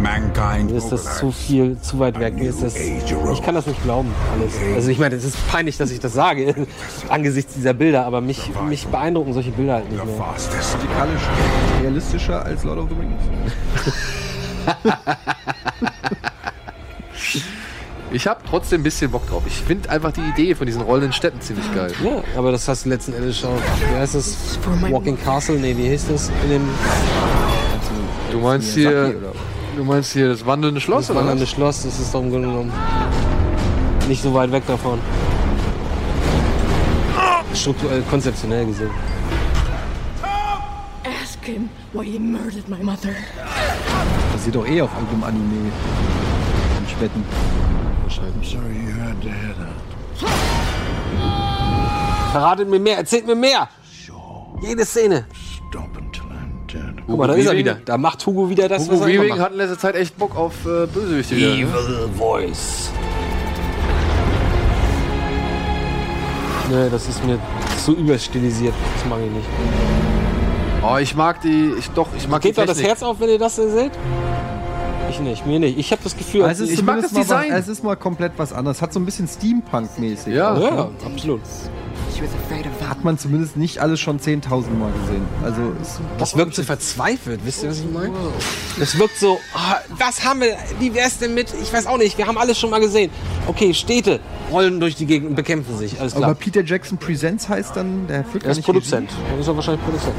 Mir ist das zu viel, zu weit weg. Mir ist das, ich kann das nicht glauben, alles. Also ich meine, es ist peinlich, dass ich das sage, *laughs* angesichts dieser Bilder, aber mich, mich beeindrucken solche Bilder halt nicht mehr. Musikalisch realistischer als Lord of the Rings. Ich habe trotzdem ein bisschen Bock drauf. Ich finde einfach die Idee von diesen rollenden Städten ziemlich geil. Ja, aber das hast du letzten Endes schon. Wie heißt das? Walking Castle? Nee, wie hieß das? In dem Du meinst hier, du meinst hier das wandelnde Schloss das oder wandernde was? Schloss, das ist doch im Grunde genommen nicht so weit weg davon. Strukturell, konzeptionell gesehen. Ask him why he murdered my mother. Basiert doch eh auf irgendeinem Anime. Und Späten. Verratet mir mehr, erzählt mir mehr! Jede Szene! Guck mal, da ist er wieder. Da macht Hugo wieder das, Hugo was er immer Weaving macht. hat in letzter Zeit echt Bock auf äh, Bösewichte. wieder, ne? Voice. Nee, das ist mir zu überstilisiert. Das mag ich nicht. Oh, ich mag die, ich doch, ich mag Geht die da das Technik. Herz auf, wenn ihr das so seht? Ich nicht, mir nicht. Ich habe das Gefühl, Also es ist ich mag das zumindest mal, Design. was- Es ist mal komplett was anderes. Hat so ein bisschen Steampunk-mäßig. Ja. auch, ne? Ja, absolut. Hat man zumindest nicht alles schon 10.000 Mal gesehen. Also es Das wirkt so verzweifelt, wisst ihr, was ich meine? Das wirkt so, ah, was haben wir, wie wär's denn mit, ich weiß auch nicht, wir haben alles schon mal gesehen. Okay, Städte rollen durch die Gegend und bekämpfen sich, alles aber klar. Peter Jackson Presents heißt dann, der führt Er gar ist nicht Produzent, Regie. er ist ja wahrscheinlich Produzent.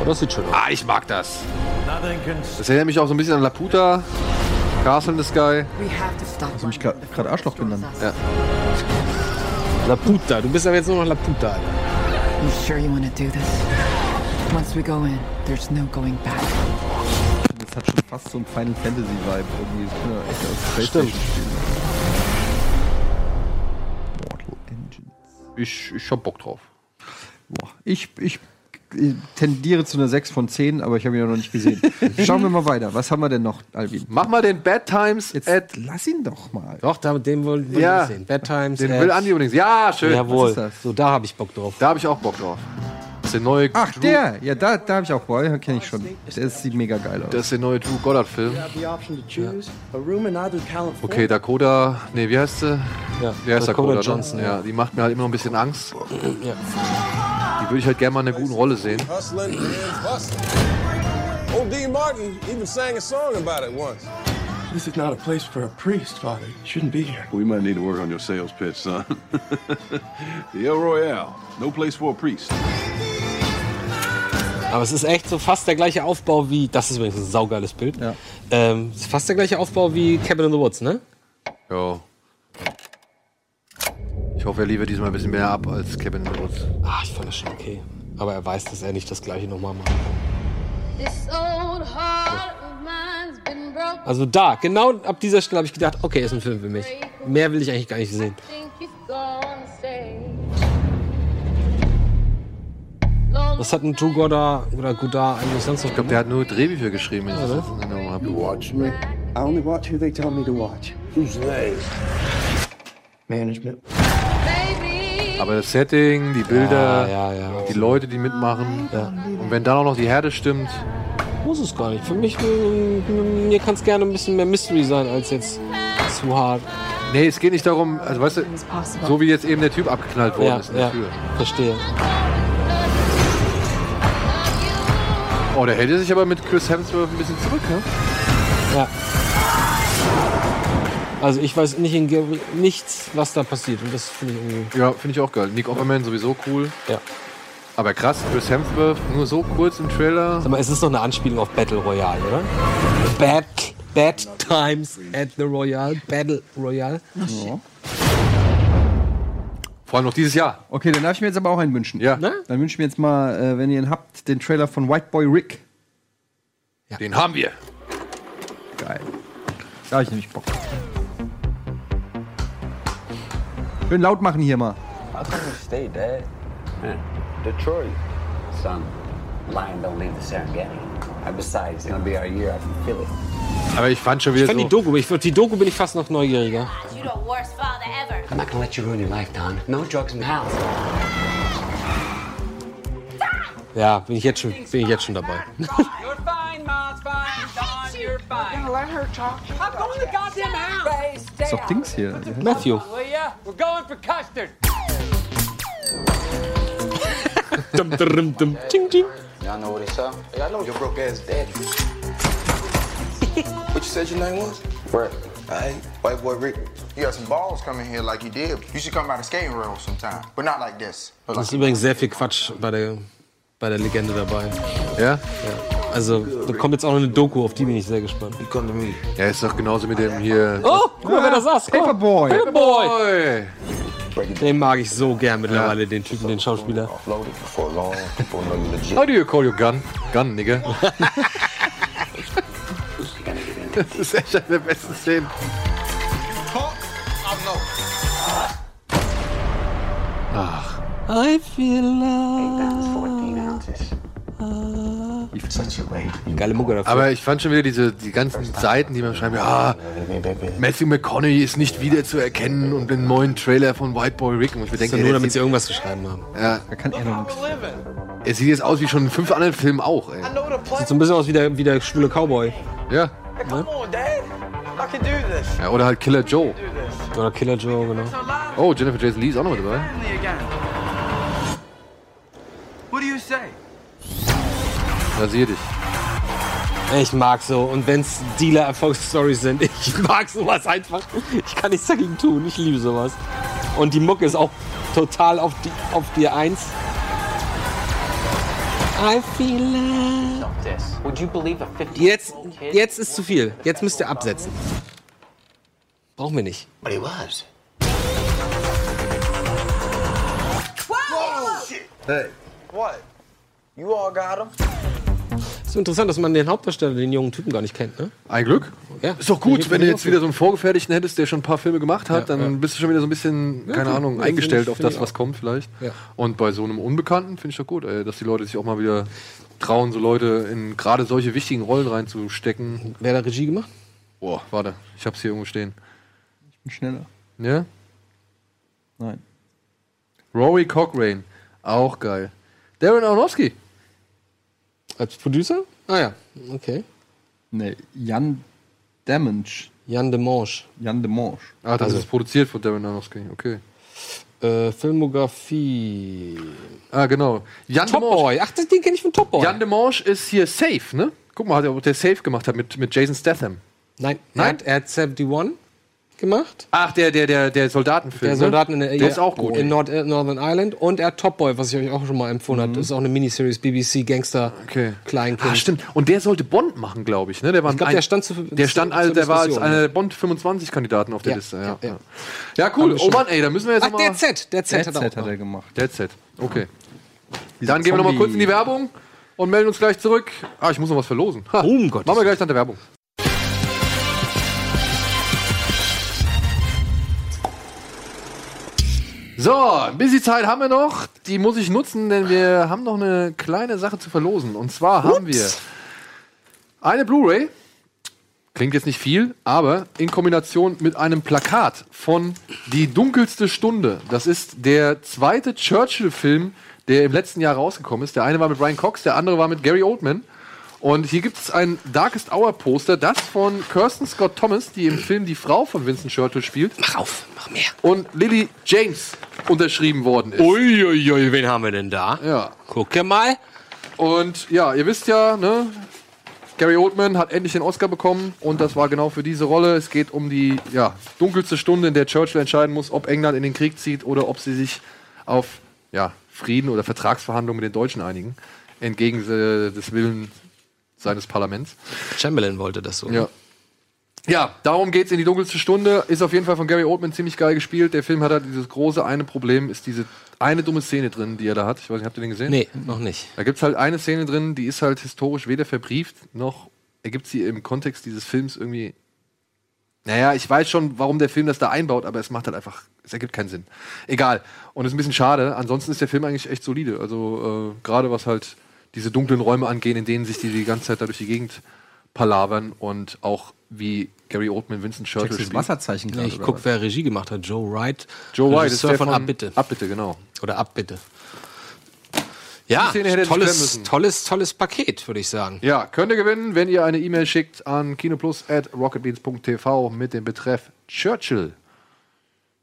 Oh, Das sieht schön aus. Ah, ich mag das. Das erinnert mich auch so ein bisschen an Laputa, Castle in the Sky. Hast du mich gerade Arschloch genannt? Ja. Laputa, Ah, du bist aber jetzt nur noch Laputa. Alter. You sure you want to do this? Once we go in, there's no going back. Das hat schon fast so ein Final Fantasy Vibe irgendwie. Das kann ja echt aus Stimmt. Playstation-Spielen. Mortal Engines. Ich, ich hab Bock drauf. Boah, Ich, ich tendiere zu einer 6 von 10, aber ich habe ihn ja noch nicht *laughs* gesehen. Schauen wir mal weiter. Was haben wir denn noch, Alvin? Mach mal den Bad Times Jetzt at. lass ihn doch mal. Doch, da, den wollen wir Ja. sehen. Bad Times. Den Ads. will Andi übrigens. Ja, schön. Jawohl. ist das? So, da habe ich Bock drauf. Da habe ich auch Bock drauf. Das ist der neue. Ach, Drew, der! Ja, da, da habe ich auch. Boah, den kenne ich schon. Der sieht mega geil aus. Das ist der neue Drew Goddard-Film. have the option to choose a room in either California. Okay, Dakota. Nee, wie heißt sie? Ja, Wie heißt Dakota, Dakota ne? Johnson, Ja. die macht mir halt immer noch ein bisschen Angst. Ja. Die würde ich halt gerne mal in einer guten Rolle sehen. Hustling is hustling. Old Dean Martin even sang a song about it once. This is not a place for a priest, Father. You shouldn't be here. We might need to work on your sales pitch, son. *laughs* the El Royale, no place for a priest. Aber es ist echt so fast der gleiche Aufbau wie. Das ist übrigens ein saugeiles Bild. Ja. Ähm, es ist fast der gleiche Aufbau wie Cabin in the Woods, ne? Ja. Ich hoffe, er liefert diesmal ein bisschen mehr ab als Kevin Woods. Ah, ich fand das schon okay. Aber er weiß, dass er nicht das gleiche nochmal machen kann. This old heart of mine's been broken. Also da, genau ab dieser Stelle habe ich gedacht, okay, ist ein Film für mich. Mehr will ich eigentlich gar nicht sehen. Think he's gonna say. Was hat ein Drew Goddard oder Goddard eigentlich sonst noch Ich glaube, der hat nur Drehbücher geschrieben, wenn ich das jetzt in Erinnerung habe. Watch me. I only watch who they tell me to watch. Who's they? Management. Aber das Setting, die Ja, Bilder, ja, ja. die Leute, die mitmachen. Und wenn dann auch noch die Herde stimmt. Muss es gar nicht. Für mich, mm, mir kann es gerne ein bisschen mehr Mystery sein als jetzt zu hart. Nee, es geht nicht darum, also weißt du, so wie jetzt eben der Typ abgeknallt worden Ja, ist in der ja, Tür. verstehe. Oh, der hält sich aber mit Chris Hemsworth ein bisschen zurück, ne? Ja. Also ich weiß nicht in Ge- nichts, was da passiert. Und das finde ich irgendwie. Ja, finde ich auch geil. Nick Offerman sowieso cool. Ja. Aber krass, Chris Hemsworth nur so kurz im Trailer. Sag mal, es ist noch eine Anspielung auf Battle Royale, oder? Bad, bad Times at the Royale. Battle Royale. Vor allem noch dieses Jahr. Okay, dann darf ich mir jetzt aber auch einen wünschen. Ja, Ne? Dann wünsche ich mir jetzt mal, äh, wenn ihr ihn habt, den Trailer von White Boy Rick. den haben wir. Geil. Da habe ich nämlich Bock. Schön laut machen hier mal. I told him to stay, Dad. Detroit. Son, Lion don't leave the Serengeti. And besides, it's gonna be our year. I can feel it. Aber ich fand schon Ich wieder fand die so. Doku, ich, für die Doku bin ich fast noch neugieriger. You the worst father ever. I'm not gonna let you ruin your life, Don. No drugs in the house. Ja, bin ich jetzt schon, bin ich jetzt schon dabei. You're fine, Mom's fine. Don, you're fine. Let her talk to you. I'm going to the goddamn house. Ist doch Dings hier. Matthew. Will ya? We're going for custard. *laughs* Dum, dum, dum. Ching, ching. Y'all know what it's up? Hey, I know your broke ass *laughs* daddy. What you said your name was? Rick. Hey, white boy Rick. You got some balls coming here like you did. You should come out of skating room sometime, but not like this. But Das ist like übrigens sehr viel Quatsch bei der, bei der Legende dabei. Ja? Also, da kommt jetzt auch noch eine Doku, auf die bin ich sehr gespannt. you come to me. Ja, ist doch genauso mit dem hier. Oh, guck mal, wer das Oh, saß. guck mal. Paperboy. Paperboy. Oi. Den mag ich so gern mittlerweile, den Typen, den Schauspieler. Offloaded before long. People know you legit. How do you call your gun? Gun, Nigga. das ist echt eine der besten Szenen. I feel love. That's 14 ounces. You've such a way. Geile Mucke dafür. Aber ich fand schon wieder diese die ganzen Seiten, die man schreibt, ja, Matthew McConaughey ist nicht wieder zu erkennen und den neuen Trailer von White Boy Rick. Und ich mir ist denke, ja nur, ey, damit das sie irgendwas zu schreiben haben. Da kann er noch nichts. sieht, es sieht jetzt aus wie schon in fünf anderen Filmen auch, ey. Sieht so ein bisschen aus wie der, wie der schwule Cowboy. Ja. Come on, Dad. I can do this. ja. Oder halt Killer Joe. Oder Killer Joe, genau. Oh, Jennifer Jason Lee ist auch noch mit dabei. Finally again. What do you say? Rasier dich. Ich mag so. Und wenn's Dealer-Erfolgsstories sind, *laughs* ich mag sowas einfach. Ich kann nichts dagegen tun. Ich liebe sowas. Und die Mucke ist auch total auf die, auf die Eins. I feel Not this. Would you believe a 50 Jetzt, jetzt ist zu viel. Jetzt müsst ihr absetzen. Brauchen wir nicht. But he was. Hey. What? You all got him? Ist interessant, dass man den Hauptdarsteller, den jungen Typen, gar nicht kennt, ne? Ein Glück. Ja. Ist doch gut, Ja, wenn du jetzt gut. wieder so einen Vorgefertigten hättest, der schon ein paar Filme gemacht hat, dann bist du schon wieder so ein bisschen, Ja, keine gut. Ahnung, Ja, eingestellt find auf ich- das, find ich was auch. kommt vielleicht. Ja. Und bei so einem Unbekannten finde ich doch gut, ey, dass die Leute sich auch mal wieder trauen, so Leute in gerade solche wichtigen Rollen reinzustecken. Wer hat da Regie gemacht? Boah, warte, ich hab's hier irgendwo stehen. Schneller. Ja? Nein. Rory Cochrane, auch geil. Darren Aronofsky. Als Producer? Ah ja, okay. Nee, Jan Demange. Jan Demange. Jan Demange. Ah, das Also. ist produziert von Darren Aronofsky, okay. Äh, Filmografie. Ah, genau. Jan Top Demange. Boy. Ach, das- den kenne ich von Top Boy. Jan Demange ist hier safe, ne? Guck mal, hat er- ob der safe gemacht hat mit, mit Jason Statham. Nein, Nein? Er, hat, er hat 71 gemacht. Ach, der, der, der, der Soldatenfilm. ne? Der Soldaten in der der ist auch gut. In Nord äh, Northern Ireland. Und er hat Top Boy, was ich euch auch schon mal empfohlen habe. Das ist auch eine Miniseries BBC Gangster Okay. Kleinkind. Ah, stimmt. Und der sollte Bond machen, glaube ich. Ne? Der war Ich glaub, ein- der stand zu- der stand, zur also, der war als Diskussion, einer der Bond 25 Kandidaten auf der Ja, Liste. Ja, ja, ja. ja cool. Haben wir Oh schon. Mann, ey, da müssen wir jetzt Ach, mal. der Z, der Z, Z hat er auch hat gemacht. er gemacht. Dead Set. Okay. Diese Dann gehen wir noch mal Zombie- kurz in die Werbung und melden uns gleich zurück. Ah, ich muss noch was verlosen. Ha. Um Gottes Machen wir gleich nach der Werbung. So, ein bisschen Zeit haben wir noch. Die muss ich nutzen, denn wir haben noch eine kleine Sache zu verlosen. Und zwar haben wir eine Blu-ray. Klingt jetzt nicht viel, aber in Kombination mit einem Plakat von Die dunkelste Stunde. Das ist der zweite Churchill-Film, der im letzten Jahr rausgekommen ist. Der eine war mit Brian Cox, der andere war mit Gary Oldman. Und hier gibt es ein Darkest Hour Poster, das von Kirsten Scott Thomas, die im Film die Frau von Vincent Churchill spielt. Mach auf, mach mehr. Und Lily James unterschrieben worden ist. Uiuiui, wen haben wir denn da? Ja. Gucke mal. Und ja, ihr wisst ja, ne? Gary Oldman hat endlich den Oscar bekommen und das war genau für diese Rolle. Es geht um die ja, dunkelste Stunde, in der Churchill entscheiden muss, ob England in den Krieg zieht oder ob sie sich auf ja, Frieden oder Vertragsverhandlungen mit den Deutschen einigen. Entgegen äh, des Willens seines Parlaments. Chamberlain wollte das so. Ja. Ja, darum geht's in die dunkelste Stunde. Ist auf jeden Fall von Gary Oldman ziemlich geil gespielt. Der Film hat halt dieses große eine Problem, ist diese eine dumme Szene drin, die er da hat. Ich weiß nicht, habt ihr den gesehen? Nee, noch nicht. Da gibt es halt eine Szene drin, die ist halt historisch weder verbrieft, noch ergibt sie im Kontext dieses Films irgendwie. Naja, ich weiß schon, warum der Film das da einbaut, aber es macht halt einfach, es ergibt keinen Sinn. Egal. Und ist ein bisschen schade. Ansonsten ist der Film eigentlich echt solide. Also äh, gerade was halt diese dunklen Räume angehen, in denen sich die die ganze Zeit da durch die Gegend palavern und auch wie Gary Oldman, Vincent Churchill Checkst du das spielt. Wasserzeichen Nee, gerade? ich oder guck, was? wer Regie gemacht hat. Joe Wright. Joe White ist Regisseur der von Ah, Abbitte. Abbitte, genau. Oder Abbitte. Ja, Die Szene hätte er nicht klemmen tolles, müssen. tolles, tolles Paket, würde ich sagen. Ja, könnt ihr gewinnen, wenn ihr eine E-Mail schickt an kinoplus.rocketbeans.tv mit dem Betreff Churchill.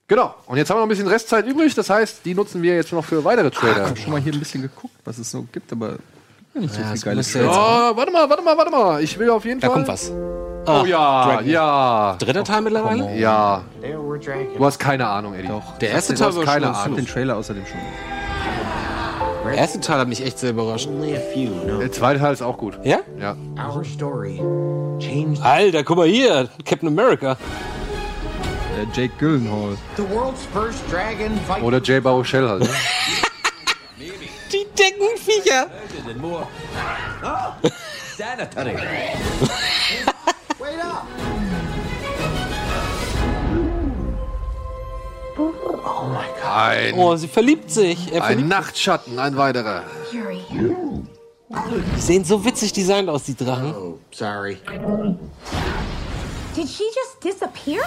Genau, und jetzt haben wir noch ein bisschen Restzeit übrig, das heißt, die nutzen wir jetzt noch für weitere Ich Ah, Trailer. hab schon mal hier ein bisschen geguckt, was es so gibt, aber nicht so Ja, viel das geiles. müsste jetzt- Oh, warte mal, warte mal, warte mal. Ich will auf jeden Da Fall. kommt was. Ah, Oh ja, ja, Dritter Teil mittlerweile? ja. Du hast keine Ahnung, Eddie. Der erste Du Teil hast war keine schon Ich hab Ahnung. den Trailer außerdem schon. Der erste Teil hat mich echt sehr überrascht. Der zweite Teil ist auch gut. Ja? Ja. Alter, guck mal hier. Captain America. Äh, Jake Gyllenhaal. The world's first dragon fight. Oder Jay Baruchel halt. ne? *laughs* Die dicken Viecher. Wait up! Ein, Oh, sie verliebt sich. Er ein verliebt. Nachtschatten, ein weiterer. Yuri. Die sehen so witzig designt aus, die Drachen. Sorry. Did she just disappear?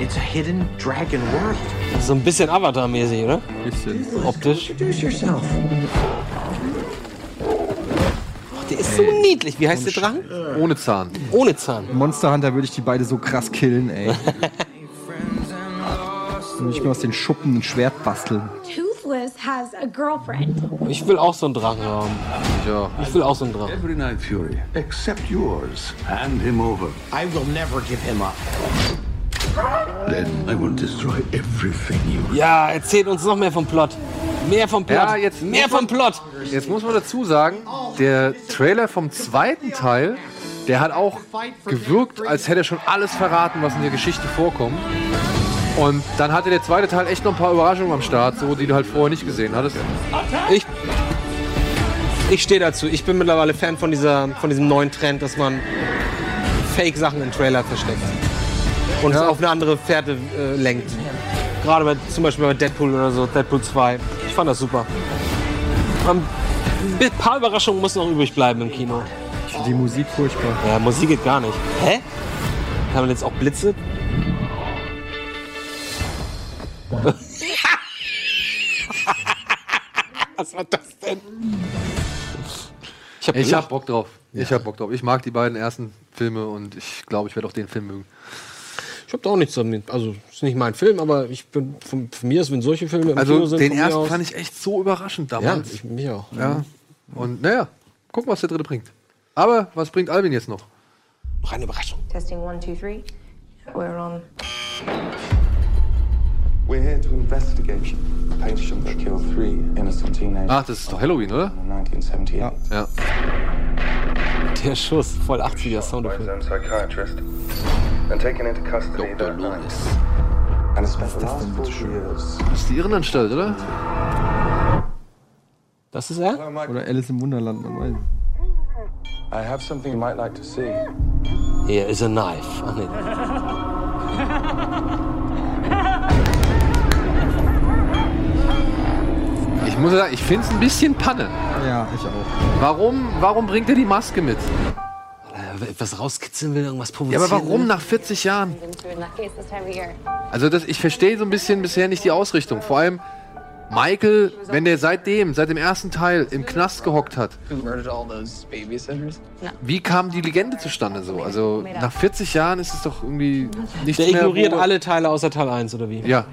It's a hidden dragon world. So ein bisschen Avatar-mäßig, oder? Bisschen. Optisch. Introduce yourself. Der ist so niedlich. Wie heißt der Drachen? Ohne Zahn. Ohne Zahn. Monster Hunter würde ich die beide so krass killen, ey. Und ich mir aus den Schuppen ein Schwert basteln. Toothless has a girlfriend. Ich will auch so einen Drachen haben. Ja. Ich will auch so einen Drachen. Every night, Fury, except yours. Hand him over. I will never give him up. Then I will destroy everything you Ja, erzählt uns noch mehr vom Plot. Mehr vom Plot. Ja, jetzt mehr muss man- vom Plot. Jetzt muss man dazu sagen, der Trailer vom zweiten Teil, der hat auch gewirkt, als hätte er schon alles verraten, was in der Geschichte vorkommt. Und dann hatte der zweite Teil echt noch ein paar Überraschungen am Start, so die du halt vorher nicht gesehen hattest. Ich, ich stehe dazu. Ich bin mittlerweile Fan von, dieser, von diesem neuen Trend, dass man Fake-Sachen in Trailer versteckt. Und es auf eine andere Fährte äh, lenkt. Gerade bei, zum Beispiel bei Deadpool oder so, Deadpool 2. Ich fand das super. Ähm, Ein paar Überraschungen müssen noch übrig bleiben im Kino. Die Musik furchtbar. Ja, Musik geht gar nicht. Hä? Kann man jetzt auch Blitze? *laughs* Was war das denn? Ich hab, Ich hab Bock drauf. Ich hab Bock drauf. Ich mag die beiden ersten Filme und ich glaube, ich werde auch den Film mögen. Ich hab da auch nichts damit. Also, ist nicht mein Film, aber ich bin, von, von mir ist, wenn solche Filme im Kino Also sind, den von mir ersten aus- fand ich echt so überraschend damals. Ja, ich, mich auch. Ja. Und naja, gucken, was der dritte bringt. Aber was bringt Alvin jetzt noch? Noch eine Überraschung. Testing one, two, three. We're on. We're here to investigate the patient that killed three innocent teenagers. Ach, das ist doch Halloween, oder? In 1978. Ja. Der Schuss, voll 80er Soundeffekt. psychiatrist and taken into custody Dr. that Loomis. And has spent the last four years. Das ist die Irrenanstalt, oder? Das ist er? Oder Alice im Wunderland, man weiß. I have something you might like to see. Here is a knife. Ach, nee. Ich muss sagen, ich finde es ein bisschen Panne. Ja, ich auch. Warum, warum bringt er die Maske mit? Weil er Äh, Etwas rauskitzeln will, irgendwas Ja, provozieren. aber warum will. nach 40 Jahren? Been through in that case this time of year. Also das, ich verstehe so ein bisschen bisher nicht die Ausrichtung. Vor allem Michael, wenn der seitdem, seit dem ersten Teil im Knast gehockt hat, Who murdered all those babysitters? wie kam die Legende zustande so? Also nach 40 Jahren ist es doch irgendwie nicht Der mehr... ignoriert wo- alle Teile außer Teil 1, oder wie? Ja.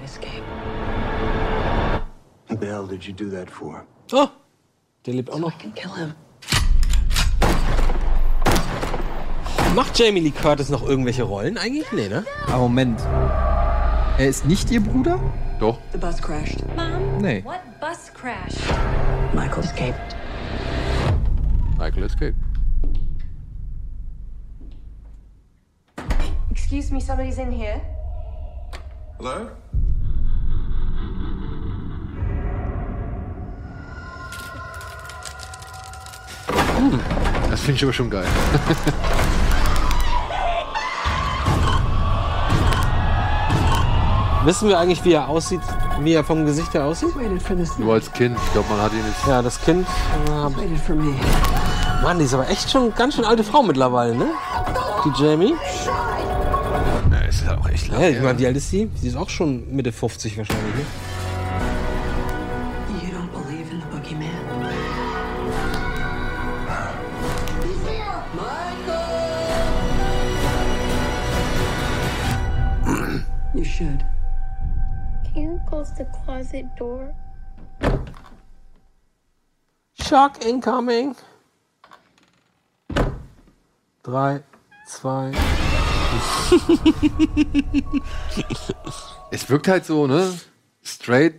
What the hell did you do that for? Oh, der lebt auch noch. Macht Jamie Lee Curtis noch irgendwelche Rollen eigentlich? Nee, ne? Aber Ah, Moment. Er ist nicht ihr Bruder? Doch. The bus crashed. Mom? Nee. What bus crash? Michael escaped. Michael escaped. Excuse me, somebody's in here. Hello? Das finde ich aber schon geil. Wissen wir eigentlich, wie er aussieht, wie er vom Gesicht her aussieht? Nur als Kind, ich glaube, man hat ihn jetzt... Ja, das Kind. Mann, die ist aber echt schon ganz schön alte Frau mittlerweile, ne? Die Jamie. Ja, ist ja auch echt Ja, ich meine, wie alt ist die? Die ist auch schon Mitte 50 wahrscheinlich, ne? You don't believe in the boogeyman. You should. Can you close the closet door? Shock incoming. Drei, zwei. Es wirkt halt so, ne? Straight,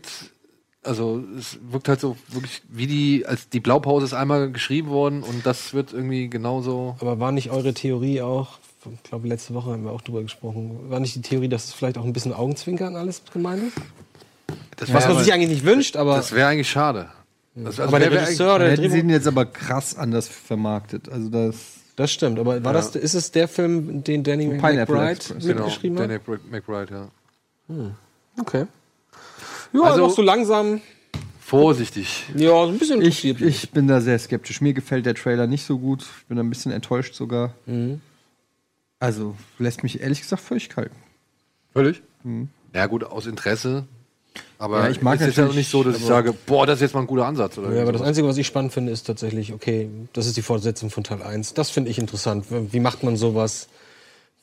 also es wirkt halt so wirklich wie die, als die Blaupause ist einmal geschrieben worden und das wird irgendwie genauso. Aber war nicht eure Theorie auch, ich glaube, letzte Woche haben wir auch drüber gesprochen, war nicht die Theorie, dass es vielleicht auch ein bisschen Augenzwinkern alles gemeint ist? Das Was wär man sich eigentlich nicht wünscht, aber. Das wäre eigentlich schade. Das, also Aber der Regisseur oder der Hätten sie Drehbuch. ihn jetzt aber krass anders vermarktet. Also das. Das stimmt, aber war Ja. das, ist es der Film, den Danny Pineapple McBride Express, genau. mitgeschrieben ne? Danny hat? McBride, ja. Hm. Okay. Ja, Also- noch so langsam. Vorsichtig. Ja, so ein bisschen Ich, ich bin da sehr skeptisch. Mir gefällt der Trailer nicht so gut. Ich bin da ein bisschen enttäuscht sogar. Also lässt mich ehrlich gesagt völlig kalt. Völlig? Mhm. Ja, gut, aus Interesse. Aber Ja, ich mag es ist ja auch natürlich, nicht so, dass ich aber- sage, boah, das ist jetzt mal ein guter Ansatz. Oder Ja, aber das sowas. Einzige, was ich spannend finde, ist tatsächlich, okay, das ist die Fortsetzung von Teil 1. Das finde ich interessant. Wie macht man sowas?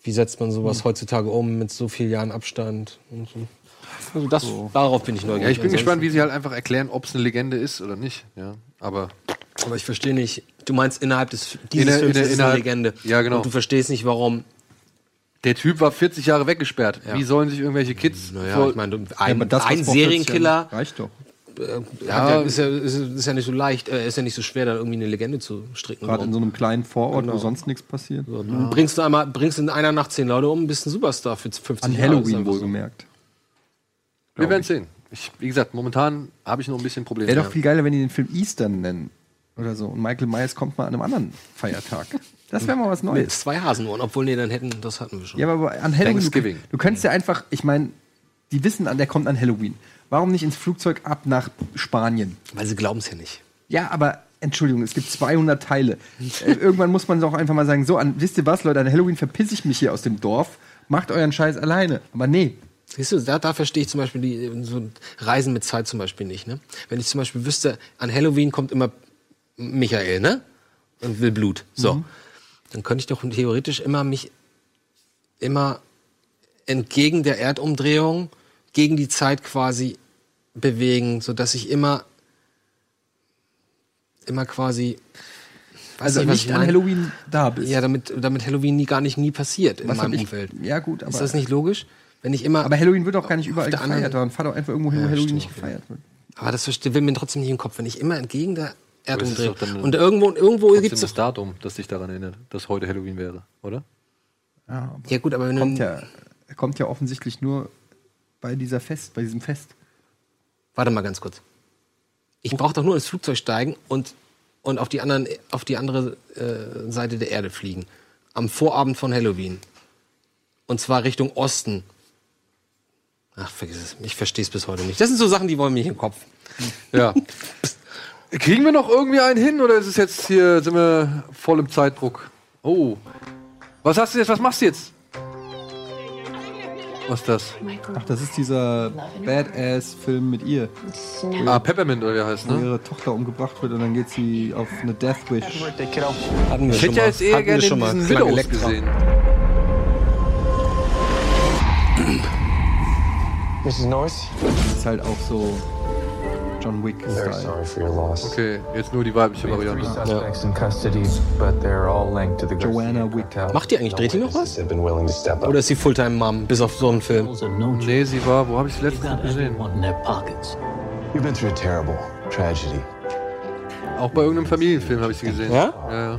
Wie setzt man sowas heutzutage um mit so vielen Jahren Abstand? Und so. Also das, darauf bin ich neugierig. Also, ja, ich bin Ansonsten- gespannt, wie sie halt einfach erklären, ob es eine Legende ist oder nicht. Ja, aber Aber ich verstehe nicht, du meinst innerhalb des, Inner- dieses Films inner- ist es eine innerhalb- Legende. Ja, genau. Und du verstehst nicht, warum Der Typ war 40 Jahre weggesperrt. Wie sollen sich irgendwelche Kids. Naja, vor- ich meine, ein, Ja, aber das, was ein vor 40 Serienkiller. Jahren- reicht doch. äh, hat Ja. Ja, ist, ja, ist, ist ja nicht so leicht, äh, ist ja nicht so schwer, da irgendwie eine Legende zu stricken. Gerade in so einem kleinen Vorort, Genau. wo sonst nichts passiert. Warum? Bringst du einmal, bringst in einer Nacht zehn Leute um, bist ein Superstar für 50 An Jahre. Ist Halloween einfach so. wohlgemerkt. Wir werden sehen. Ich, wie gesagt, momentan habe ich noch ein bisschen Probleme. Wäre doch viel geiler, wenn die den Film Eastern nennen. Oder so. Und Michael Myers kommt mal an einem anderen Feiertag. Das wäre mal was Mit Neues. zwei Hasenohren, obwohl, nee, dann hätten, das hatten wir schon. Ja, aber an Halloween. Thanksgiving. Mhm. Du kannst ja einfach, ich meine, die wissen an, der kommt an Halloween. Warum nicht ins Flugzeug ab nach Spanien? Weil sie glauben es ja nicht. Ja, aber Entschuldigung, es gibt 200 Teile. Äh, Irgendwann muss man doch einfach mal sagen, so, an, wisst ihr was, Leute, an Halloween verpiss ich mich hier aus dem Dorf. Macht euren Scheiß alleine. Aber nee. Siehst du, da, da verstehe ich zum Beispiel die, so Reisen mit Zeit zum Beispiel nicht. Ne? Wenn ich zum Beispiel wüsste, an Halloween kommt immer Michael, ne? Und will Blut. So. Mhm. Dann könnte ich doch theoretisch immer mich immer entgegen der Erdumdrehung, gegen die Zeit quasi bewegen, sodass ich immer, immer quasi. weiß Also was nicht ich an meine? Halloween da bist. Ja, damit, damit Halloween nie, gar nicht nie passiert in Was hab meinem ich- Umfeld. Ja, gut, aber. Ist das nicht logisch? Wenn ich immer. aber Halloween wird auch gar nicht überall der anderen- gefeiert. Dann fahr doch einfach irgendwo hin, wo Ja, Halloween stimmt nicht auch gefeiert wird. Aber das verste- will mir trotzdem nicht im Kopf, wenn ich immer entgegen der Aber das ist Erdumdrehung. doch dann- Und irgendwo, irgendwo Trotzdem gibt es. das Datum, das dich daran erinnert, dass heute Halloween wäre, *laughs* oder? Ja, Ja, gut, aber wenn Hm. kommt du. ja, kommt ja offensichtlich nur bei dieser Fest, bei diesem Fest. Warte mal ganz kurz. Ich brauche doch nur ins Flugzeug steigen und, und auf, die anderen, auf die andere äh, Seite der Erde fliegen. Am Vorabend von Halloween. Und zwar Richtung Osten. Ach, vergiss es. Ich verstehe es bis heute nicht. Das sind so Sachen, die wollen mich im Kopf. Ja. Kriegen wir noch irgendwie einen hin oder ist es jetzt hier, sind wir voll im Zeitdruck? Oh. Was hast du jetzt? Was machst du jetzt? Was ist das? Ach, das ist dieser Badass-Film mit ihr. Wo Ah, ihre, Peppermint oder wie er heißt, wo ne? ihre Tochter umgebracht wird und dann geht sie auf eine Death Wish. Hatten wir Ich schon hätte mal. ja jetzt eher Hatten wir gerne schon mal. diesen Kleine Widows Elektra. gesehen. Mrs. Norris? Das ist halt auch so John Wick-Style. for your loss. Okay, jetzt nur die weibliche Variante. Suspects in custody, but they're all linked to the Joanna Wick. Macht die eigentlich? Dreht die noch was? Have been willing to step Oder ist sie Fulltime-Mom, bis auf so einen Film? Nee, sie war, wo habe ich sie letztens noch gesehen? You've been through a terrible tragedy. Auch bei irgendeinem Familienfilm habe ich sie gesehen. Ja? ja? ja.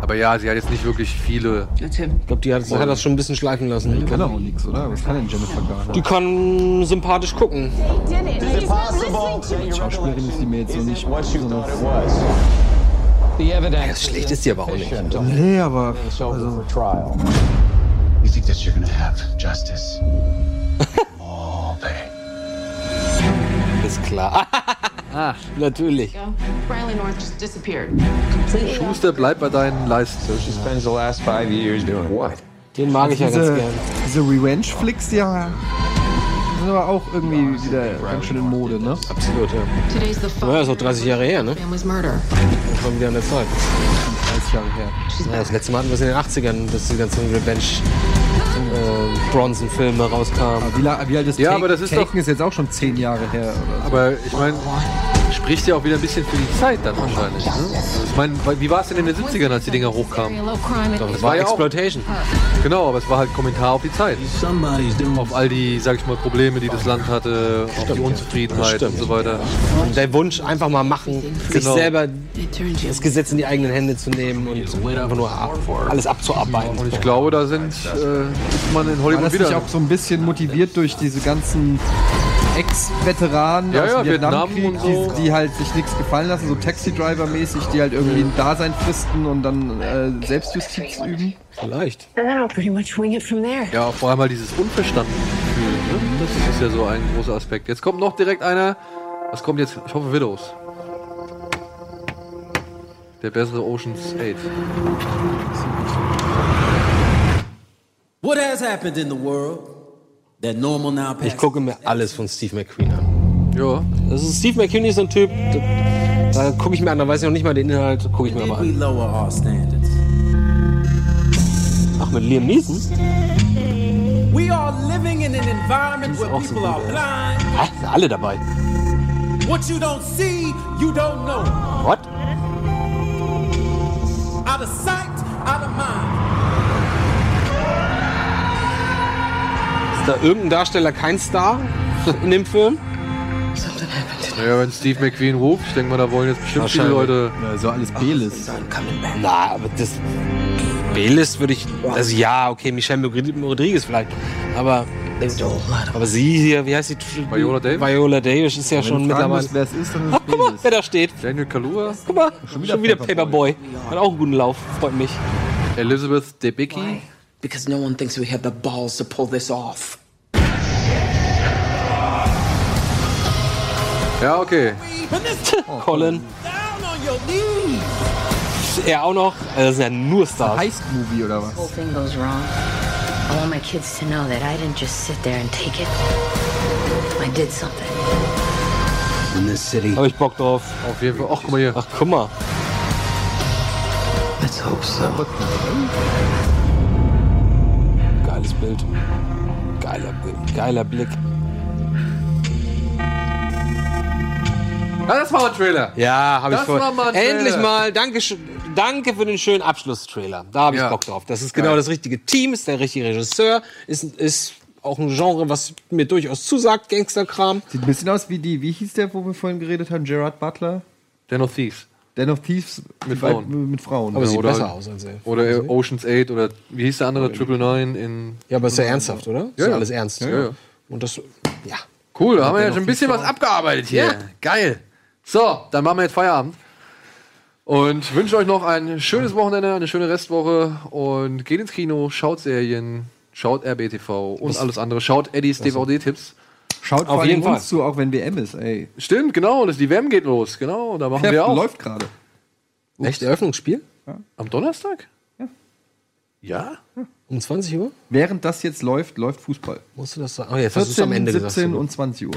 Aber ja, sie hat jetzt nicht wirklich viele. Ich glaube, die hat, hat das schon ein bisschen schleifen lassen. Die kann auch nichts, oder? Was kann denn Jennifer Garner? Die kann sympathisch gucken. Die Schauspielerin ist die mir jetzt so nicht. besonders- The evidence Schlecht ist die aber auch nicht. Nee, aber is over for trial. You think that you're gonna have justice? All day. Ist klar. *laughs* Natürlich. Riley North just disappeared. Schuster, bleib bei deinen Leisten. She spends the last five years doing what? Den mag ich ja ganz diese gern. diese Revenge-Flicks, ja. Sind aber auch irgendwie wieder ganz schön in Mode, ne? Absolut, ja. Today's the Ja, father ist auch 30 Jahre her, ne? family's murder. Schon wieder an der Zeit. 30 Jahre her. Ja, das letzte Mal hatten wir es in den 80ern, dass die ganzen Revenge-Bronson-Filme rauskamen. ne? Wie, la- wie alt ist Ja, Take- aber das ist Taken doch- ist jetzt auch schon 10 Jahre her. Oder so. Aber ich meine, spricht ja auch wieder ein bisschen für die Zeit dann wahrscheinlich. Ne? Also Ich meine, wie war es denn in den 70ern, als die Dinger hochkamen? Low crime. Das war war ja auch- Exploitation. Genau, aber es war halt Kommentar auf die Zeit. Auf all die, sag ich mal, Probleme, die das Land hatte, auf die Unzufriedenheit Stimmt. und so weiter. Und der Wunsch, einfach mal machen, sich Genau. selber das Gesetz in die eigenen Hände zu nehmen und einfach nur ab- alles abzuarbeiten. Und ich glaube, da sind, äh, ist man in War Hollywood das nicht wieder. auch so ein bisschen motiviert durch diese ganzen Ex-Veteranen Ja, aus ja, dem Vietnamkrieg, Vietnam und so. die, die halt sich nichts gefallen lassen, so Taxi-Driver-mäßig, die halt irgendwie ein Dasein fristen und dann äh, Selbstjustiz üben? Vielleicht. And then I'll pretty much wing it from there. Ja, vor allem halt dieses Unverstandengefühl. Ne? Das ist ja so ein großer Aspekt. Jetzt kommt noch direkt einer. Was kommt jetzt? Ich hoffe, Widows. Der bessere Oceans 8. What has happened in the world that normal now Ich passes? gucke mir alles von Steve McQueen an. Ja. Das ist Steve McQueen ist so ein Typ, da, da gucke ich mir an, da weiß ich noch nicht mal den Inhalt, gucke ich mir aber We an. lower our standards. Ach, mit Liam Neeson? We are living in an environment where awesome, people are dude. blind. Hä? Sind alle dabei. What you don't see, you don't know. What? Out of sight, out of mind. da irgendein Darsteller kein Star in dem Film? Naja, wenn Steve McQueen ruft, ich denke mal, da wollen jetzt bestimmt viele Leute. Ja, so alles B-List. Na, aber das B-List würde ich. Also ja, okay, Michelle Rodriguez vielleicht. Aber. Aber sie hier, wie heißt sie? Viola Davis? Viola Davis ist ja Wenn schon du fragen mittlerweile. musst, wer es ist, dann ist Ach, guck mal, wer da steht. Daniel Kalua? Guck mal, schon wieder, Paperboy. Hat auch einen guten Lauf, freut mich. Elizabeth Debicki? Because no one thinks we have the balls to pull this off. Ja, okay. Oh, *laughs* Colin. Er auch noch. Also das sind ja nur Stars. Heist-Movie oder was? whole thing goes wrong, I want my kids to know that I didn't just sit there and take it. I did something. In this city. Hab ich Bock drauf. Auf jeden Fall. Ach, guck mal hier. Ach, guck mal. Let's hope so. Geiles Bild. Geiler Bild. Geiler Blick. Ja, Ah, das war ein Trailer. Ja, habe ich Das voll. war mal ein Endlich Trailer. mal. Danke, sch- danke für den schönen Abschlusstrailer. Da habe ich Ja. Bock drauf. Das ist genau Geil. das richtige Team, ist der richtige Regisseur, ist, ist auch ein Genre, was mir durchaus zusagt, Gangsterkram. Sieht ein bisschen aus wie die, wie hieß der, wo wir vorhin geredet haben, Gerard Butler? Den of Thieves. Den of Thieves Mit bei- Frauen. Mit Frauen. Aber Ja, sieht oder- besser aus als er. Oder äh, Ocean's 8 oder wie hieß der andere? Triple Nine in. Ja, aber ist ja ernsthaft, oder? Ist Ja, ja. alles ernst. ne? Ja, ja. Und das, ja. Cool, da haben wir ja schon ein bisschen was abgearbeitet hier. Ja. Geil. So, dann machen wir jetzt Feierabend. Und wünsche euch noch ein schönes Wochenende, eine schöne Restwoche und geht ins Kino, schaut Serien, schaut RBTV und alles andere. Schaut Eddies DVD-Tipps. Schaut Auf vor allem jeden Fall. uns zu, auch wenn WM ist, ey. Stimmt, genau, das, die WM geht los, genau, da machen wir Ja, auch. läuft gerade. Echt Eröffnungsspiel? Am Donnerstag? Ja. Um 20 Uhr? Während das jetzt läuft, läuft Fußball. Musst du das sagen? Oh, jetzt hast du es am Ende 17 gesagt. und 20 Uhr.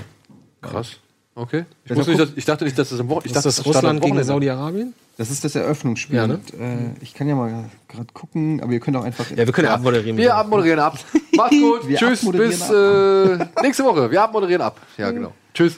Krass. Okay. Ich, Ja, wusste guck- nicht, dass, ich dachte nicht, dass das im Wochenende. Ich Ist dachte, das stand am Russland gegen Wochenende. Saudi-Arabien? Das ist das Eröffnungsspiel. Ja, ne? und, äh, ich kann ja mal gerade gucken, aber ihr könnt auch einfach. Ja, wir können ja abmoderieren. Wir abmoderieren *laughs* ab. Macht's gut. Wir Tschüss. abmoderieren Bis ab. Mhm. äh, nächste Woche. Wir abmoderieren ab. Ja, genau. Tschüss.